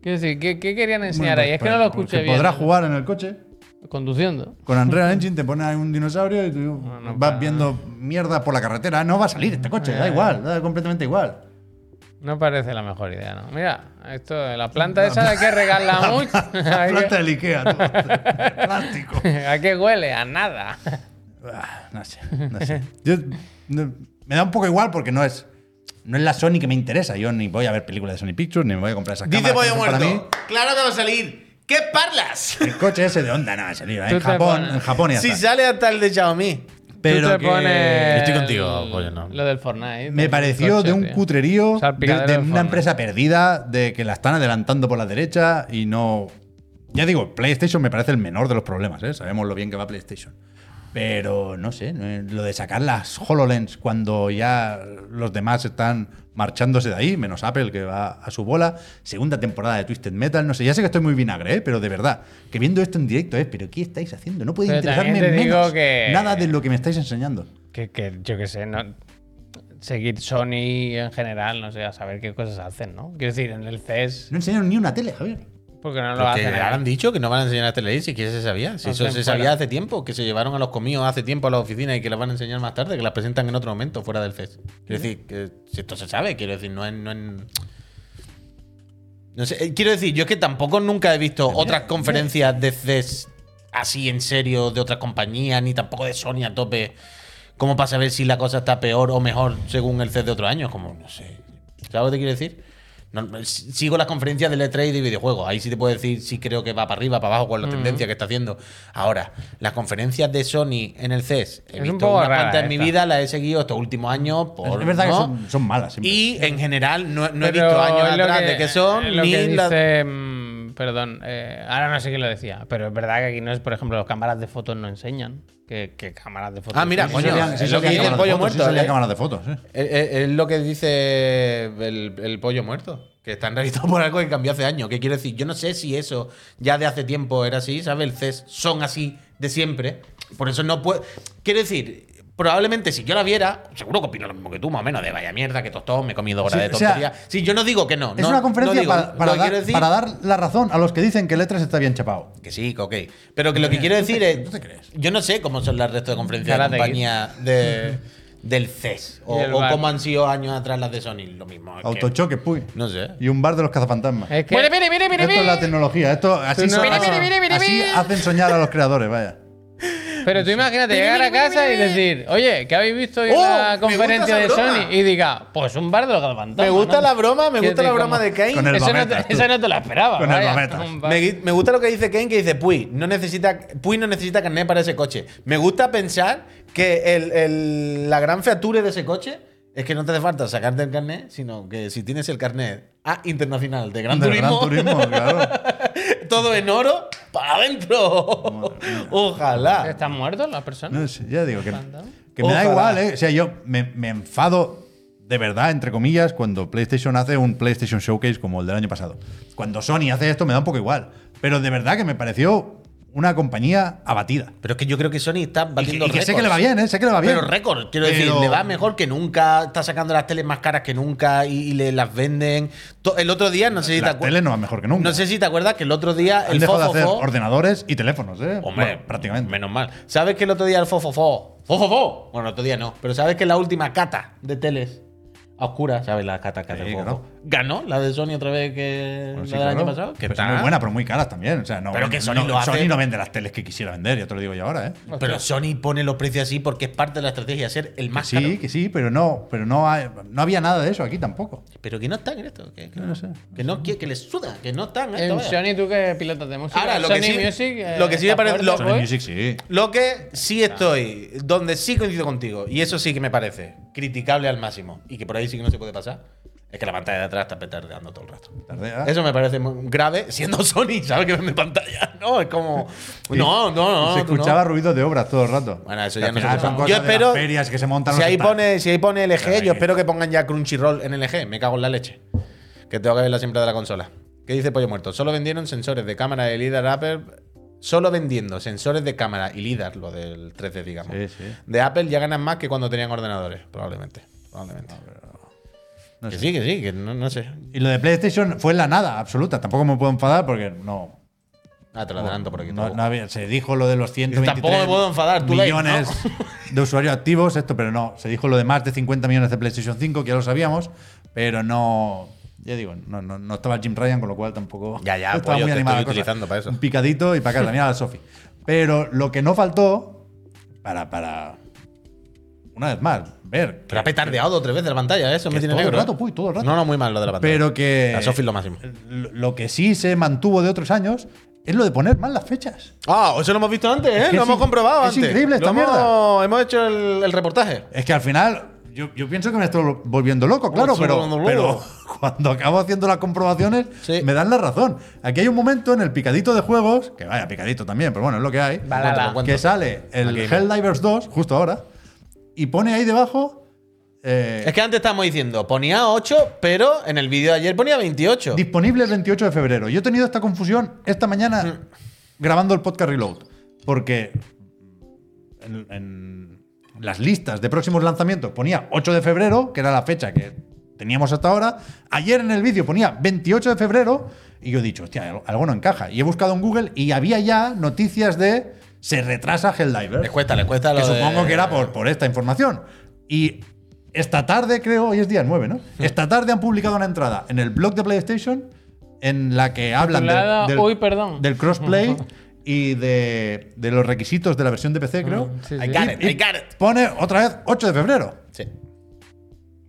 Speaker 2: Quiero decir, ¿qué, qué querían
Speaker 1: bueno,
Speaker 2: enseñar ahí?
Speaker 1: pues,
Speaker 2: Es que no lo
Speaker 1: pues,
Speaker 2: escuché
Speaker 1: que
Speaker 2: bien.
Speaker 1: Podrás jugar en el coche.
Speaker 2: Conduciendo.
Speaker 1: Con
Speaker 2: *laughs*
Speaker 1: Unreal Engine te pone ahí un dinosaurio y tú
Speaker 2: no,
Speaker 1: vas
Speaker 2: para- Ah.
Speaker 1: viendo mierda por la carretera. No va a salir este coche, da igual, da completamente igual.
Speaker 2: No parece la mejor idea, ¿no? Mira, esto, la planta esa hay que regarla mucho.
Speaker 1: *laughs* La
Speaker 2: *laughs* Hay
Speaker 1: planta
Speaker 2: que-
Speaker 1: del Ikea, tú. plástico.
Speaker 2: ¿A qué huele? A nada.
Speaker 1: Ah, No sé, no sé.
Speaker 2: *laughs*
Speaker 1: Yo, no- me da un poco igual porque no es, no es la Sony que me interesa. Yo ni voy a ver películas de Sony Pictures, ni me voy a comprar esas
Speaker 5: Dice
Speaker 1: cámaras.
Speaker 5: voy
Speaker 1: que
Speaker 5: a
Speaker 1: no son para
Speaker 5: muerto. Claro que va a salir. ¿Qué
Speaker 3: *laughs*
Speaker 5: parlas?
Speaker 1: mí. El coche ese de Honda no va a salir.
Speaker 2: Tú
Speaker 1: En
Speaker 2: te
Speaker 1: Japón,
Speaker 2: pones-
Speaker 1: en Japón y ya
Speaker 5: Si
Speaker 1: está.
Speaker 5: sale hasta el de Xiaomi.
Speaker 1: Pero
Speaker 2: Tú te
Speaker 1: que
Speaker 2: pones
Speaker 5: Estoy contigo,
Speaker 2: el-
Speaker 5: coño, no.
Speaker 2: Lo del Fortnite.
Speaker 1: me
Speaker 2: del
Speaker 1: pareció
Speaker 2: coche,
Speaker 1: de un
Speaker 2: tío.
Speaker 1: cutrerío, de,
Speaker 2: Salpicadero
Speaker 1: de
Speaker 2: de
Speaker 1: una
Speaker 2: Fortnite.
Speaker 1: empresa perdida, de que la están adelantando por la derecha y no... Ya digo, PlayStation me parece el menor de los problemas, ¿eh? sabemos lo bien que va PlayStation. Pero no sé, no es- lo de sacar las HoloLens cuando ya los demás están marchándose de ahí, menos Apple que va a su bola. Segunda temporada de Twisted Metal, no sé, ya sé que estoy muy vinagre, ¿eh? pero de verdad, que viendo esto en directo es, pero ¿qué estáis haciendo? No puede
Speaker 2: Pero
Speaker 1: interesarme
Speaker 2: también te digo
Speaker 1: menos
Speaker 2: que-
Speaker 1: nada de lo que me estáis enseñando.
Speaker 2: Que, que yo qué sé, no. Seguir Sony en general, no sé, a saber qué cosas hacen, ¿no? Quiero decir, en el CES,
Speaker 1: No enseñaron ni una tele, Javier.
Speaker 2: porque no lo
Speaker 5: Porque
Speaker 2: hacen. ¿eh? ahí?
Speaker 5: han dicho que no van a enseñar a Teley, si que se sabía. Si eso
Speaker 2: Hacen
Speaker 5: se
Speaker 2: fuera.
Speaker 5: sabía hace tiempo, que se llevaron a los comidos hace tiempo a las oficinas y que las van a enseñar más tarde, que las presentan en otro momento, fuera del FES. Quiero decir, que si esto se sabe, quiero decir, no es. No es- no sé, eh, quiero decir, yo es que tampoco nunca he visto otras conferencias de CES así en serio, de otras compañías, ni tampoco de Sony a tope, como para saber si la cosa está peor o mejor según el CES de otros años. Como, no sé. ¿Sabes lo que te quiero decir? No, no, s- sigo las conferencias del E3 y de videojuegos. Ahí sí te puedo decir si creo que va para arriba, para abajo,
Speaker 2: Mm.
Speaker 5: con la tendencia que está haciendo. Ahora, las conferencias de Sony en el CES, he
Speaker 2: Es un
Speaker 5: visto
Speaker 2: poco
Speaker 5: unas
Speaker 2: rara
Speaker 5: cuantas en mi
Speaker 2: esta.
Speaker 5: vida, las he seguido estos últimos años. Por,
Speaker 1: es verdad que
Speaker 5: ¿no?
Speaker 1: son, son malas. siempre.
Speaker 5: Y en general no, no he
Speaker 2: Pero
Speaker 5: visto años
Speaker 2: es lo
Speaker 5: atrás
Speaker 2: que-
Speaker 5: de qué son,
Speaker 2: es lo
Speaker 5: ni
Speaker 2: que
Speaker 5: la-
Speaker 2: dice, mm, Perdón, eh, ahora no sé quién lo decía, pero es verdad que aquí no es, por ejemplo, las cámaras de fotos no enseñan. ¿Qué, qué cámaras de fotos?
Speaker 5: Ah, mira,
Speaker 1: Sí,
Speaker 5: coño,
Speaker 1: salían-
Speaker 5: es
Speaker 1: sí
Speaker 5: lo que
Speaker 1: salían
Speaker 5: dice el
Speaker 1: cámaras
Speaker 5: pollo
Speaker 1: de fotos, sí
Speaker 5: muerto,
Speaker 1: salían
Speaker 5: ¿eh?
Speaker 1: cámaras de fotos, eh.
Speaker 5: Es, es- es lo que dice el, el pollo muerto. Que están revisados *laughs* por algo que cambió hace años. ¿Qué quiero decir? Yo no sé si eso ya de hace tiempo era así, ¿sabes? El CES son así de siempre. Por eso no puedo. Quiero decir, probablemente si yo la viera, seguro que opino lo mismo que tú, más o menos, de vaya mierda, que tostón, me he comido horas
Speaker 1: Sí,
Speaker 5: de
Speaker 1: o sea,
Speaker 5: tontería. sí, yo no digo que no.
Speaker 1: Es
Speaker 5: no-
Speaker 1: una
Speaker 5: no
Speaker 1: conferencia
Speaker 5: digo,
Speaker 1: para, para
Speaker 5: lo que
Speaker 1: dar,
Speaker 5: quiero decir-
Speaker 1: para dar la razón a los que dicen que letras está bien chapado.
Speaker 5: Que sí, que ok. Pero que
Speaker 1: Eh,
Speaker 5: lo que quiero decir es. Yo no sé cómo son las resto de conferencias de
Speaker 2: Karate Kid.
Speaker 5: compañía
Speaker 2: *laughs*
Speaker 5: de, del CES. O,
Speaker 2: Y el
Speaker 5: o
Speaker 2: bar.
Speaker 5: cómo han sido años atrás las de Sony. Lo mismo. es que-
Speaker 1: Autochoque, puy.
Speaker 5: No sé.
Speaker 1: Y un bar de los cazafantasmas.
Speaker 2: Es que-
Speaker 6: Mire, mire, mire, mire,
Speaker 1: Esto es la
Speaker 6: mire.
Speaker 1: tecnología. Esto así,
Speaker 2: Tú no-
Speaker 1: son-
Speaker 2: Mire, mire,
Speaker 6: mire, mire,
Speaker 1: así
Speaker 6: mire.
Speaker 1: hacen soñar a los creadores, vaya.
Speaker 2: Pero tú imagínate llegar a casa y decir, oye, ¿qué habéis visto hoy en
Speaker 3: ¡Oh!
Speaker 2: la
Speaker 3: Me
Speaker 2: conferencia de
Speaker 3: gusta esa
Speaker 2: Sony?
Speaker 3: broma.
Speaker 2: Y diga, pues un bar de los Galvantón.
Speaker 3: Me gusta la broma, me
Speaker 2: Quiero
Speaker 3: gusta la
Speaker 2: decir,
Speaker 3: broma
Speaker 2: como-
Speaker 3: de Kane.
Speaker 1: Con el
Speaker 2: Eso no,
Speaker 1: babetas,
Speaker 2: te,
Speaker 1: tú.
Speaker 2: eso no te la esperaba.
Speaker 1: Con el
Speaker 2: vaya,
Speaker 1: babetas.
Speaker 2: un bar.
Speaker 3: Me, gui- me gusta lo que dice Kane, que dice, Puy no necesita, Puy no necesita carnet para ese coche. Me gusta pensar que el- el- la gran feature de ese coche es que no te hace falta sacarte el carnet, sino que si tienes el carnet A internacional de Gran
Speaker 1: Del
Speaker 3: Turismo,
Speaker 1: Gran Turismo, claro.
Speaker 3: todo en oro, para adentro. Ojalá.
Speaker 2: ¿Están muertos las personas?
Speaker 1: No sé, ya digo que,
Speaker 2: Fantasma.
Speaker 1: que me da
Speaker 3: Ojalá.
Speaker 1: igual, ¿eh? O sea, yo me, me enfado de verdad, entre comillas, cuando PlayStation hace un PlayStation Showcase como el del año pasado. Cuando Sony hace esto me da un poco igual. Pero de verdad que me pareció una compañía abatida.
Speaker 3: Pero es que yo creo que Sony está
Speaker 1: Y que,
Speaker 3: batiendo
Speaker 1: y que sé
Speaker 3: récords.
Speaker 1: que le va bien, ¿eh? Sé que le va bien.
Speaker 3: Pero récord,
Speaker 1: Pero-
Speaker 3: quiero decir, le va mejor que nunca, está sacando las teles más caras que nunca y, y le las venden. To- El otro día, no sé si te
Speaker 1: Las
Speaker 3: acuer-
Speaker 1: teles no van mejor que nunca.
Speaker 3: No sé si te acuerdas que el otro día
Speaker 1: Han
Speaker 3: el
Speaker 1: dejado de hacer
Speaker 3: fofofo.
Speaker 1: ordenadores y teléfonos, ¿eh?
Speaker 3: Hombre,
Speaker 1: Bueno, prácticamente.
Speaker 3: Menos mal. ¿Sabes que el otro día el fofofo? ¡Fofofo! Bueno, el otro día no, pero ¿sabes que la última cata de teles a oscuras, ¿sabes? La cata cata
Speaker 1: Sí,
Speaker 3: del
Speaker 1: claro.
Speaker 3: fofofo? Ganó la de Sony otra vez que
Speaker 1: Bueno, sí,
Speaker 3: la del año
Speaker 1: claro.
Speaker 3: pasado. Que
Speaker 1: Pero
Speaker 3: está
Speaker 1: son muy buena, pero muy caras también. O sea, no,
Speaker 3: Pero que Sony
Speaker 1: no-
Speaker 3: lo hace-
Speaker 1: Sony no vende las teles que quisiera vender, ya te lo digo yo ahora, ¿eh?
Speaker 3: Pero Sony pone los precios así porque es parte de la estrategia ser el
Speaker 1: Que
Speaker 3: más
Speaker 1: sí,
Speaker 3: caro.
Speaker 1: que sí, pero no, pero no, hay- no había nada de eso aquí tampoco.
Speaker 3: Pero que no están en esto. Que, que
Speaker 1: No
Speaker 3: no,
Speaker 1: sé.
Speaker 3: que no quiere- que les suda, que no están en esto.
Speaker 2: En
Speaker 3: vaya.
Speaker 2: Em, Sony, tú que pilotas de música.
Speaker 3: Ahora, lo
Speaker 2: Sony
Speaker 3: que sí-
Speaker 2: Music, eh,
Speaker 3: lo que sí me
Speaker 2: ¿está
Speaker 3: parece-
Speaker 2: fuerte,
Speaker 3: lo-
Speaker 1: Sony
Speaker 2: Boy?
Speaker 1: Music sí.
Speaker 3: Lo que sí estoy, donde sí coincido contigo, y eso sí que me parece criticable al máximo, y que por ahí sí que no se puede pasar, es que la pantalla de atrás está petardeando todo el rato.
Speaker 1: Tardea.
Speaker 3: Eso me parece muy grave, siendo Sony, ¿sabes? Que vende pantalla. No, es como.
Speaker 1: Y-
Speaker 3: No, no, no.
Speaker 1: Se
Speaker 3: tú no.
Speaker 1: escuchaba ruido de obras todo el rato.
Speaker 3: Bueno, eso
Speaker 1: Que
Speaker 3: ya
Speaker 1: al
Speaker 3: no se
Speaker 1: final
Speaker 3: puede.
Speaker 1: son
Speaker 3: Yo
Speaker 1: cosas de las
Speaker 3: espero-
Speaker 1: ferias que se montan.
Speaker 3: Si
Speaker 1: los
Speaker 3: ahí,
Speaker 1: stands.
Speaker 3: pone, si ahí pone
Speaker 1: Claro,
Speaker 3: LG,
Speaker 1: hay que-
Speaker 3: yo espero que pongan ya Crunchyroll en LG. Me cago en la leche. Que tengo que verla siempre de la consola. ¿Qué dice Pollo Muerto? Solo vendieron sensores de cámara de LIDAR Apple. Solo vendiendo sensores de cámara y LIDAR, lo del 3D, digamos.
Speaker 1: Sí, sí.
Speaker 3: De Apple ya ganan más que cuando tenían ordenadores, probablemente. Probablemente.
Speaker 1: No
Speaker 3: que
Speaker 1: sé.
Speaker 3: sí, que sí, que no, no sé.
Speaker 1: Y lo de PlayStation fue la nada absoluta. Tampoco me puedo enfadar porque no.
Speaker 3: Ah, te lo adelanto por aquí. te lo
Speaker 1: no-
Speaker 3: busco.
Speaker 1: no había- se dijo lo de los 123
Speaker 3: Tampoco me puedo enfadar, tú, Dave, *laughs*
Speaker 1: millones de usuarios activos, esto, pero no. Se dijo lo de más de 50 millones de PlayStation 5, que ya lo sabíamos, pero no. Ya digo, no, no, no estaba Jim Ryan, con lo cual tampoco.
Speaker 3: Ya, ya,
Speaker 1: estaba
Speaker 3: pues yo te
Speaker 1: animada
Speaker 3: estoy
Speaker 1: la cosa.
Speaker 3: utilizando para eso.
Speaker 1: Un picadito y para casa, mira a la Sofi. Pero lo que no faltó, para. para una vez más, ver.
Speaker 3: Pero ha petardeado tres veces la pantalla, ¿eh? eso me
Speaker 1: Que
Speaker 3: tiene
Speaker 1: todo el
Speaker 3: negro. ¿eh?
Speaker 1: rato, puy, todo el rato.
Speaker 3: No, no, muy mal lo de la pantalla.
Speaker 1: Pero que-
Speaker 3: La Sofi es lo máximo.
Speaker 1: Lo lo que sí se mantuvo de otros años es lo de poner mal las fechas.
Speaker 3: Ah, eso lo hemos visto antes, ¿eh?
Speaker 1: Es que
Speaker 3: lo
Speaker 1: es
Speaker 3: hemos
Speaker 1: in-
Speaker 3: comprobado
Speaker 1: es
Speaker 3: antes.
Speaker 1: increíble esta
Speaker 3: Lo hemos-
Speaker 1: mierda.
Speaker 3: Hemos hecho el, el reportaje.
Speaker 1: Es que al final, yo, yo pienso que me estoy volviendo loco, claro,
Speaker 3: Oh, estoy
Speaker 1: pero,
Speaker 3: volviendo
Speaker 1: pero
Speaker 3: loco.
Speaker 1: *laughs* cuando acabo haciendo las comprobaciones,
Speaker 3: Sí.
Speaker 1: me dan la razón. Aquí hay un momento en el picadito de juegos, que vaya picadito también, pero bueno, es lo que hay,
Speaker 2: Balala.
Speaker 1: que
Speaker 3: ¿Cuánto?
Speaker 1: sale el
Speaker 3: Aquí hay
Speaker 1: Helldivers 2, justo ahora, y pone ahí debajo eh,
Speaker 3: Es que antes estábamos diciendo, ponía 8, pero en el vídeo de ayer ponía 28.
Speaker 1: disponible el 28 de febrero. Yo he tenido esta confusión esta mañana grabando el podcast Reload, porque en, en las listas de próximos lanzamientos ponía 8 de febrero, que era la fecha que teníamos hasta ahora. Ayer en el vídeo ponía 28 de febrero y yo he dicho, hostia, algo- algo no encaja. Y he buscado en Google y había ya noticias de se retrasa Helldivers
Speaker 3: Les cuesta, les cuesta lo
Speaker 1: que
Speaker 3: de-
Speaker 1: supongo que era por, por esta información. Y esta tarde, creo, hoy es día 9, ¿no?
Speaker 2: Hmm.
Speaker 1: Esta tarde han publicado una entrada en el blog de PlayStation en la que hablan del-
Speaker 2: Titulada,
Speaker 1: del,
Speaker 2: "Uy, perdón".
Speaker 1: del
Speaker 2: *laughs*
Speaker 1: crossplay y de, de los requisitos de la versión de PC, creo.
Speaker 2: Hmm, sí,
Speaker 3: I
Speaker 2: sí.
Speaker 3: got it,
Speaker 1: Y
Speaker 3: I got it.
Speaker 1: Pone otra vez 8 de febrero.
Speaker 3: Sí.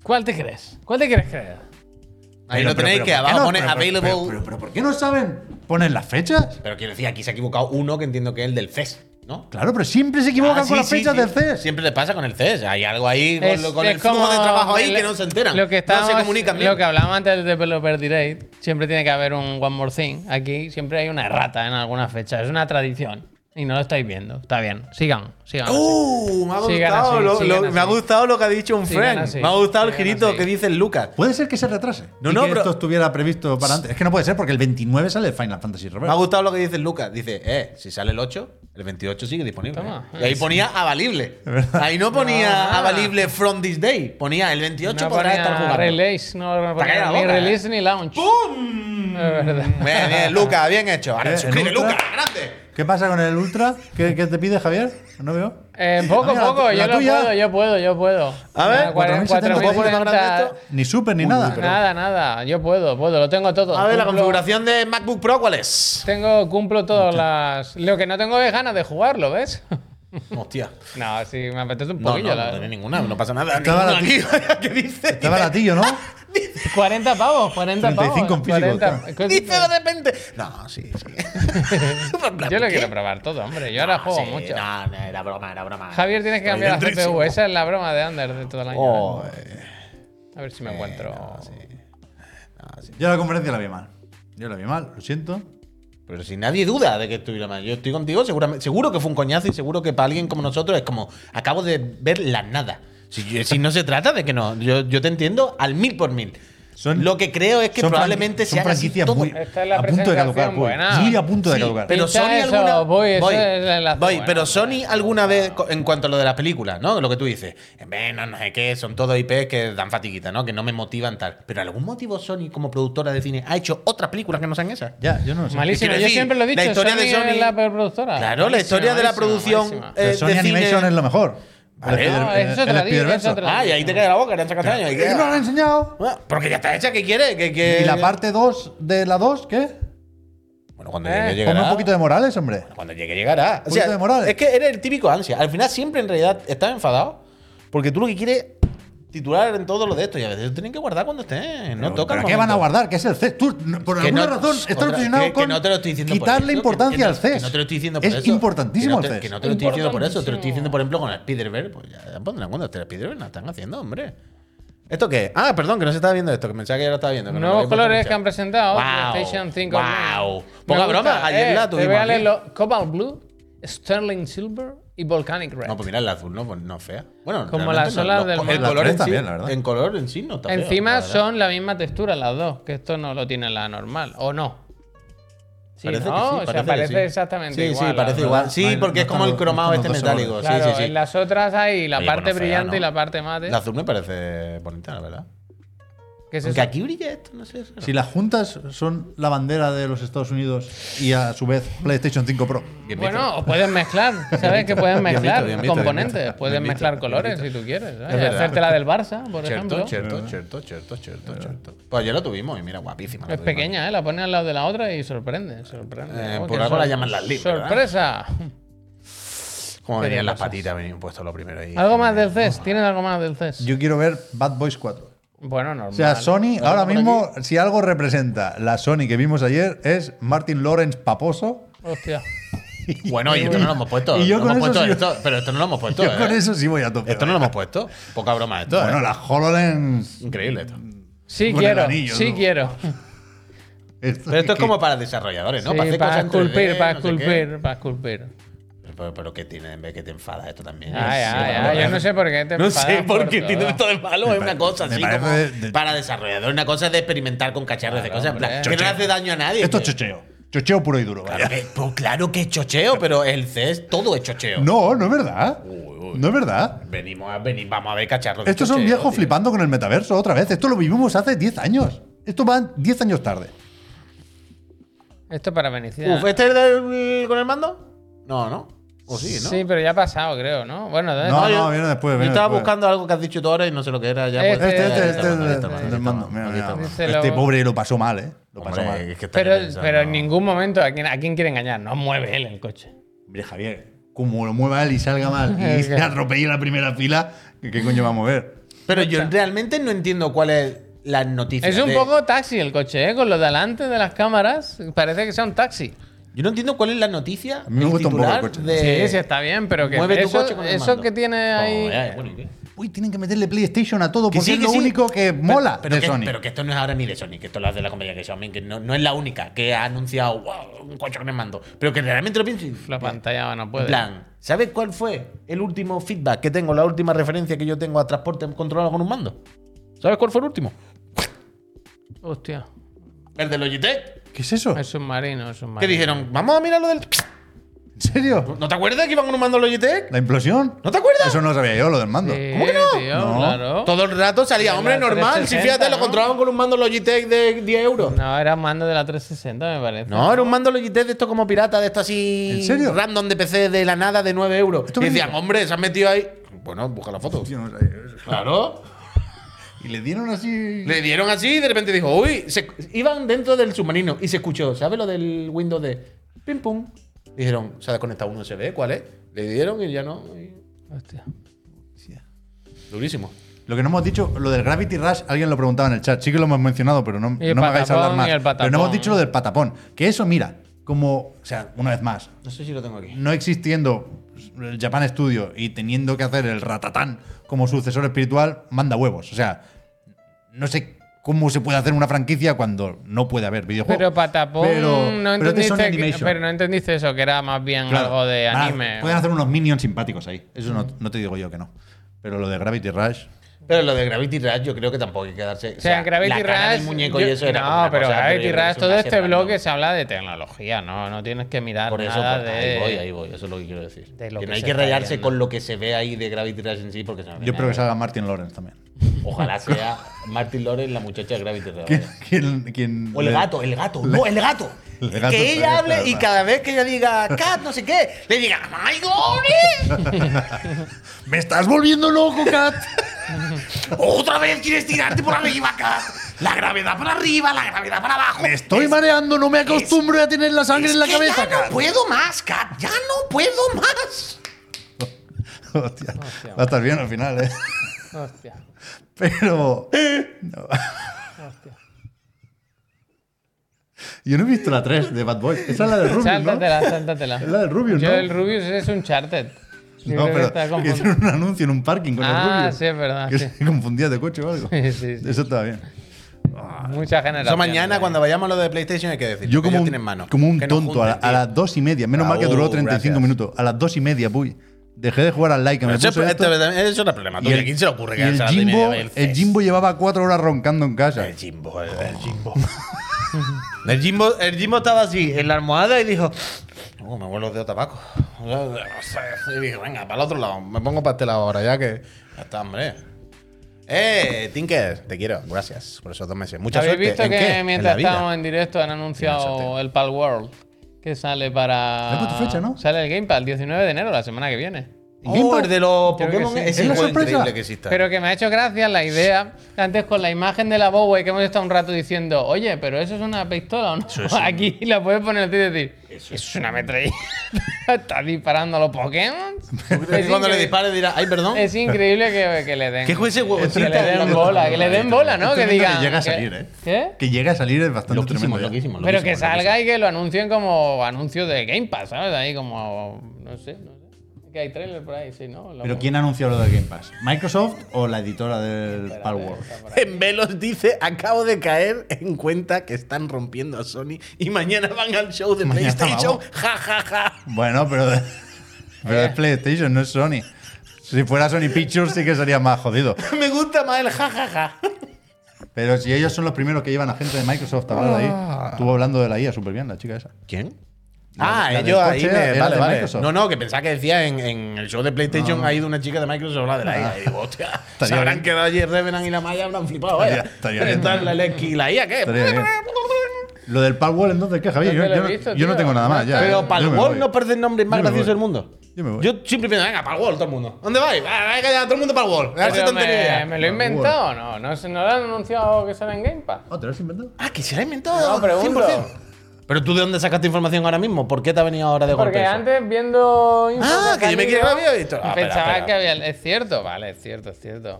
Speaker 2: ¿Cuál te crees? ¿Cuál te crees creer?
Speaker 3: Ahí
Speaker 1: Pero-
Speaker 3: lo tenéis
Speaker 1: pero-
Speaker 3: que
Speaker 1: pero ¿por qué
Speaker 3: abajo
Speaker 1: no?
Speaker 3: pone
Speaker 1: Pero- pero-
Speaker 3: available.
Speaker 1: Pero, pero- pero ¿por qué no saben poner las fechas?
Speaker 3: Pero quiero decir, aquí se ha equivocado uno que entiendo que es el del CES, ¿no?
Speaker 1: Claro, pero siempre se equivocan
Speaker 3: Ah, sí,
Speaker 1: con las
Speaker 3: sí,
Speaker 1: fechas
Speaker 3: sí.
Speaker 1: del CES.
Speaker 3: Siempre le pasa con el CES. Hay algo ahí con,
Speaker 2: Es-
Speaker 3: lo- con
Speaker 2: es
Speaker 3: el flujo de
Speaker 2: como
Speaker 3: trabajo ahí
Speaker 2: el-
Speaker 3: que no se enteran.
Speaker 2: Lo que
Speaker 3: no se
Speaker 2: estábamos-
Speaker 3: comunican bien.
Speaker 2: Lo que hablábamos antes del Developer Direct, siempre tiene que haber un One More Thing. Aquí siempre hay una errata en alguna fecha. Es una tradición. Y no lo estáis viendo. Está bien. Sigan, sigan. así.
Speaker 3: ¡Uh! Me ha,
Speaker 2: Sigan
Speaker 3: gustado
Speaker 2: así,
Speaker 3: lo,
Speaker 2: sigan
Speaker 3: lo- me ha
Speaker 2: así.
Speaker 3: gustado lo que ha dicho un
Speaker 2: Sigan
Speaker 3: friend.
Speaker 2: así,
Speaker 3: me ha gustado el
Speaker 2: sigan
Speaker 3: girito
Speaker 2: así.
Speaker 3: que dice el Lucas.
Speaker 1: Puede ser que se retrase.
Speaker 3: No,
Speaker 1: y
Speaker 3: no,
Speaker 1: que
Speaker 3: pero-
Speaker 1: esto estuviera previsto para antes. Es que no puede ser porque el 29 sale el Final Fantasy Roberto.
Speaker 3: Me ha gustado lo que dice el Lucas. Dice, eh, si sale el 8, el 28 sigue disponible.
Speaker 2: Toma.
Speaker 3: ¿eh? Y ahí ponía
Speaker 2: *laughs*
Speaker 3: avalible.
Speaker 1: verdad.
Speaker 3: Ahí no ponía
Speaker 2: No.
Speaker 3: avalible from this day. Ponía el 28
Speaker 2: no
Speaker 3: podrá
Speaker 2: ponía
Speaker 3: estar jugando.
Speaker 2: Release, no ponía
Speaker 3: callada la
Speaker 2: ni
Speaker 3: boca, eh.
Speaker 2: release ni launch. ¡Pum! Es verdad.
Speaker 3: Bien, bien, Lucas, bien hecho.
Speaker 1: Eh,
Speaker 3: Ahora suscribe,
Speaker 1: en Ultra.
Speaker 3: Lucas, grande.
Speaker 1: ¿Qué pasa con el Ultra? ¿Qué, qué te pide Javier? No veo.
Speaker 2: Eh, poco,
Speaker 1: Mira, la
Speaker 2: poco,
Speaker 1: tu-
Speaker 2: yo
Speaker 1: la
Speaker 2: lo
Speaker 1: tuya.
Speaker 2: puedo, yo puedo, yo puedo.
Speaker 3: A ver,
Speaker 2: Mira, cuaren-
Speaker 1: 4070
Speaker 2: 4070,
Speaker 1: ¿puedes
Speaker 3: poner más grande esto?
Speaker 1: Ni super ni nada.
Speaker 2: Nada, nada, yo puedo, puedo, lo tengo todo.
Speaker 3: A ver, la
Speaker 2: Cumplo-
Speaker 3: configuración
Speaker 2: *laughs*
Speaker 3: de MacBook Pro, ¿cuál es?
Speaker 2: Tengo, cumplo todas las. Lo que no tengo es ganas de jugarlo, ¿ves? *laughs*
Speaker 5: Hostia.
Speaker 2: No, sí, me apetece un
Speaker 5: No,
Speaker 2: poquillo.
Speaker 5: no,
Speaker 2: la-
Speaker 5: no tiene ninguna, no pasa nada.
Speaker 1: Estaba la
Speaker 5: Ninguna aquí, vaya, ¿Qué dices?
Speaker 1: Está baratillo, ¿no?
Speaker 2: 40 pavos, 40
Speaker 1: 35 en
Speaker 2: pavos.
Speaker 1: físico,
Speaker 2: 40
Speaker 1: claro.
Speaker 2: ¿Qué
Speaker 5: Dice
Speaker 2: dices?
Speaker 5: de repente. No, sí,
Speaker 2: *laughs*
Speaker 5: sí. En plan,
Speaker 2: Yo lo
Speaker 5: ¿qué?
Speaker 2: quiero probar todo, hombre. Yo ahora juego
Speaker 5: Sí,
Speaker 2: mucho.
Speaker 5: No, no, era broma, era broma.
Speaker 2: Javier, tienes que cambiar la
Speaker 5: Evidentísimo.
Speaker 2: CPU. Esa es la broma de Under de todo el año.
Speaker 5: Oh,
Speaker 2: A ver si me encuentro.
Speaker 1: Yo la conferencia la vi mal. Yo la vi mal, lo siento.
Speaker 5: Pero si nadie duda de que estuviera mal. Yo estoy contigo, seguramente, seguro que fue un coñazo y seguro que para alguien como nosotros es como, acabo de ver la nada. Si, yo- si no se trata de que no, yo, yo te entiendo al mil por mil.
Speaker 1: Son-
Speaker 5: Lo que creo es que
Speaker 1: son
Speaker 5: probablemente
Speaker 1: franqui-
Speaker 5: se
Speaker 1: son
Speaker 5: haga así
Speaker 1: franquicias
Speaker 5: todo.
Speaker 1: muy.
Speaker 2: Esta es la
Speaker 1: a punto de caducar,
Speaker 2: presentación
Speaker 1: Puy.
Speaker 2: buena.
Speaker 1: Muy a punto de
Speaker 5: Sí,
Speaker 1: caducar.
Speaker 5: Pero
Speaker 2: Pincha
Speaker 5: Sony
Speaker 2: eso,
Speaker 5: alguna
Speaker 2: voy, eso es el enlace
Speaker 5: voy,
Speaker 2: bueno,
Speaker 5: pero
Speaker 2: hombre.
Speaker 5: Sony alguna vez co- en cuanto a lo de las películas, ¿no? Lo que tú dices, en vez no, no sé qué, son todos IPs que dan fatiguita, ¿no? Que no me motivan tal. Pero algún motivo Sony como productora de cine ha hecho otras películas que no sean esas.
Speaker 1: Ya, yo no lo sé.
Speaker 2: Malísimo.
Speaker 5: quiero
Speaker 2: Yo
Speaker 5: decir,
Speaker 2: siempre lo he
Speaker 5: la
Speaker 2: dicho.
Speaker 5: historia de
Speaker 2: Sony
Speaker 5: Sony-
Speaker 2: es la peor productora.
Speaker 5: Claro, la historia de la
Speaker 2: Ah, Malísima,
Speaker 5: producción
Speaker 2: malísima.
Speaker 1: Pero
Speaker 5: eh,
Speaker 1: Sony
Speaker 5: de
Speaker 1: Animation
Speaker 5: cine-
Speaker 1: es lo mejor.
Speaker 5: Vale.
Speaker 1: El Spider-
Speaker 2: No, es
Speaker 1: el-
Speaker 2: otra
Speaker 1: el
Speaker 2: liga, es
Speaker 1: Spider-Verse.
Speaker 2: otra.
Speaker 5: Ah, y ahí te cae la boca, Aranza Castaño. este ahí
Speaker 1: ¿Y no lo han
Speaker 5: queda.
Speaker 1: enseñado?
Speaker 5: Ah, Porque ya está hecha, ¿qué quiere? ¿Qué, qué?
Speaker 1: ¿Y la parte 2 de la 2 qué?
Speaker 5: Bueno, cuando
Speaker 2: Eh,
Speaker 5: llegue,
Speaker 1: Ponme
Speaker 5: llegará.
Speaker 1: un poquito de Morales, hombre.
Speaker 5: Cuando llegue, llegará. O
Speaker 1: poquito
Speaker 5: sea,
Speaker 1: de Morales.
Speaker 5: es que era el típico ansia. Al final siempre en realidad estás enfadado porque tú lo que quieres titular en todo lo de esto y a veces tienen que guardar cuando estén. No
Speaker 1: Pero-
Speaker 5: toca.
Speaker 1: ¿Pero
Speaker 5: el
Speaker 1: qué van a
Speaker 5: momento.
Speaker 1: guardar? ¿Qué es el C? Tú, no- por
Speaker 5: Que
Speaker 1: alguna
Speaker 5: no-
Speaker 1: razón,
Speaker 5: otra-
Speaker 1: estás obsesionado
Speaker 5: que- que
Speaker 1: con
Speaker 5: no te lo estoy diciendo por
Speaker 1: quitarle
Speaker 5: eso,
Speaker 1: importancia
Speaker 5: que- que no-
Speaker 1: al CES.
Speaker 5: Que no te lo estoy diciendo por
Speaker 1: es
Speaker 5: eso.
Speaker 1: importantísimo
Speaker 5: que no
Speaker 1: el
Speaker 5: te,
Speaker 1: CES.
Speaker 5: Que no te lo estoy diciendo por eso. Te lo estoy diciendo, por ejemplo, con el Spider-Verse. Pues ya, ya pondrán cuando el Spider-Verse no están haciendo, hombre. ¿Esto qué? Ah, perdón, que no se estaba viendo esto. Que pensaba que ya lo estaba viendo. que no lo
Speaker 2: Nuevos
Speaker 5: había puesto
Speaker 2: colores
Speaker 5: mucho.
Speaker 2: que han presentado.
Speaker 5: Wow,
Speaker 2: PlayStation 5.
Speaker 5: wow.
Speaker 2: Me
Speaker 5: Poca
Speaker 2: gusta.
Speaker 5: broma, ayer la
Speaker 2: Te voy
Speaker 5: tuvimos
Speaker 2: a leer
Speaker 5: aquí.
Speaker 2: lo- Cobalt Blue, Sterling Silver y Volcanic Red.
Speaker 5: No, pues mira, el azul no, pues no es fea. Bueno,
Speaker 2: Como
Speaker 5: realmente
Speaker 2: las
Speaker 5: no-
Speaker 2: olas
Speaker 5: no-
Speaker 2: del
Speaker 5: el
Speaker 2: mar.
Speaker 5: color en
Speaker 1: Las
Speaker 5: sí,
Speaker 1: tres también, la verdad.
Speaker 5: En color en sí no está feo, la
Speaker 2: Encima
Speaker 5: verdad.
Speaker 2: son la misma textura las dos, que esto no lo tiene la normal, ¿o no? Sí,
Speaker 5: Parece que
Speaker 2: ¿no? o sea,
Speaker 5: parece que
Speaker 2: parece
Speaker 5: sí.
Speaker 2: exactamente
Speaker 5: sí,
Speaker 2: igual.
Speaker 5: Sí, parece
Speaker 2: ¿no?
Speaker 5: igual. Sí,
Speaker 1: No hay-
Speaker 5: porque
Speaker 1: no
Speaker 5: es como el
Speaker 1: están los-
Speaker 5: cromado
Speaker 1: no
Speaker 5: este
Speaker 1: están los dos
Speaker 5: metálico. Sí,
Speaker 2: Claro,
Speaker 5: sí, sí.
Speaker 2: en las otras hay la
Speaker 5: Oye,
Speaker 2: parte
Speaker 5: bueno, fea,
Speaker 2: brillante
Speaker 5: ¿no?
Speaker 2: y la parte mate.
Speaker 5: La azul me parece bonita, la verdad.
Speaker 2: ¿Qué es
Speaker 5: Aunque
Speaker 2: eso?
Speaker 5: aquí brilla esto, no sé.
Speaker 1: Si las juntas son la bandera de los Estados Unidos y a su vez PlayStation 5 Pro.
Speaker 2: Bueno, o puedes mezclar, ¿sabes? que puedes
Speaker 5: *laughs* Bien visto,
Speaker 2: mezclar
Speaker 5: bien visto, bien
Speaker 2: componentes,
Speaker 5: visto.
Speaker 2: puedes
Speaker 5: Bien visto,
Speaker 2: mezclar
Speaker 5: bien
Speaker 2: colores
Speaker 5: visto.
Speaker 2: si tú quieres. ¿sabes?
Speaker 5: Es verdad.
Speaker 2: Hacerte la del Barça, por
Speaker 5: Cierto,
Speaker 2: ejemplo.
Speaker 5: cierto, cierto, cierto, cierto, cierto. Pues ayer la tuvimos y mira, guapísima. la
Speaker 2: Es
Speaker 5: tuvimos.
Speaker 2: pequeña, ¿eh? la pones al lado de la otra y sorprende, sorprende.
Speaker 5: Eh,
Speaker 2: Oh,
Speaker 5: por
Speaker 2: qué
Speaker 5: algo la
Speaker 2: sor-
Speaker 5: llaman las Lip, ¿verdad?
Speaker 2: ¡Sorpresa!
Speaker 5: Como
Speaker 2: Qué
Speaker 5: venían las
Speaker 2: cosas.
Speaker 5: patitas, venían puesto lo primero ahí.
Speaker 2: ¿Algo más del CES? ¿Tienes algo más del CES?
Speaker 1: Yo quiero ver Bad Boys 4.
Speaker 2: Bueno, normal.
Speaker 1: O sea, Sony,
Speaker 5: Vale,
Speaker 1: ahora
Speaker 5: por
Speaker 1: mismo, si algo representa la Sony que vimos ayer, es Martin Lawrence Paposo.
Speaker 2: Hostia.
Speaker 5: Bueno, y esto no lo hemos puesto.
Speaker 1: Y yo
Speaker 5: no
Speaker 1: con
Speaker 5: hemos
Speaker 1: eso
Speaker 5: puesto
Speaker 1: sí-
Speaker 5: esto, pero esto no lo hemos puesto.
Speaker 1: Yo con
Speaker 5: ¿eh?
Speaker 1: eso sí voy a tope.
Speaker 5: Esto no lo hemos puesto. Poca broma esto.
Speaker 1: Bueno,
Speaker 5: ¿eh?
Speaker 1: la HoloLens.
Speaker 5: Increíble esto.
Speaker 2: Sí
Speaker 1: Con el
Speaker 2: quiero,
Speaker 1: anillo,
Speaker 2: sí
Speaker 1: ¿no?
Speaker 2: quiero.
Speaker 5: Pero esto es como para desarrolladores, ¿no?
Speaker 2: Sí,
Speaker 5: hacer
Speaker 2: para
Speaker 5: cosas en 3D,
Speaker 2: esculpir, para
Speaker 5: no sé qué.
Speaker 2: esculpir, para esculpir.
Speaker 5: Pero, pero que tiene, en vez que te enfada esto también.
Speaker 2: Ay, ay,
Speaker 5: Sí,
Speaker 2: ay,
Speaker 5: vale.
Speaker 2: yo no sé por qué te
Speaker 5: No
Speaker 2: enfadas
Speaker 5: sé por qué
Speaker 2: todo.
Speaker 5: tiene esto de malo. Es una
Speaker 1: pare-
Speaker 5: cosa
Speaker 1: me
Speaker 5: así
Speaker 1: parece
Speaker 5: como
Speaker 1: de- de-
Speaker 5: para desarrollador. Una cosa es de experimentar con cacharros de
Speaker 2: Claro,
Speaker 5: cosas. En plan,
Speaker 2: hombre.
Speaker 5: que no le hace daño a nadie.
Speaker 1: Esto es
Speaker 5: que-
Speaker 1: chocheo. Chocheo puro y duro.
Speaker 5: Claro
Speaker 1: Vaya.
Speaker 5: que, pues claro que es chocheo, pero el CES todo es chocheo.
Speaker 1: No, no es verdad.
Speaker 5: Uy, uy.
Speaker 1: No es verdad.
Speaker 5: Venimos a venir, vamos a ver cacharros de
Speaker 1: Estos son
Speaker 5: chocheo,
Speaker 1: viejos
Speaker 5: tío.
Speaker 1: flipando con el metaverso otra vez. Esto lo vivimos hace 10 años. Esto va 10 años tarde.
Speaker 2: Esto para Venecia.
Speaker 5: Uf, ¿este es del- con el mando? No, no. O sí, ¿no? Ah,
Speaker 2: Sí, pero ya ha pasado, creo, ¿no? Bueno, ¿dónde
Speaker 1: No,
Speaker 2: está?
Speaker 5: yo-
Speaker 1: viene después,
Speaker 5: Yo
Speaker 1: viene
Speaker 5: estaba
Speaker 1: después.
Speaker 5: buscando algo que has dicho tú ahora y no sé lo que era. Ya,
Speaker 2: Este,
Speaker 1: Este, este,
Speaker 2: Ahí
Speaker 1: este,
Speaker 2: está,
Speaker 1: este,
Speaker 2: ahí
Speaker 1: este,
Speaker 2: está,
Speaker 1: del mando. Mira, mira.
Speaker 2: Dice
Speaker 1: Este
Speaker 2: lo-
Speaker 1: pobre lo pasó mal, ¿eh? Lo pasó mal.
Speaker 2: Pero, pero en ningún momento, ¿a quién, ¿a quién quiere engañar? No mueve él el coche.
Speaker 1: Hombre, Javier, como lo mueva él y salga
Speaker 5: *laughs*
Speaker 1: mal y
Speaker 2: Es que-
Speaker 1: se atropelle la primera fila, ¿qué coño va a mover?
Speaker 5: Pero yo realmente no entiendo cuál es la noticia.
Speaker 2: Es un
Speaker 5: de-
Speaker 2: poco taxi el coche, ¿eh? Con lo de delante de las cámaras, parece que sea un taxi.
Speaker 5: Yo no entiendo cuál es la noticia.
Speaker 1: mí me
Speaker 5: el
Speaker 1: gusta un poco el
Speaker 5: titular
Speaker 1: coche.
Speaker 5: de-
Speaker 2: sí, sí, está bien, pero que
Speaker 5: Mueve tu
Speaker 2: eso,
Speaker 5: coche con el
Speaker 2: eso
Speaker 5: mando.
Speaker 2: que tiene ahí...
Speaker 5: Joder, bueno, ¿y qué?
Speaker 1: Uy, tienen que meterle PlayStation a todo
Speaker 5: Que
Speaker 1: porque
Speaker 5: sí,
Speaker 1: es
Speaker 5: que
Speaker 1: lo
Speaker 5: sí.
Speaker 1: único que mola
Speaker 5: pero
Speaker 1: de
Speaker 5: que,
Speaker 1: Sony.
Speaker 5: Pero que esto no es ahora ni de Sony, que esto lo hace la compañía que es Xiaomi, que no, no es la única que ha anunciado "Wow, un coche con el mando. Pero que realmente lo pienso y.
Speaker 2: La pantalla no
Speaker 5: En
Speaker 2: puede.
Speaker 5: plan, ¿sabes cuál fue el último feedback que tengo, la última referencia que yo tengo a transporte controlado con un mando? ¿Sabes cuál fue el último?
Speaker 2: Hostia,
Speaker 5: El de Logitech.
Speaker 1: ¿Qué es eso?
Speaker 2: es submarino, es submarino.
Speaker 5: Que dijeron, vamos a mirar lo del.
Speaker 1: ¿En serio?
Speaker 5: ¿No te acuerdas que iban con un mando Logitech?
Speaker 1: ¿La implosión?
Speaker 5: ¿No te acuerdas?
Speaker 1: Eso no lo sabía yo, lo del mando.
Speaker 2: Sí,
Speaker 5: ¿Cómo que no?
Speaker 2: tío,
Speaker 1: No.
Speaker 2: claro.
Speaker 5: Todo el rato salía,
Speaker 2: Era
Speaker 5: hombre,
Speaker 2: el
Speaker 5: normal. Si
Speaker 2: 360,
Speaker 5: fíjate, lo
Speaker 2: ¿no?
Speaker 5: controlaban con un mando Logitech de 10 euros.
Speaker 2: No, era mando de la 360, me parece.
Speaker 5: No, era un mando Logitech de esto como pirata, de esto así.
Speaker 1: ¿En serio?
Speaker 5: Random de PC de la nada de 9 euros.
Speaker 1: Esto
Speaker 5: Y
Speaker 1: me
Speaker 5: decían,
Speaker 1: dijo.
Speaker 5: hombre, se han metido ahí. Bueno, busca la foto.
Speaker 1: Tío, no sabía yo eso.
Speaker 5: Claro.
Speaker 1: Y le dieron así.
Speaker 5: Le dieron así y de repente dijo, uy, se- iban dentro del submarino y se escuchó, ¿sabes lo del Windows de pim pum? Dijeron, se ha desconectado un USB, ¿cuál es? Le dieron y ya no. y-
Speaker 2: Hostia.
Speaker 5: Durísimo.
Speaker 1: Lo que no hemos dicho, lo del Gravity Rush, alguien lo preguntaba en el chat. Sí que lo hemos mencionado, pero no, no me
Speaker 2: el
Speaker 1: hagáis
Speaker 2: patapón,
Speaker 1: hablar más.
Speaker 2: y el
Speaker 1: Pero no
Speaker 2: patapón.
Speaker 1: hemos dicho lo del patapón. Que eso, mira, como, o sea, una vez más,
Speaker 5: No sé si lo tengo aquí.
Speaker 1: no existiendo pues, el Japan Studio y teniendo que hacer el Ratatán como sucesor espiritual, manda huevos. O sea, no sé cómo se puede hacer una franquicia cuando no puede haber videojuegos.
Speaker 5: Oh,
Speaker 2: Pero Patapón,
Speaker 1: Pero-
Speaker 2: no,
Speaker 1: pero este
Speaker 2: entendiste
Speaker 1: Sony
Speaker 2: que-
Speaker 1: Animation.
Speaker 2: pero no entendiste eso, que era más bien
Speaker 1: Claro,
Speaker 2: algo de
Speaker 5: Ah,
Speaker 1: van a-
Speaker 2: anime.
Speaker 1: pueden hacer unos minions simpáticos ahí. Eso no, no te digo yo que no. Pero lo de Gravity Rush.
Speaker 5: Pero lo de Gravity Rush yo creo que tampoco hay que quedarse.
Speaker 2: o sea, en Gravity
Speaker 5: la cara del
Speaker 2: Rush.
Speaker 5: muñeco y
Speaker 2: yo-
Speaker 5: eso era como
Speaker 2: no,
Speaker 5: una
Speaker 2: pero
Speaker 5: cosa,
Speaker 2: Gravity
Speaker 5: yo creo que
Speaker 2: Rush,
Speaker 5: es un
Speaker 2: todo este
Speaker 5: random.
Speaker 2: bloque se habla de tecnología, ¿no? No tienes que mirar
Speaker 5: Por eso,
Speaker 2: nada de.
Speaker 5: pues, ahí voy, ahí voy. Eso es lo que quiero decir.
Speaker 2: de lo
Speaker 5: que
Speaker 2: que
Speaker 5: no hay
Speaker 2: se
Speaker 5: que
Speaker 2: está
Speaker 5: rayarse
Speaker 2: viendo.
Speaker 5: con lo que se ve ahí de Gravity Rush en sí, porque se nos viene
Speaker 1: Yo espero que
Speaker 5: algo.
Speaker 1: salga Martin Lawrence también. *laughs*
Speaker 5: Ojalá sea Martin Lawrence la muchacha de Gravity Rush.
Speaker 1: ¿Quién,
Speaker 5: vaya.
Speaker 1: quién- quién
Speaker 5: O el
Speaker 1: le-
Speaker 5: gato, el gato, no, el gato.
Speaker 1: *laughs* El gato
Speaker 5: que
Speaker 1: estaría
Speaker 5: ella hable y
Speaker 1: claro.
Speaker 5: cada vez que ella diga cat, no sé qué, le diga ¡My God!
Speaker 1: ¡Me estás volviendo loco,
Speaker 2: *laughs*
Speaker 1: Kat!
Speaker 5: ¡Otra vez quieres tirarte por arriba, cat! La gravedad para arriba, la gravedad para abajo.
Speaker 1: ¡Me estoy mareando! ¡No me acostumbro a tener la sangre en la cabeza,
Speaker 5: ya
Speaker 1: Kat!
Speaker 5: no puedo más, cat, ya no puedo más.
Speaker 1: *laughs* Hostia, va a estar bien al final, ¿eh? *laughs*
Speaker 2: Hostia.
Speaker 1: Pero. no. *laughs* Yo no he visto la 3 de Bad Boys. Esa es la de Rubius, ¿no?
Speaker 2: Sáltatela, sáltatela.
Speaker 1: Es la del Rubius,
Speaker 2: Yo,
Speaker 1: ¿no?
Speaker 2: el Rubius es un charted.
Speaker 1: No, *laughs* pero que hicieron un anuncio en un parking con
Speaker 2: Ah,
Speaker 1: el Rubius.
Speaker 2: sí, es verdad,
Speaker 1: Que
Speaker 2: sí.
Speaker 1: se confundía de coche o algo.
Speaker 2: *laughs* Sí, sí, sí.
Speaker 1: Eso estaba bien.
Speaker 2: Mucha generación.
Speaker 5: Eso mañana, cuando vayamos a lo de PlayStation, hay que decir.
Speaker 1: Yo como
Speaker 5: tienen
Speaker 1: un,
Speaker 5: mano.
Speaker 1: como un
Speaker 5: Que nos
Speaker 1: tonto, a, la-
Speaker 5: junten,
Speaker 1: a
Speaker 5: tío.
Speaker 1: las dos y media, menos mal que duró
Speaker 5: Bravo,
Speaker 1: 35
Speaker 5: gracias.
Speaker 1: minutos, a las dos y media, puy. Dejé de jugar al like que me
Speaker 5: Pero
Speaker 1: puse
Speaker 5: eso,
Speaker 1: esto,
Speaker 5: esto- eso no es problema tuyo. ¿A quién se le ocurre
Speaker 1: y
Speaker 5: que
Speaker 1: el
Speaker 5: sea la
Speaker 1: Jimbo,
Speaker 5: línea de-
Speaker 1: el Jimbo llevaba cuatro horas roncando en casa.
Speaker 5: El Jimbo, el, el Jimbo. *laughs* el Jimbo. El Jimbo estaba así, en la almohada, y dijo: "Oh, Me vuelvo de tabaco. Y dijo: Venga, para el otro lado. Me pongo para este lado ahora, ya que. Ya está, hombre. Eh, Tinker, te quiero. Gracias por esos dos meses. Mucha
Speaker 2: ¿Habéis
Speaker 5: suerte.
Speaker 2: visto
Speaker 5: ¿En
Speaker 2: que
Speaker 5: qué? En la
Speaker 2: mientras
Speaker 5: vida.
Speaker 2: estábamos en directo han anunciado
Speaker 5: suerte.
Speaker 2: el Pal World? Que sale
Speaker 1: ¿Le
Speaker 2: para.
Speaker 1: han puesto fecha, no?
Speaker 2: Sale el Game Pass el 19 de enero, la semana que viene.
Speaker 1: ¿En Game
Speaker 5: Oh,
Speaker 1: Pass?
Speaker 5: el de los
Speaker 2: Creo que
Speaker 5: Pokémon
Speaker 2: sí.
Speaker 5: es,
Speaker 1: ¿Es la
Speaker 5: algo
Speaker 1: sorpresa?
Speaker 5: increíble que exista.
Speaker 2: Pero que me ha hecho gracia la idea. Antes con la imagen de la Bowie que hemos estado un rato diciendo, oye, pero eso es una pistola o no. *laughs* Aquí la puedes poner tú y decir, eso es una metralleta. *laughs* Estás disparando a los Pokémon.
Speaker 5: Porque cuando le
Speaker 2: increíble.
Speaker 5: dispares dirá, ay, perdón.
Speaker 2: Es increíble que, que le den.
Speaker 5: ¿Qué fue ese huevo?
Speaker 2: Eh, Que le den bola, que le den bola, ¿no?
Speaker 1: Estoy
Speaker 2: Que
Speaker 1: viendo
Speaker 2: digan.
Speaker 1: llega a
Speaker 2: que-
Speaker 1: salir, ¿eh?
Speaker 2: ¿Qué?
Speaker 1: Que llega a salir es bastante
Speaker 5: Loquísimo,
Speaker 1: tremendo. ya.
Speaker 5: loquísimo,
Speaker 2: Pero
Speaker 5: loquísimo,
Speaker 2: que salga y que lo anuncien como anuncio de Game Pass, ¿sabes? Ahí como. No sé, no sé. Que hay trailer por ahí, sí, ¿no? Lo-
Speaker 1: Pero ¿quién anunció lo de Game Pass? ¿Microsoft o la editora del Pal World?
Speaker 5: En Velos dice, acabo de caer en cuenta que están rompiendo a Sony y mañana van al show de
Speaker 1: Mañana
Speaker 5: PlayStation.
Speaker 1: vamos.
Speaker 5: Ja, ja, ja.
Speaker 1: Bueno, pero, de- pero
Speaker 5: Eh.
Speaker 1: es PlayStation, no es Sony. Si fuera Sony Pictures sí que sería más jodido.
Speaker 5: Me gusta más el ja, ja, ja.
Speaker 1: Pero si ellos son los primeros que llevan a gente de Microsoft a hablar de
Speaker 5: Ah.
Speaker 1: ahí. Estuvo hablando de la IA súper bien, la chica esa.
Speaker 5: ¿Quién?
Speaker 1: La-
Speaker 5: Ah,
Speaker 1: la del
Speaker 5: ellos ahí
Speaker 1: coche
Speaker 5: me-
Speaker 1: era
Speaker 5: Vale,
Speaker 1: Eh, de
Speaker 5: vale.
Speaker 1: Microsoft.
Speaker 5: No, no, que pensaba que decía en, en el show de PlayStation ha ido una chica de Microsoft a hablar de la IA. Y digo, hostia, se
Speaker 1: Estaría
Speaker 5: habrán
Speaker 1: bien.
Speaker 5: quedado allí Revenant y la Maya, habrán flipado, vaya.
Speaker 1: Estaría- estaría bien.
Speaker 5: Están la Lexi y la IA, ¿qué?
Speaker 1: Estaría bien. Lo del Palworld entonces, ¿qué, Javier?
Speaker 2: No
Speaker 1: Yo,
Speaker 2: te lo he
Speaker 1: yo no-
Speaker 2: visto,
Speaker 1: yo
Speaker 2: tío.
Speaker 1: no tengo nada más ya. ¿eh?
Speaker 5: Pero
Speaker 1: Yo
Speaker 5: para el
Speaker 1: me
Speaker 5: Wall
Speaker 1: voy.
Speaker 5: no parece el nombre más
Speaker 1: Yo me
Speaker 5: gracioso
Speaker 1: voy.
Speaker 5: del mundo.
Speaker 1: Yo me voy.
Speaker 5: siempre pienso, venga, para el Wall todo el mundo. ¿Dónde vais? Ah, Venga, ya, todo el mundo para el Wall. A ver si
Speaker 2: Pero
Speaker 5: tontería.
Speaker 2: me, me lo he inventado o no? ¿No, se- no lo han anunciado que sale en Game Pass?
Speaker 1: Ah, ¿te lo has inventado?
Speaker 5: Ah, que se la ha inventado.
Speaker 2: No, pregunto.
Speaker 5: 100%. Pero tú de dónde sacaste información ahora mismo? ¿Por qué te ha venido ahora de golpe?
Speaker 2: Porque
Speaker 5: eso?
Speaker 2: antes viendo. info
Speaker 5: Ah, que yo me
Speaker 2: salió,
Speaker 5: que había visto. Ah, espera,
Speaker 2: pensaba
Speaker 5: espera.
Speaker 2: que había. Es cierto, vale, es cierto, es cierto.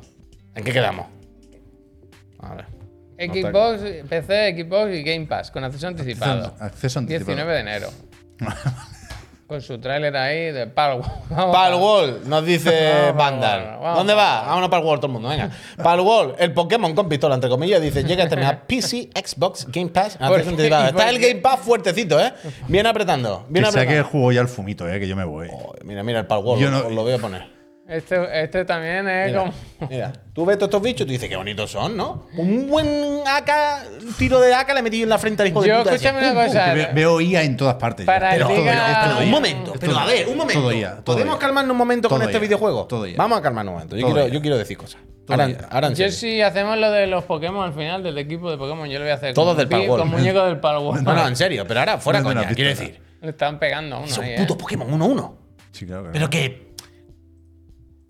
Speaker 5: ¿En qué quedamos? A ver.
Speaker 2: Xbox, PC, Xbox y Game Pass con acceso anticipado.
Speaker 1: Acceso anticipado.
Speaker 2: 19 de
Speaker 5: *laughs*
Speaker 2: enero. con su tráiler ahí de
Speaker 5: *laughs*
Speaker 2: Pal. Vamos
Speaker 5: Pal
Speaker 2: a-
Speaker 5: Wall, nos dice
Speaker 2: *laughs* Vamos,
Speaker 5: Vandal.
Speaker 2: vamos, vamos.
Speaker 5: ¿Dónde va? Vámonos para el Wall, todo el mundo, venga. Pal Wall, el Pokémon con pistola, entre comillas, dice: Llega
Speaker 2: *laughs*
Speaker 5: a terminar PC, Xbox, Game Pass.
Speaker 2: ¿Por qué?
Speaker 5: antes de- Está el
Speaker 2: ¿Por qué?
Speaker 5: Game Pass fuertecito, ¿eh? Bien apretando. Bien
Speaker 1: Que saque el
Speaker 5: apretando.
Speaker 1: juego ya el fumito, eh, que yo me voy.
Speaker 5: Oh, mira, mira el Pal Wall,
Speaker 1: Yo no-
Speaker 5: os lo voy a poner.
Speaker 2: Este, este también es
Speaker 5: Mira,
Speaker 2: como.
Speaker 5: mira, tú ves todos estos bichos y tú dices qué bonitos son, ¿no? Un buen AK, tiro de AK le he metido en la frente al hijo de
Speaker 2: Yo,
Speaker 5: puta. ese.
Speaker 2: escúchame una
Speaker 5: Pum,
Speaker 2: cosa.
Speaker 1: Que ve- Veo IA en todas partes. ya.
Speaker 2: Para
Speaker 5: Pero,
Speaker 2: el
Speaker 5: pero,
Speaker 2: día-
Speaker 5: pero
Speaker 1: Todo
Speaker 5: un
Speaker 1: ya.
Speaker 5: momento,
Speaker 1: Es
Speaker 5: pero
Speaker 1: todo
Speaker 5: a ver,
Speaker 1: ya.
Speaker 5: un momento.
Speaker 1: Todo ya, todo
Speaker 5: ¿Podemos
Speaker 1: ya.
Speaker 5: calmarnos un momento con
Speaker 1: Todo
Speaker 5: este
Speaker 1: ya,
Speaker 5: videojuego?
Speaker 1: todo ya.
Speaker 5: Vamos a calmarnos un momento. Yo
Speaker 1: Todo
Speaker 5: quiero,
Speaker 1: ya.
Speaker 5: yo quiero decir cosas.
Speaker 1: Todo
Speaker 5: Ahora,
Speaker 1: ya.
Speaker 5: ahora en
Speaker 2: Yo
Speaker 5: serio.
Speaker 2: si hacemos lo de los Pokémon al final del equipo de Pokémon, yo lo voy a hacer
Speaker 5: Todos
Speaker 2: con
Speaker 5: del
Speaker 2: pi-
Speaker 5: Palworld.
Speaker 2: Con muñeco
Speaker 5: *laughs*
Speaker 2: del Palworld.
Speaker 5: No, no, en serio, pero ahora fuera
Speaker 1: No es una
Speaker 5: coña. Quiero
Speaker 1: pistola.
Speaker 5: decir,
Speaker 2: Ah, Le están pegando a uno
Speaker 5: son
Speaker 2: ahí, ¿eh?
Speaker 5: putos Pokémon 1-1.
Speaker 1: Sí, claro que no.
Speaker 5: Pero que.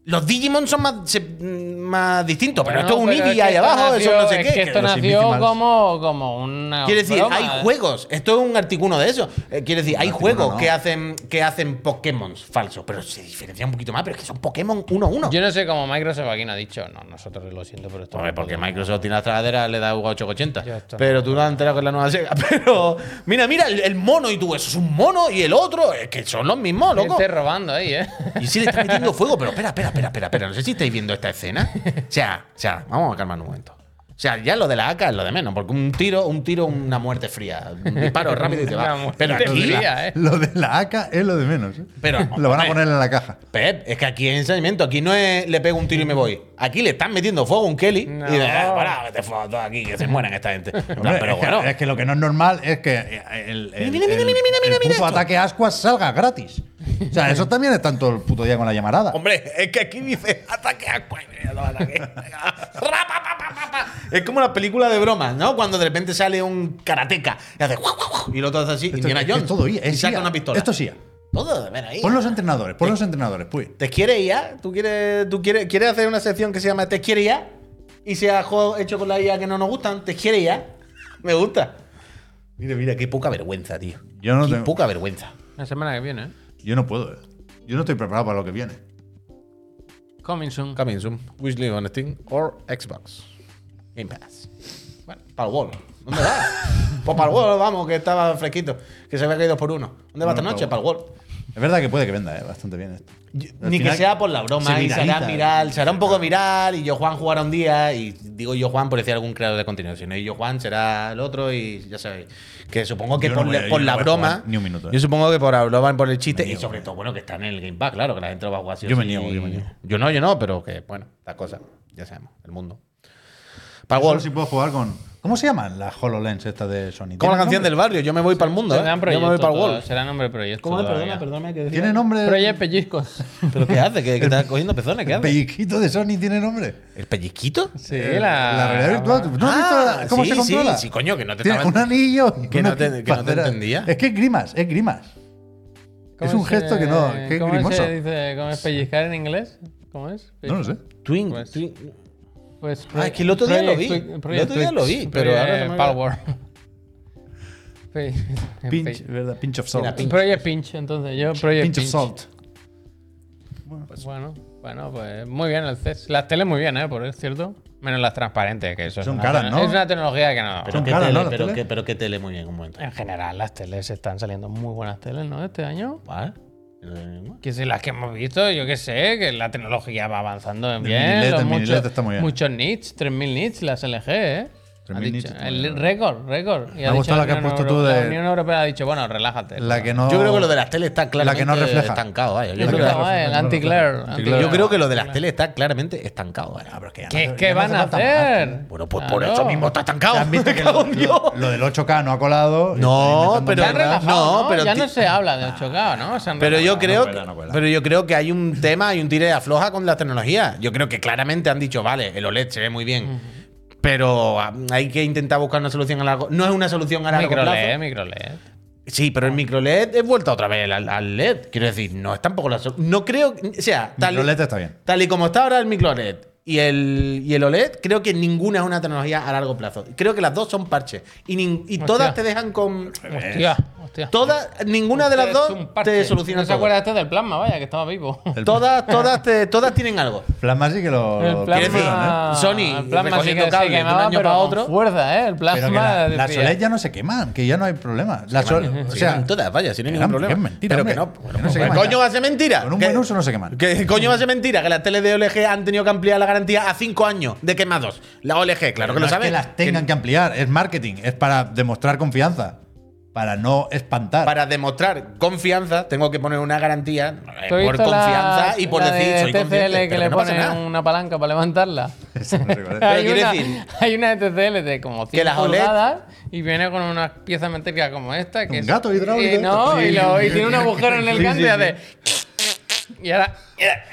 Speaker 5: Los Digimon son más, se- más distintos,
Speaker 2: Bueno,
Speaker 5: pero esto es un
Speaker 2: pero
Speaker 5: Eevee
Speaker 2: que
Speaker 5: ahí
Speaker 2: esto
Speaker 5: abajo,
Speaker 2: nació-
Speaker 5: eso no sé
Speaker 2: es
Speaker 5: qué.
Speaker 2: Que
Speaker 5: que
Speaker 2: esto
Speaker 1: los
Speaker 2: nació
Speaker 1: Invisimals-
Speaker 2: como, como una.
Speaker 5: Quiere decir,
Speaker 2: broma,
Speaker 5: hay
Speaker 2: ¿eh?
Speaker 5: juegos. Esto es un artículo de eso. Eh, quiere decir, hay
Speaker 1: artículo
Speaker 5: juegos
Speaker 1: no.
Speaker 5: que hacen que hacen Pokémon falsos, pero se diferencian un poquito más, pero es que son Pokémon uno a uno.
Speaker 2: Yo no sé cómo Microsoft aquí no ha dicho, no, nosotros lo siento, pero esto.
Speaker 5: Hombre,
Speaker 2: no
Speaker 5: porque
Speaker 2: podemos".
Speaker 5: Microsoft tiene la tragadera, le da Hugo a 880.
Speaker 2: Ya está.
Speaker 5: Pero tú no has enterado que es la nueva Sega. *laughs* Pero mira, mira, el, el mono y tú, eso es un mono y el otro, es que son los mismos,
Speaker 2: Te
Speaker 5: loco.
Speaker 2: esté robando ahí, ¿eh?
Speaker 5: Y sí le está
Speaker 2: *laughs*
Speaker 5: metiendo fuego, pero espera, espera, espera, espera, espera. No sé si estáis viendo esta escena. O sea, o sea, vamos a calmar un momento. O sea, ya lo de la AK es lo de menos, porque un tiro, un tiro, una muerte fría. Un disparo
Speaker 2: *laughs*
Speaker 5: rápido y te
Speaker 2: Una
Speaker 5: va.
Speaker 2: muerte
Speaker 5: Pero aquí,
Speaker 2: fría. Ya, eh.
Speaker 1: Lo de la AK es lo de menos. ¿eh?
Speaker 5: Pero,
Speaker 1: lo van a
Speaker 5: hombre.
Speaker 1: poner en la caja.
Speaker 5: Pep, es que aquí es ensañamiento. Aquí no es le pego un tiro y me voy. Aquí le están metiendo fuego a un Kelly.
Speaker 2: No.
Speaker 5: Y de, "Ah, pará, que te fuego todo aquí, que se mueran
Speaker 2: *laughs*
Speaker 5: esta gente. En plan,
Speaker 1: Hombre,
Speaker 5: pero
Speaker 1: es, que-
Speaker 5: bueno.
Speaker 1: es que lo que no es normal es que eh, el, el-
Speaker 5: Mira, mira, mira,
Speaker 1: el-
Speaker 5: mira, mira,
Speaker 1: el
Speaker 5: mira, mira
Speaker 1: puto
Speaker 5: esto.
Speaker 1: ataque ascuas salga gratis. O
Speaker 5: *laughs*
Speaker 1: sea, eso también es tanto el puto día con la llamarada.
Speaker 5: Hombre, es que aquí dice ataque agua *laughs* y mira, los ataques. Ra, pa, pa, pa, pa, pa. Es como la película de bromas, ¿no? Cuando de repente sale un karateca y hace guau, guau, guau, y lo otro hace así, Indiana
Speaker 1: es- es
Speaker 5: Jones.
Speaker 1: todo IA,
Speaker 5: y
Speaker 1: es
Speaker 5: saca
Speaker 1: IA.
Speaker 5: una pistola.
Speaker 1: Esto es IA.
Speaker 5: Todo de ver ahí.
Speaker 1: Pon los entrenadores,
Speaker 5: eh,
Speaker 1: pon los entrenadores, pues.
Speaker 5: ¿Te quiere IA? ¿Tú quieres, tú quieres, quieres hacer una sección que se llama ¿Te quiere IA? Y sea juego hecho con la IA que no nos gustan. ¿Te quiere IA? Me gusta. Mira, mira, qué poca vergüenza, tío.
Speaker 1: Yo no
Speaker 5: qué
Speaker 1: tengo-
Speaker 5: poca vergüenza.
Speaker 2: La semana que viene, ¿eh?
Speaker 1: Yo no puedo, eh. Yo no estoy preparado para lo que viene.
Speaker 2: Coming soon.
Speaker 5: Coming soon. Wish Live on Steam or Xbox. Game Pass. Bueno, para el Wall. ¿Dónde *laughs* vas? pues para el Wall, vamos, que estaba fresquito. Que se había caído por uno. ¿Dónde vas esta
Speaker 1: No,
Speaker 5: noche? Para
Speaker 1: para
Speaker 5: el Wall.
Speaker 1: Es verdad que puede que venda, eh, bastante bien esto. Al
Speaker 5: Ni que
Speaker 1: final
Speaker 5: sea por la broma,
Speaker 1: se
Speaker 5: y se hará
Speaker 1: viraliza.
Speaker 5: viral, se hará un poco viral, y yo Juan jugará un día, y digo yo Juan por decir algún creador de contenido, si no y yo Juan será el otro, y ya sabéis. Que supongo que
Speaker 1: Yo no
Speaker 5: por,
Speaker 1: voy
Speaker 5: la-
Speaker 1: a- yo
Speaker 5: por
Speaker 1: no
Speaker 5: la
Speaker 1: voy a
Speaker 5: broma.
Speaker 1: jugar ni un minuto, eh.
Speaker 5: Yo supongo que por la broma, por el chiste,
Speaker 1: Me
Speaker 5: y
Speaker 1: niego,
Speaker 5: sobre todo, bueno, que está en el Game Pass, claro, que la gente lo va a jugar así. o
Speaker 1: Yo me
Speaker 5: sí.
Speaker 1: niego, yo me niego.
Speaker 5: Yo no, yo no, pero que, bueno, las cosas, ya sabemos, el mundo. Para el
Speaker 1: Solo
Speaker 5: Wall,
Speaker 1: si puedo jugar con. ¿Cómo se llaman las HoloLens estas de Sony?
Speaker 5: como
Speaker 1: ¿Tienen
Speaker 5: la canción
Speaker 1: nombre?
Speaker 5: del barrio, yo me voy para el mundo, ¿eh?
Speaker 2: Será
Speaker 5: Yo me voy para el Wall.
Speaker 2: Será nombre de proyecto.
Speaker 5: ¿Cómo es?
Speaker 2: todavía.
Speaker 5: Perdona, perdona, que
Speaker 1: ¿Tiene nombre?
Speaker 2: Proyecto
Speaker 5: *laughs*
Speaker 2: Pellizcos.
Speaker 5: ¿Pero qué hace?
Speaker 2: *laughs*
Speaker 5: ¿Qué, qué está cogiendo pezones? ¿Qué
Speaker 1: ¿El
Speaker 5: hace?
Speaker 1: pelliquito de Sony tiene nombre?
Speaker 5: ¿El pellizquito?
Speaker 2: Sí,
Speaker 1: Eh, la realidad virtual. ¿No has visto la- cómo
Speaker 5: Ah, sí,
Speaker 1: se controla?
Speaker 5: Sí, sí, coño, que no te
Speaker 1: Tiene
Speaker 5: estaba-
Speaker 1: un anillo. y
Speaker 5: Que no
Speaker 1: una
Speaker 5: te- que no te
Speaker 1: pizpadera.
Speaker 5: entendía.
Speaker 1: Es que es grimas, es grimas.
Speaker 2: ¿Cómo
Speaker 1: Es un gesto que no- que es
Speaker 2: ¿cómo
Speaker 1: grimoso.
Speaker 2: Se dice, ¿Cómo es pellizcar en inglés? ¿Cómo es?
Speaker 1: No lo sé.
Speaker 5: Twin,
Speaker 2: Pues-
Speaker 5: twin-
Speaker 2: Pues,
Speaker 5: Ah, es que el otro día lo vi.
Speaker 2: Project Twi-
Speaker 5: El
Speaker 2: Project
Speaker 5: otro día lo vi,
Speaker 2: Twix,
Speaker 5: pero
Speaker 2: Project
Speaker 5: ahora se
Speaker 2: *laughs*
Speaker 5: me
Speaker 2: Palworld.
Speaker 1: Pinch,
Speaker 2: Pinch.
Speaker 1: ¿verdad? Pinch of salt.
Speaker 5: Mira, pinch.
Speaker 2: Project Pinch, entonces. Yo Project
Speaker 1: Pinch
Speaker 2: Pinch.
Speaker 1: of salt.
Speaker 2: Bueno, bueno, pues muy bien el CES. Las teles muy bien, ¿eh? Por es cierto. Menos las transparentes, que eso es
Speaker 1: Son
Speaker 2: una
Speaker 1: caras,
Speaker 2: tecno-
Speaker 1: ¿no?
Speaker 2: Es una tecnología que no.
Speaker 1: Son
Speaker 5: Pero, que
Speaker 1: caras,
Speaker 5: tele,
Speaker 1: ¿no? Las
Speaker 5: pero,
Speaker 1: teles.
Speaker 5: que, pero que tele muy bien un momento.
Speaker 2: En general, las teles están saliendo muy buenas teles, ¿no? Este año.
Speaker 5: ¿Vale? ¿No?
Speaker 2: Que si las que hemos visto, yo que sé, que la tecnología va avanzando en
Speaker 1: El
Speaker 2: bien.
Speaker 1: mini LED,
Speaker 2: los
Speaker 1: el mini
Speaker 2: muchos-
Speaker 1: LED está muy bien.
Speaker 2: Muchos nits, 3.000 nits las LG, ¿eh?
Speaker 1: 3.000
Speaker 2: Ha dicho-
Speaker 1: nits está muy
Speaker 2: el
Speaker 1: bien.
Speaker 2: récord, récord. Y
Speaker 1: Me ha gustado
Speaker 2: dicho
Speaker 1: la que has
Speaker 2: Unión
Speaker 1: puesto tú
Speaker 2: Europea- La
Speaker 1: de-
Speaker 2: Unión Europea ha dicho, bueno, relájate.
Speaker 1: La que no.
Speaker 5: Yo creo que lo
Speaker 1: *laughs*
Speaker 5: de las teles está
Speaker 1: La
Speaker 5: claramente
Speaker 1: que no refleja.
Speaker 5: estancado. vaya. Yo,
Speaker 2: Yo
Speaker 1: La
Speaker 5: creo
Speaker 2: creo
Speaker 5: que
Speaker 1: no
Speaker 2: que
Speaker 1: no
Speaker 2: no,
Speaker 1: refleja,
Speaker 2: el
Speaker 1: no
Speaker 2: anti-glare.
Speaker 1: refleja.
Speaker 2: anti-glare.
Speaker 1: Anti-glare.
Speaker 5: yo creo que lo de las teles está claramente estancado. vaya.
Speaker 1: Ah, pero que ya no
Speaker 2: ¿Qué,
Speaker 1: hace-
Speaker 2: qué
Speaker 1: ya no
Speaker 2: van
Speaker 1: hace
Speaker 2: a
Speaker 1: falta más.
Speaker 2: hacer?
Speaker 5: Bueno, pues por
Speaker 2: Claro.
Speaker 5: eso mismo está estancado.
Speaker 1: ¿Has visto
Speaker 5: Me
Speaker 1: que
Speaker 5: *laughs* cago
Speaker 1: lo,
Speaker 5: en Dios.
Speaker 1: lo- lo del 8K no ha colado? y
Speaker 5: No,
Speaker 1: están inventando
Speaker 5: pero-
Speaker 2: Se han
Speaker 1: mierda.
Speaker 2: relajado,
Speaker 5: No,
Speaker 2: ¿no?
Speaker 5: pero
Speaker 2: ya
Speaker 5: ti-
Speaker 2: no se habla de 8K, ¿no? Se han
Speaker 5: Pero yo
Speaker 2: relajado.
Speaker 5: creo,
Speaker 1: cuela,
Speaker 5: que-
Speaker 1: no cuela.
Speaker 5: pero yo creo que hay un tema, hay un tire de afloja con la tecnología. Yo creo que claramente han dicho, vale, el OLED se ve muy bien, pero ah, hay que intentar buscar una solución a largo. No es una solución a largo
Speaker 2: Micro
Speaker 1: E
Speaker 5: plazo.
Speaker 2: LED, micro LED.
Speaker 5: Sí, pero el
Speaker 1: Ah.
Speaker 5: micro LED es vuelta otra vez al, al LED. Quiero decir, no es tampoco la solución. No creo, o sea, tal,
Speaker 1: Micro E LED está bien.
Speaker 5: tal y como está ahora el micro LED y el, y el OLED, creo que ninguna es una tecnología a largo plazo. Creo que las dos son parches y, nin- y
Speaker 2: Hostia.
Speaker 5: todas te dejan con
Speaker 1: Pues,
Speaker 2: Hostia, hostia.
Speaker 5: todas, ninguna de las
Speaker 2: Este es
Speaker 5: dos
Speaker 2: un parche.
Speaker 5: te soluciona.
Speaker 2: ¿No se
Speaker 5: todo.
Speaker 2: acuerda este del plasma? Vaya, que estaba vivo.
Speaker 1: El-
Speaker 5: Todas, todas, te- todas
Speaker 1: *laughs*
Speaker 5: tienen algo.
Speaker 1: Plasma sí que lo.
Speaker 2: El
Speaker 1: lo
Speaker 2: plasma,
Speaker 1: tuvieron, ¿eh?
Speaker 5: Sony,
Speaker 2: el plasma sí
Speaker 5: recogiendo
Speaker 2: que se
Speaker 5: cables de un
Speaker 2: quemaba,
Speaker 5: año
Speaker 2: pero
Speaker 5: para
Speaker 2: con
Speaker 5: otro.
Speaker 2: fuerza, ¿eh? El
Speaker 1: Pero
Speaker 2: plasma.
Speaker 1: que la- las
Speaker 2: decía.
Speaker 1: OLED ya no se queman, que ya no hay problema. Las OLED- o
Speaker 5: Se
Speaker 1: sea,
Speaker 5: queman todas, vaya, si no hay
Speaker 1: que
Speaker 5: ningún
Speaker 1: no, que
Speaker 5: problema.
Speaker 1: es mentira,
Speaker 5: Pero
Speaker 1: hombre.
Speaker 5: que no.
Speaker 1: Que
Speaker 5: bueno,
Speaker 1: no se
Speaker 5: ¿qué
Speaker 1: queman
Speaker 5: coño
Speaker 1: ya.
Speaker 5: va a ser mentira?
Speaker 1: Con un
Speaker 5: ¿Qué-
Speaker 1: buen uso no se queman.
Speaker 5: ¿Qué coño va a ser mentira? Que las teles de OLG han tenido que ampliar la garantía a 5 años de quemados. La OLG, claro que
Speaker 1: no
Speaker 5: lo
Speaker 1: es
Speaker 5: saben.
Speaker 1: que las tengan que, ampliar, es marketing, es para demostrar confianza, para no espantar.
Speaker 5: Para *laughs* demostrar confianza, tengo que poner una garantía eh,
Speaker 2: ¿Tú has
Speaker 5: por
Speaker 2: visto la-
Speaker 5: confianza y por
Speaker 2: la
Speaker 5: decir
Speaker 2: de
Speaker 5: soy consciente.
Speaker 2: TCL que
Speaker 5: pero
Speaker 2: le
Speaker 5: no pasa
Speaker 2: ponen
Speaker 5: nada.
Speaker 2: una palanca para
Speaker 5: *laughs*
Speaker 2: levantarla.
Speaker 1: Eso no sé cuál es.
Speaker 5: Pero
Speaker 2: hay,
Speaker 5: quiero
Speaker 2: una,
Speaker 5: decir-
Speaker 2: *laughs* hay una de TCL de como 100
Speaker 5: las OLED
Speaker 2: pulgadas y viene con una pieza metálica como esta. Que
Speaker 1: Un
Speaker 2: es-
Speaker 1: gato hidráulico
Speaker 2: y no,
Speaker 1: esto.
Speaker 2: y, lo- y
Speaker 1: Sí.
Speaker 2: tiene un agujero en el
Speaker 1: Sí,
Speaker 2: canto
Speaker 1: sí,
Speaker 2: y hace. Y ahora.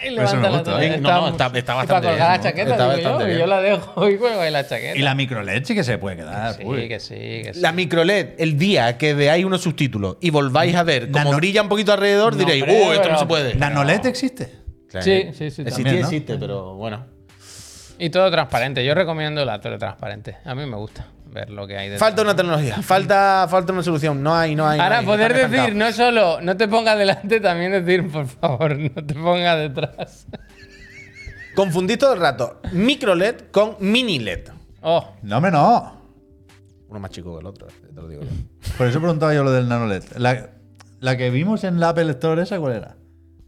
Speaker 2: Y levanta la
Speaker 1: gusta,
Speaker 2: otra.
Speaker 5: ¿eh? No, no, está- está
Speaker 2: y
Speaker 5: bastante
Speaker 2: Para colgar
Speaker 5: bien,
Speaker 2: la
Speaker 5: ¿no?
Speaker 2: chaqueta,
Speaker 5: Está
Speaker 2: digo
Speaker 5: bastante
Speaker 2: yo, y yo
Speaker 5: bien.
Speaker 2: la dejo y cuelgo ahí la chaqueta.
Speaker 1: Y la microLED sí que se puede quedar.
Speaker 2: sí,
Speaker 1: uy.
Speaker 2: que sí, que sí.
Speaker 5: La microLED, el día que veáis unos subtítulos y volváis a ver cómo
Speaker 1: Nano-
Speaker 5: brilla un poquito alrededor,
Speaker 2: No,
Speaker 5: diréis,
Speaker 2: hombre,
Speaker 5: uh, esto no
Speaker 2: pero-
Speaker 5: se puede.
Speaker 1: ¿Nanoled existe?
Speaker 2: Sí, sí, sí.
Speaker 3: Existe,
Speaker 1: también, ¿no?
Speaker 3: existe, pero bueno.
Speaker 2: Y todo transparente. Yo recomiendo la tele transparente. A mí me gusta ver lo que hay detrás.
Speaker 3: Falta una tecnología, falta, falta una solución. No hay, no hay. no
Speaker 2: Ahora,
Speaker 3: hay,
Speaker 2: poder
Speaker 3: está estancado.
Speaker 2: decir no solo no te pongas delante, también decir, por favor, *laughs* no te pongas detrás.
Speaker 3: Confundí todo el rato micro LED con mini LED.
Speaker 2: Oh,
Speaker 1: No, hombre, no.
Speaker 3: Uno más chico que el otro, eh, te lo digo yo.
Speaker 1: Por eso preguntaba yo lo del NanoLED. La, la que vimos en la Apple Store, ¿esa cuál era?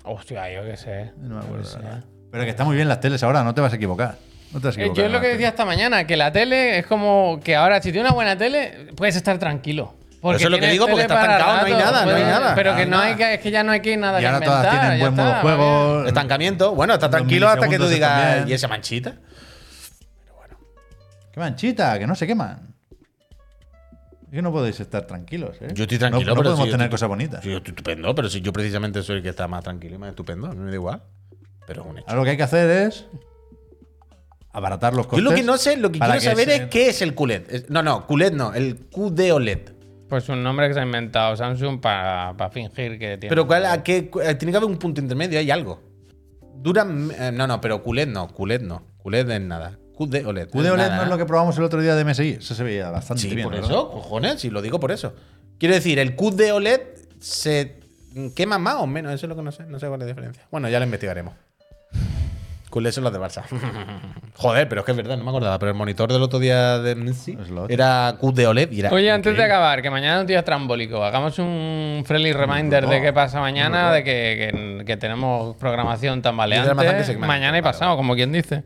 Speaker 2: hostia, yo qué sé.
Speaker 1: No me
Speaker 2: Yo qué
Speaker 3: Pues
Speaker 1: acuerdo.
Speaker 2: sé.
Speaker 1: la verdad. Pero que está muy bien las teles ahora, no te vas a equivocar. No te vas a
Speaker 2: Eh,
Speaker 1: equivocar.
Speaker 2: Yo es
Speaker 1: en
Speaker 2: lo
Speaker 1: las
Speaker 2: que
Speaker 1: teles.
Speaker 2: decía esta mañana, que la tele es como que ahora, si tienes una buena tele, puedes estar tranquilo. Porque
Speaker 3: Eso es lo que
Speaker 2: tienes
Speaker 3: digo, porque
Speaker 2: tele
Speaker 3: está
Speaker 2: para
Speaker 3: estancado, no hay nada, no hay nada.
Speaker 2: Pero
Speaker 3: No
Speaker 2: que
Speaker 3: hay
Speaker 2: no hay
Speaker 3: nada.
Speaker 2: que, es que ya no hay que nada
Speaker 1: Y
Speaker 2: que
Speaker 1: ahora
Speaker 2: inventar.
Speaker 1: todas tienen
Speaker 2: ya
Speaker 1: buen
Speaker 2: está,
Speaker 1: modo
Speaker 2: va bien.
Speaker 1: juego.
Speaker 3: Estancamiento, bueno, está
Speaker 1: Los
Speaker 3: tranquilo hasta que tú
Speaker 1: milisegundos están
Speaker 3: digas.
Speaker 1: bien.
Speaker 3: ¿Y esa manchita?
Speaker 1: ¡Qué manchita! Que no se queman. Es que no podéis estar tranquilos, ¿eh?
Speaker 3: Yo estoy
Speaker 1: No-
Speaker 3: tranquilo,
Speaker 1: no,
Speaker 3: pero
Speaker 1: podemos
Speaker 3: si yo
Speaker 1: tener
Speaker 3: estoy-
Speaker 1: cosas bonitas.
Speaker 3: Sí, yo estoy estupendo, pero si yo precisamente soy el que está más tranquilo y más estupendo, a mí me da igual. Pero es un hecho.
Speaker 1: Ahora lo que hay que hacer es abaratar los
Speaker 3: Yo
Speaker 1: costes.
Speaker 3: lo que no sé, lo que
Speaker 1: para
Speaker 3: quiero saber
Speaker 1: se-
Speaker 3: es qué es el QLED. Es- No, no, QLED no, el QD-OLED.
Speaker 2: Pues un nombre que se ha inventado Samsung para fingir que tiene.
Speaker 3: Pero cuál, a qué, cu- eh, tiene que haber un punto intermedio, hay algo. Dura. eh, no, no, pero QLED no, QLED no. QLED es nada. QD-OLED.
Speaker 1: QD OLED
Speaker 3: E nada.
Speaker 1: E no es lo que probamos el otro día de MSI. Eso se veía bastante
Speaker 3: Sí,
Speaker 1: bien.
Speaker 3: por
Speaker 1: ¿verdad?
Speaker 3: eso, cojones, si lo digo por eso. Quiero decir, el QD OLED E se quema más o menos, eso es lo que no sé, no sé cuál es la diferencia. Bueno, ya lo investigaremos. QLED son los de Barça. Joder, pero es que es verdad, no me acordaba, pero el monitor del otro día de Messi
Speaker 1: Es lo otro.
Speaker 3: era QD OLED E y era
Speaker 2: Oye, antes de
Speaker 3: increíble.
Speaker 2: acabar, que mañana es un día trambólico. Hagamos un friendly reminder de qué pasa mañana, de que, que- que tenemos programación
Speaker 3: Y de bastante
Speaker 2: tambaleante.
Speaker 3: segmento,
Speaker 2: Mañana y
Speaker 3: vale,
Speaker 2: pasado, como quien dice.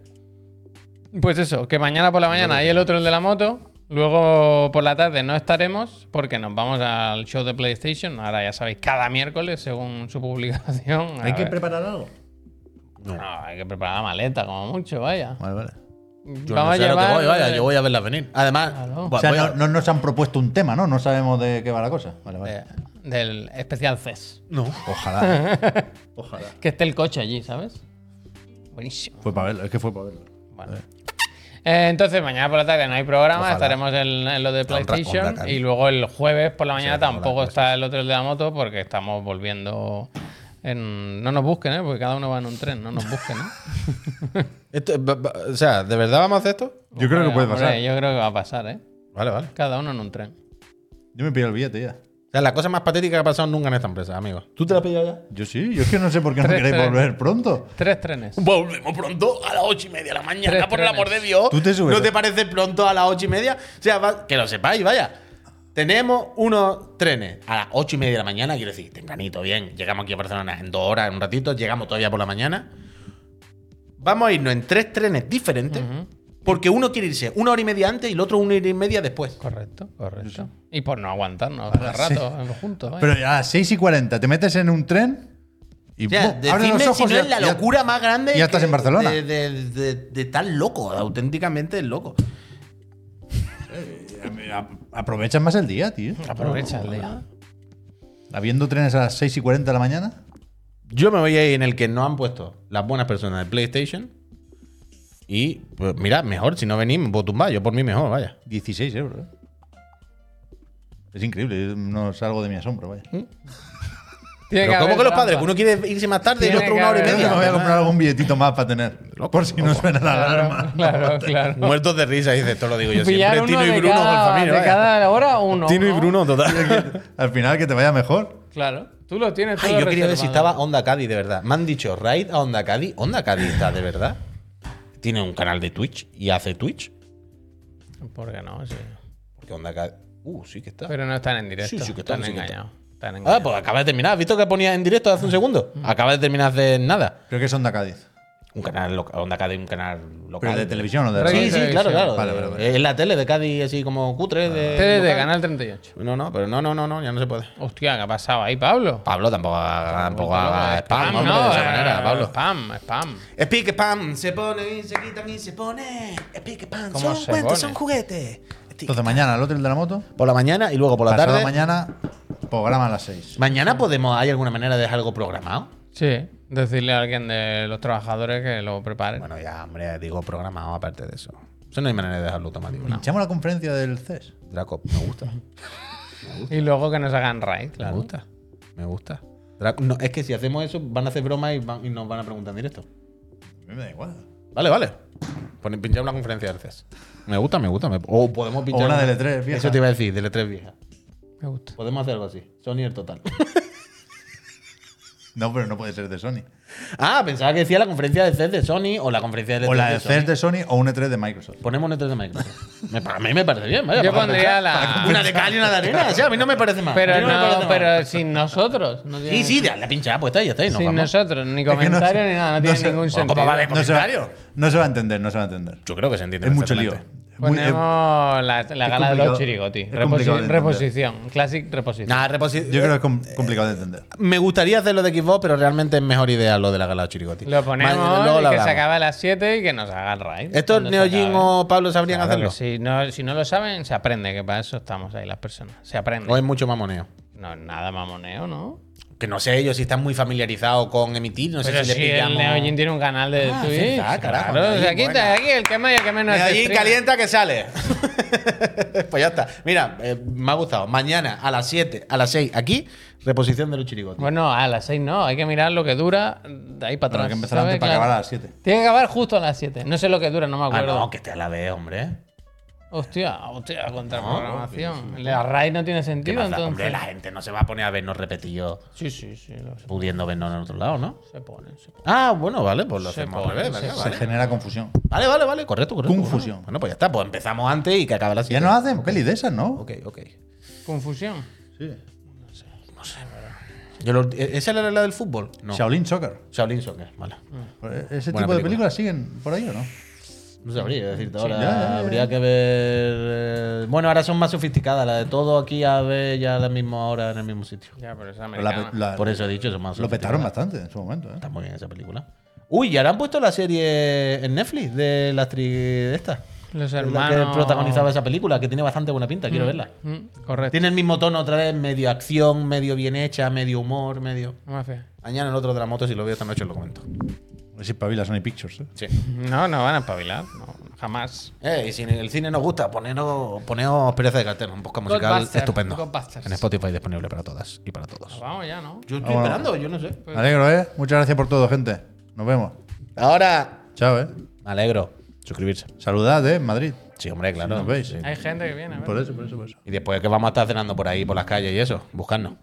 Speaker 2: Pues eso, que mañana por la mañana hay el otro, el de la moto. Luego por la tarde no estaremos porque nos vamos al show de PlayStation. Ahora ya sabéis, cada miércoles según su publicación. A
Speaker 1: Hay que
Speaker 2: ver.
Speaker 1: preparar algo.
Speaker 2: No, hay que preparar la maleta, como mucho, vaya.
Speaker 1: Vale, vale.
Speaker 3: Yo no sé a lo que voy, vaya, yo voy a verlas venir. Además,
Speaker 2: Claro.
Speaker 3: va-
Speaker 1: O sea,
Speaker 3: voy a-
Speaker 1: no, no nos han propuesto un tema, ¿no? No sabemos de qué va la cosa. Vale, vale.
Speaker 3: Eh.
Speaker 2: de- del especial E CES.
Speaker 3: no. *laughs*
Speaker 1: Ojalá. ¿eh? Ojalá.
Speaker 2: Que esté el coche allí, ¿sabes? Buenísimo.
Speaker 1: Fue para verlo, es que fue para verlo.
Speaker 2: Bueno. Eh, entonces, mañana por la tarde no hay programa,
Speaker 3: Ojalá.
Speaker 2: estaremos en, en lo de
Speaker 3: Está un raconda,
Speaker 2: PlayStation.
Speaker 3: Cari.
Speaker 2: Y luego el jueves por la mañana
Speaker 3: Sí,
Speaker 2: tampoco
Speaker 3: hola,
Speaker 2: está el otro de la moto porque estamos volviendo. En... No nos busquen, ¿eh? porque cada uno va en un tren, no nos busquen. ¿eh?
Speaker 3: Esto- va- va- o sea, ¿de verdad vamos a hacer esto?
Speaker 1: Yo creo que puede
Speaker 2: Hombre,
Speaker 1: pasar.
Speaker 2: Yo creo que va a pasar, ¿eh?
Speaker 3: Vale, vale.
Speaker 2: Cada uno en un tren.
Speaker 1: Yo me pillo el billete ya.
Speaker 3: O sea, la cosa más patética que ha pasado nunca en esta empresa, amigo. ¿Tú te la has pillado ya?
Speaker 1: Yo sí, yo es que no sé por qué no
Speaker 2: Tres,
Speaker 1: queréis
Speaker 2: tres.
Speaker 1: volver pronto.
Speaker 2: Tres trenes.
Speaker 3: Volvemos pronto a las ocho y media de la mañana,
Speaker 2: Tres
Speaker 3: por el amor de
Speaker 2: trenes.
Speaker 3: Dios.
Speaker 1: Tú te subes.
Speaker 3: ¿No te parece pronto a las ocho y media? O sea, va- que lo sepáis, vaya. Tenemos unos trenes a las ocho y media de la mañana, quiero decir, tempranito, bien. Llegamos aquí a Barcelona en dos horas, en un ratito, llegamos todavía por la mañana. Vamos a irnos en tres trenes diferentes, porque uno quiere irse una hora y media antes y el otro una hora y media después.
Speaker 2: Correcto, correcto. Y por no aguantarnos un
Speaker 1: sí.
Speaker 2: rato juntos. vaya.
Speaker 1: Pero a las 6 y 40 te metes en un tren y
Speaker 3: O sea,
Speaker 1: ¡pum! abres
Speaker 3: decidme
Speaker 1: los ojos
Speaker 3: si
Speaker 1: y
Speaker 3: no es la
Speaker 1: ya-
Speaker 3: locura más grande.
Speaker 1: ya estás
Speaker 3: que-
Speaker 1: en Barcelona.
Speaker 3: De, de, de- de tan loco, auténticamente loco.
Speaker 1: ya- eh, Aprovechas más el día, tío.
Speaker 2: Aprovecha el día.
Speaker 1: Habiendo trenes a las 6 y 40 de la mañana.
Speaker 3: Yo me voy a ir en el que no han puesto las buenas personas de PlayStation. Y, pues, mira, mejor, si no venís, me puedo tumbar. Yo por mí mejor, vaya.
Speaker 1: 16 euros. ¿eh? Es increíble, yo no salgo de mi asombro, vaya.
Speaker 2: Tiene
Speaker 3: Pero
Speaker 2: haber
Speaker 3: ¿cómo que los
Speaker 2: trampa.
Speaker 3: padres? Que uno quiere irse más tarde y el
Speaker 2: Tiene
Speaker 3: otro
Speaker 2: que
Speaker 3: una hora y
Speaker 2: haber
Speaker 1: Creo que me voy a
Speaker 3: media.
Speaker 1: comprar algún billetito más para tener. por si no suena la alarma.
Speaker 2: Claro, *laughs* claro, claro.
Speaker 3: Muertos de risa, dice, esto lo digo yo
Speaker 2: Pillar
Speaker 3: siempre.
Speaker 2: uno
Speaker 3: Tino y
Speaker 2: de
Speaker 3: Bruno
Speaker 2: cada,
Speaker 3: con el
Speaker 2: de cada hora uno.
Speaker 3: Tino y
Speaker 2: ¿no?
Speaker 3: Bruno, *laughs* total.
Speaker 1: Al final que te vaya mejor.
Speaker 2: Claro. Tú lo tienes todo
Speaker 3: Ay, yo quería ver si
Speaker 2: reservado.
Speaker 3: estaba Onda Cádiz, de verdad. Me han dicho raid a Onda Cádiz. Onda Cádiz está, de verdad. Tiene un canal de Twitch y hace Twitch.
Speaker 2: ¿Por qué no? Sí.
Speaker 3: Porque Onda Cádiz. Uh, sí que está.
Speaker 2: Pero no están en directo.
Speaker 3: Sí, sí que están,
Speaker 2: están
Speaker 3: sí que
Speaker 2: engañados. Están
Speaker 3: Ah,
Speaker 2: engañados.
Speaker 3: pues acaba de terminar. ¿Has visto que ponía en directo hace un segundo? Acaba de terminar hace nada.
Speaker 1: Creo que son de Cádiz.
Speaker 3: Un canal local. Onda Cádiz, un canal
Speaker 1: Pero
Speaker 3: local.
Speaker 1: de televisión o de
Speaker 2: Pero
Speaker 1: radio.
Speaker 3: Sí, sí, claro, claro.
Speaker 1: Vale, vale, vale.
Speaker 3: Es la tele de Cádiz, así como cutre. De,
Speaker 2: Tele de
Speaker 3: local.
Speaker 2: Canal 38.
Speaker 3: No, no, pero no, no, no, no, ya no se puede.
Speaker 2: Hostia, ¿qué ha pasado ahí, Pablo?
Speaker 3: Pablo tampoco haga, tampoco
Speaker 2: Pablo,
Speaker 3: haga spam, Ah, hombre,
Speaker 2: no,
Speaker 3: de esa
Speaker 2: eh,
Speaker 3: manera, Pablo.
Speaker 2: Spam, spam.
Speaker 3: Speak Spam se pone y se quitan y se pone. Speak Spam
Speaker 2: ¿Cómo
Speaker 3: son
Speaker 2: se
Speaker 3: cuentos,
Speaker 2: pone?
Speaker 3: son juguetes.
Speaker 1: Entonces mañana el hotel de la moto.
Speaker 3: Por la mañana y luego por la
Speaker 1: pasado
Speaker 3: tarde. Mañana.
Speaker 1: mañana, programa a las 6.
Speaker 3: podemos, ¿hay alguna manera de dejar algo programado?
Speaker 2: Sí. Decirle a alguien de los trabajadores que lo prepare.
Speaker 3: Bueno, ya, hombre, digo programado aparte de eso. Eso no hay manera de dejarlo automático.
Speaker 1: Pinchamos la conferencia del CES.
Speaker 3: Draco, me gusta.
Speaker 2: y luego que nos hagan raid,
Speaker 3: Me
Speaker 2: claro.
Speaker 3: gusta. Me gusta. Drac- no, es que si hacemos eso, van a hacer bromas y, van- y nos van a preguntar en directo.
Speaker 1: A mí me da igual.
Speaker 3: Vale, vale. Pon- Pinchar una conferencia de artes. Me gusta, me gusta. me- O podemos pinchar.
Speaker 1: una de L3 vieja.
Speaker 3: Eso te iba a decir, de L3 vieja.
Speaker 2: Me gusta.
Speaker 3: Podemos hacer algo así. Sony el total. *laughs*
Speaker 1: No, pero no puede ser de Sony.
Speaker 3: ah, pensaba que decía la conferencia de CES de Sony o la conferencia de L3
Speaker 1: O la de
Speaker 3: Sony.
Speaker 1: CES de Sony o un E3 de Microsoft.
Speaker 3: Ponemos un E3 de Microsoft. Me- a mí me parece bien. Vaya,
Speaker 2: Yo
Speaker 3: *laughs* para
Speaker 2: pondría
Speaker 3: compensar.
Speaker 2: la.
Speaker 3: Una de cal y una de arena. O sea, a mí no me parece mal. A
Speaker 2: Pero
Speaker 3: mí me parece
Speaker 2: no,
Speaker 3: mal.
Speaker 2: pero sin nosotros. No tiene-
Speaker 3: Sí, sí, dale la pinchada, pues está ahí, está ahí. nos
Speaker 2: sin
Speaker 3: vamos.
Speaker 2: nosotros, ni
Speaker 1: que no sé.
Speaker 2: comentario ni nada, no,
Speaker 1: No
Speaker 2: tiene
Speaker 1: sé.
Speaker 2: ningún
Speaker 1: Bueno,
Speaker 2: sentido.
Speaker 3: ¿cómo va a haber
Speaker 1: No se, va,
Speaker 3: comentario?
Speaker 1: no se va a entender, no se va a entender.
Speaker 3: Yo creo que se entiende.
Speaker 1: Es mucho lío.
Speaker 3: perfectamente.
Speaker 1: Es muy- es-
Speaker 2: Ponemos la, la
Speaker 1: es
Speaker 2: gala de
Speaker 1: complicado-
Speaker 2: los chirigoti.
Speaker 1: es
Speaker 2: Reposi-
Speaker 1: complicado de entender.
Speaker 2: reposición. Classic reposición.
Speaker 3: Nah, reposi-
Speaker 1: eh, yo creo que es com- complicado de entender.
Speaker 3: Me gustaría hacer lo de Xbox, pero realmente es mejor idea lo de la gala de Chirigoti.
Speaker 2: Lo
Speaker 3: Más-
Speaker 2: ponemos
Speaker 3: luego
Speaker 2: y
Speaker 3: lo
Speaker 2: que se
Speaker 3: hablamos.
Speaker 2: acabe a las 7 y que nos haga el raid.
Speaker 3: ¿Estos
Speaker 2: Cuando se
Speaker 3: Neojin
Speaker 2: acabe.
Speaker 3: o Pablo sabrían
Speaker 2: Claro que
Speaker 3: hacerlo?
Speaker 2: eh? sí. No, si no lo saben, se aprende, que para eso estamos ahí las personas. Se aprende.
Speaker 3: O es mucho mamoneo.
Speaker 2: No es nada mamoneo, ¿no?
Speaker 3: Que no sé ellos si están muy familiarizados con emitir, no
Speaker 2: Pero
Speaker 3: sé si,
Speaker 2: si,
Speaker 3: les
Speaker 2: el
Speaker 3: pillamos.
Speaker 2: Neojin tiene un canal de
Speaker 3: Ah,
Speaker 2: Twitch.
Speaker 3: verdad, carajo,
Speaker 2: claro, o
Speaker 3: Neojin,
Speaker 2: sea, aquí,
Speaker 3: buena.
Speaker 2: aquí el que más y el que menos es
Speaker 3: Neojin
Speaker 2: streamer.
Speaker 3: calienta que sale. *laughs* pues ya está. Mira, eh, me ha gustado. Mañana a las 7, a las 6, aquí, reposición de los chirigotes.
Speaker 2: Bueno, a las 6 no, hay que mirar lo que dura de ahí para atrás.
Speaker 1: Pero hay que empezar
Speaker 2: ¿sabes?
Speaker 1: antes para
Speaker 2: Claro.
Speaker 1: acabar a las 7.
Speaker 2: Tiene que acabar justo a las 7. No sé lo que dura, no me
Speaker 3: ah,
Speaker 2: acuerdo.
Speaker 3: no, que esté a la vez, hombre.
Speaker 2: Hostia, hostia, contraprogramación. la raid no tiene
Speaker 3: ¿Qué
Speaker 2: sentido,
Speaker 3: pasa?
Speaker 2: entonces.
Speaker 3: Hombre, la gente no se va a poner a vernos repetido
Speaker 2: Sí, sí, sí. lo sé.
Speaker 3: pudiendo vernos en otro lado, ¿no?
Speaker 2: Se pone, se pone.
Speaker 3: Ah, bueno, vale, pues lo
Speaker 2: Se
Speaker 3: hacemos al
Speaker 2: pone,
Speaker 3: revés.
Speaker 2: se
Speaker 3: venga,
Speaker 1: Se
Speaker 3: vale.
Speaker 1: genera confusión.
Speaker 3: Vale, vale, vale, correcto, correcto. bueno.
Speaker 1: Confusión.
Speaker 3: Bueno, pues ya está, pues empezamos antes y que acabe la
Speaker 1: Ya
Speaker 3: siguiente.
Speaker 1: no hacen peli de esas, ¿no?
Speaker 3: Ok, ok.
Speaker 2: Confusión.
Speaker 3: Yo lo- ¿e- ¿Esa era la del fútbol? No.
Speaker 1: Shaolin Soccer.
Speaker 3: Shaolin Soccer, vale.
Speaker 1: Pues, ¿Ese
Speaker 3: Buena
Speaker 1: tipo de
Speaker 3: película.
Speaker 1: películas siguen por ahí o no?
Speaker 3: No sabría decirte
Speaker 1: Sí,
Speaker 3: ahora.
Speaker 1: ya, ya, ya.
Speaker 3: Habría que ver. eh, Bueno, ahora son más sofisticadas. La de todo aquí a ver ya a la misma hora en el mismo sitio.
Speaker 2: Ya, pero es
Speaker 1: Pero la-
Speaker 2: americana.
Speaker 1: la-
Speaker 3: Por eso he dicho, son más
Speaker 1: lo petaron
Speaker 3: sofisticadas.
Speaker 1: bastante en su momento. ¿eh?
Speaker 3: Está muy bien esa película. Uy, ¿y ahora han puesto la serie en Netflix de la actriz de esta?
Speaker 2: Los
Speaker 3: De La
Speaker 2: hermanos-
Speaker 3: que protagonizaba esa película, que tiene bastante buena pinta, quiero verla.
Speaker 2: Mm, correcto.
Speaker 3: Tiene el mismo tono otra vez, medio acción, medio bien hecha, medio humor, medio.
Speaker 2: No me hace.
Speaker 3: Mañana el otro de la moto, si lo veo esta noche, lo comento.
Speaker 1: A ver si espabila Sony Pictures. ¿eh?
Speaker 3: Sí.
Speaker 2: No, no van a espabilar. no, jamás.
Speaker 3: Eh, y si el cine nos gusta, poneros, poneos Pereza de Cartero, un podcast musical
Speaker 2: Ghostbusters,
Speaker 3: estupendo.
Speaker 2: Ghostbusters.
Speaker 3: En Spotify disponible para todas y para
Speaker 2: Nos
Speaker 3: todos.
Speaker 2: vamos ya, ¿no?
Speaker 3: Yo estoy
Speaker 1: Vámonos.
Speaker 3: esperando, yo no sé.
Speaker 1: Me alegro, ¿eh? Muchas gracias por todo, gente. Nos vemos.
Speaker 3: Ahora.
Speaker 1: Chao, ¿eh?
Speaker 3: Me alegro. Suscribirse.
Speaker 1: Saludad, ¿eh? En Madrid.
Speaker 3: Sí, hombre, claro.
Speaker 1: nos veis.
Speaker 3: Sí.
Speaker 2: Hay gente que viene,
Speaker 1: Por
Speaker 2: ¿verdad?
Speaker 1: eso, por eso, por eso.
Speaker 3: Y después que vamos a estar cenando por ahí, por las calles y eso, buscarnos.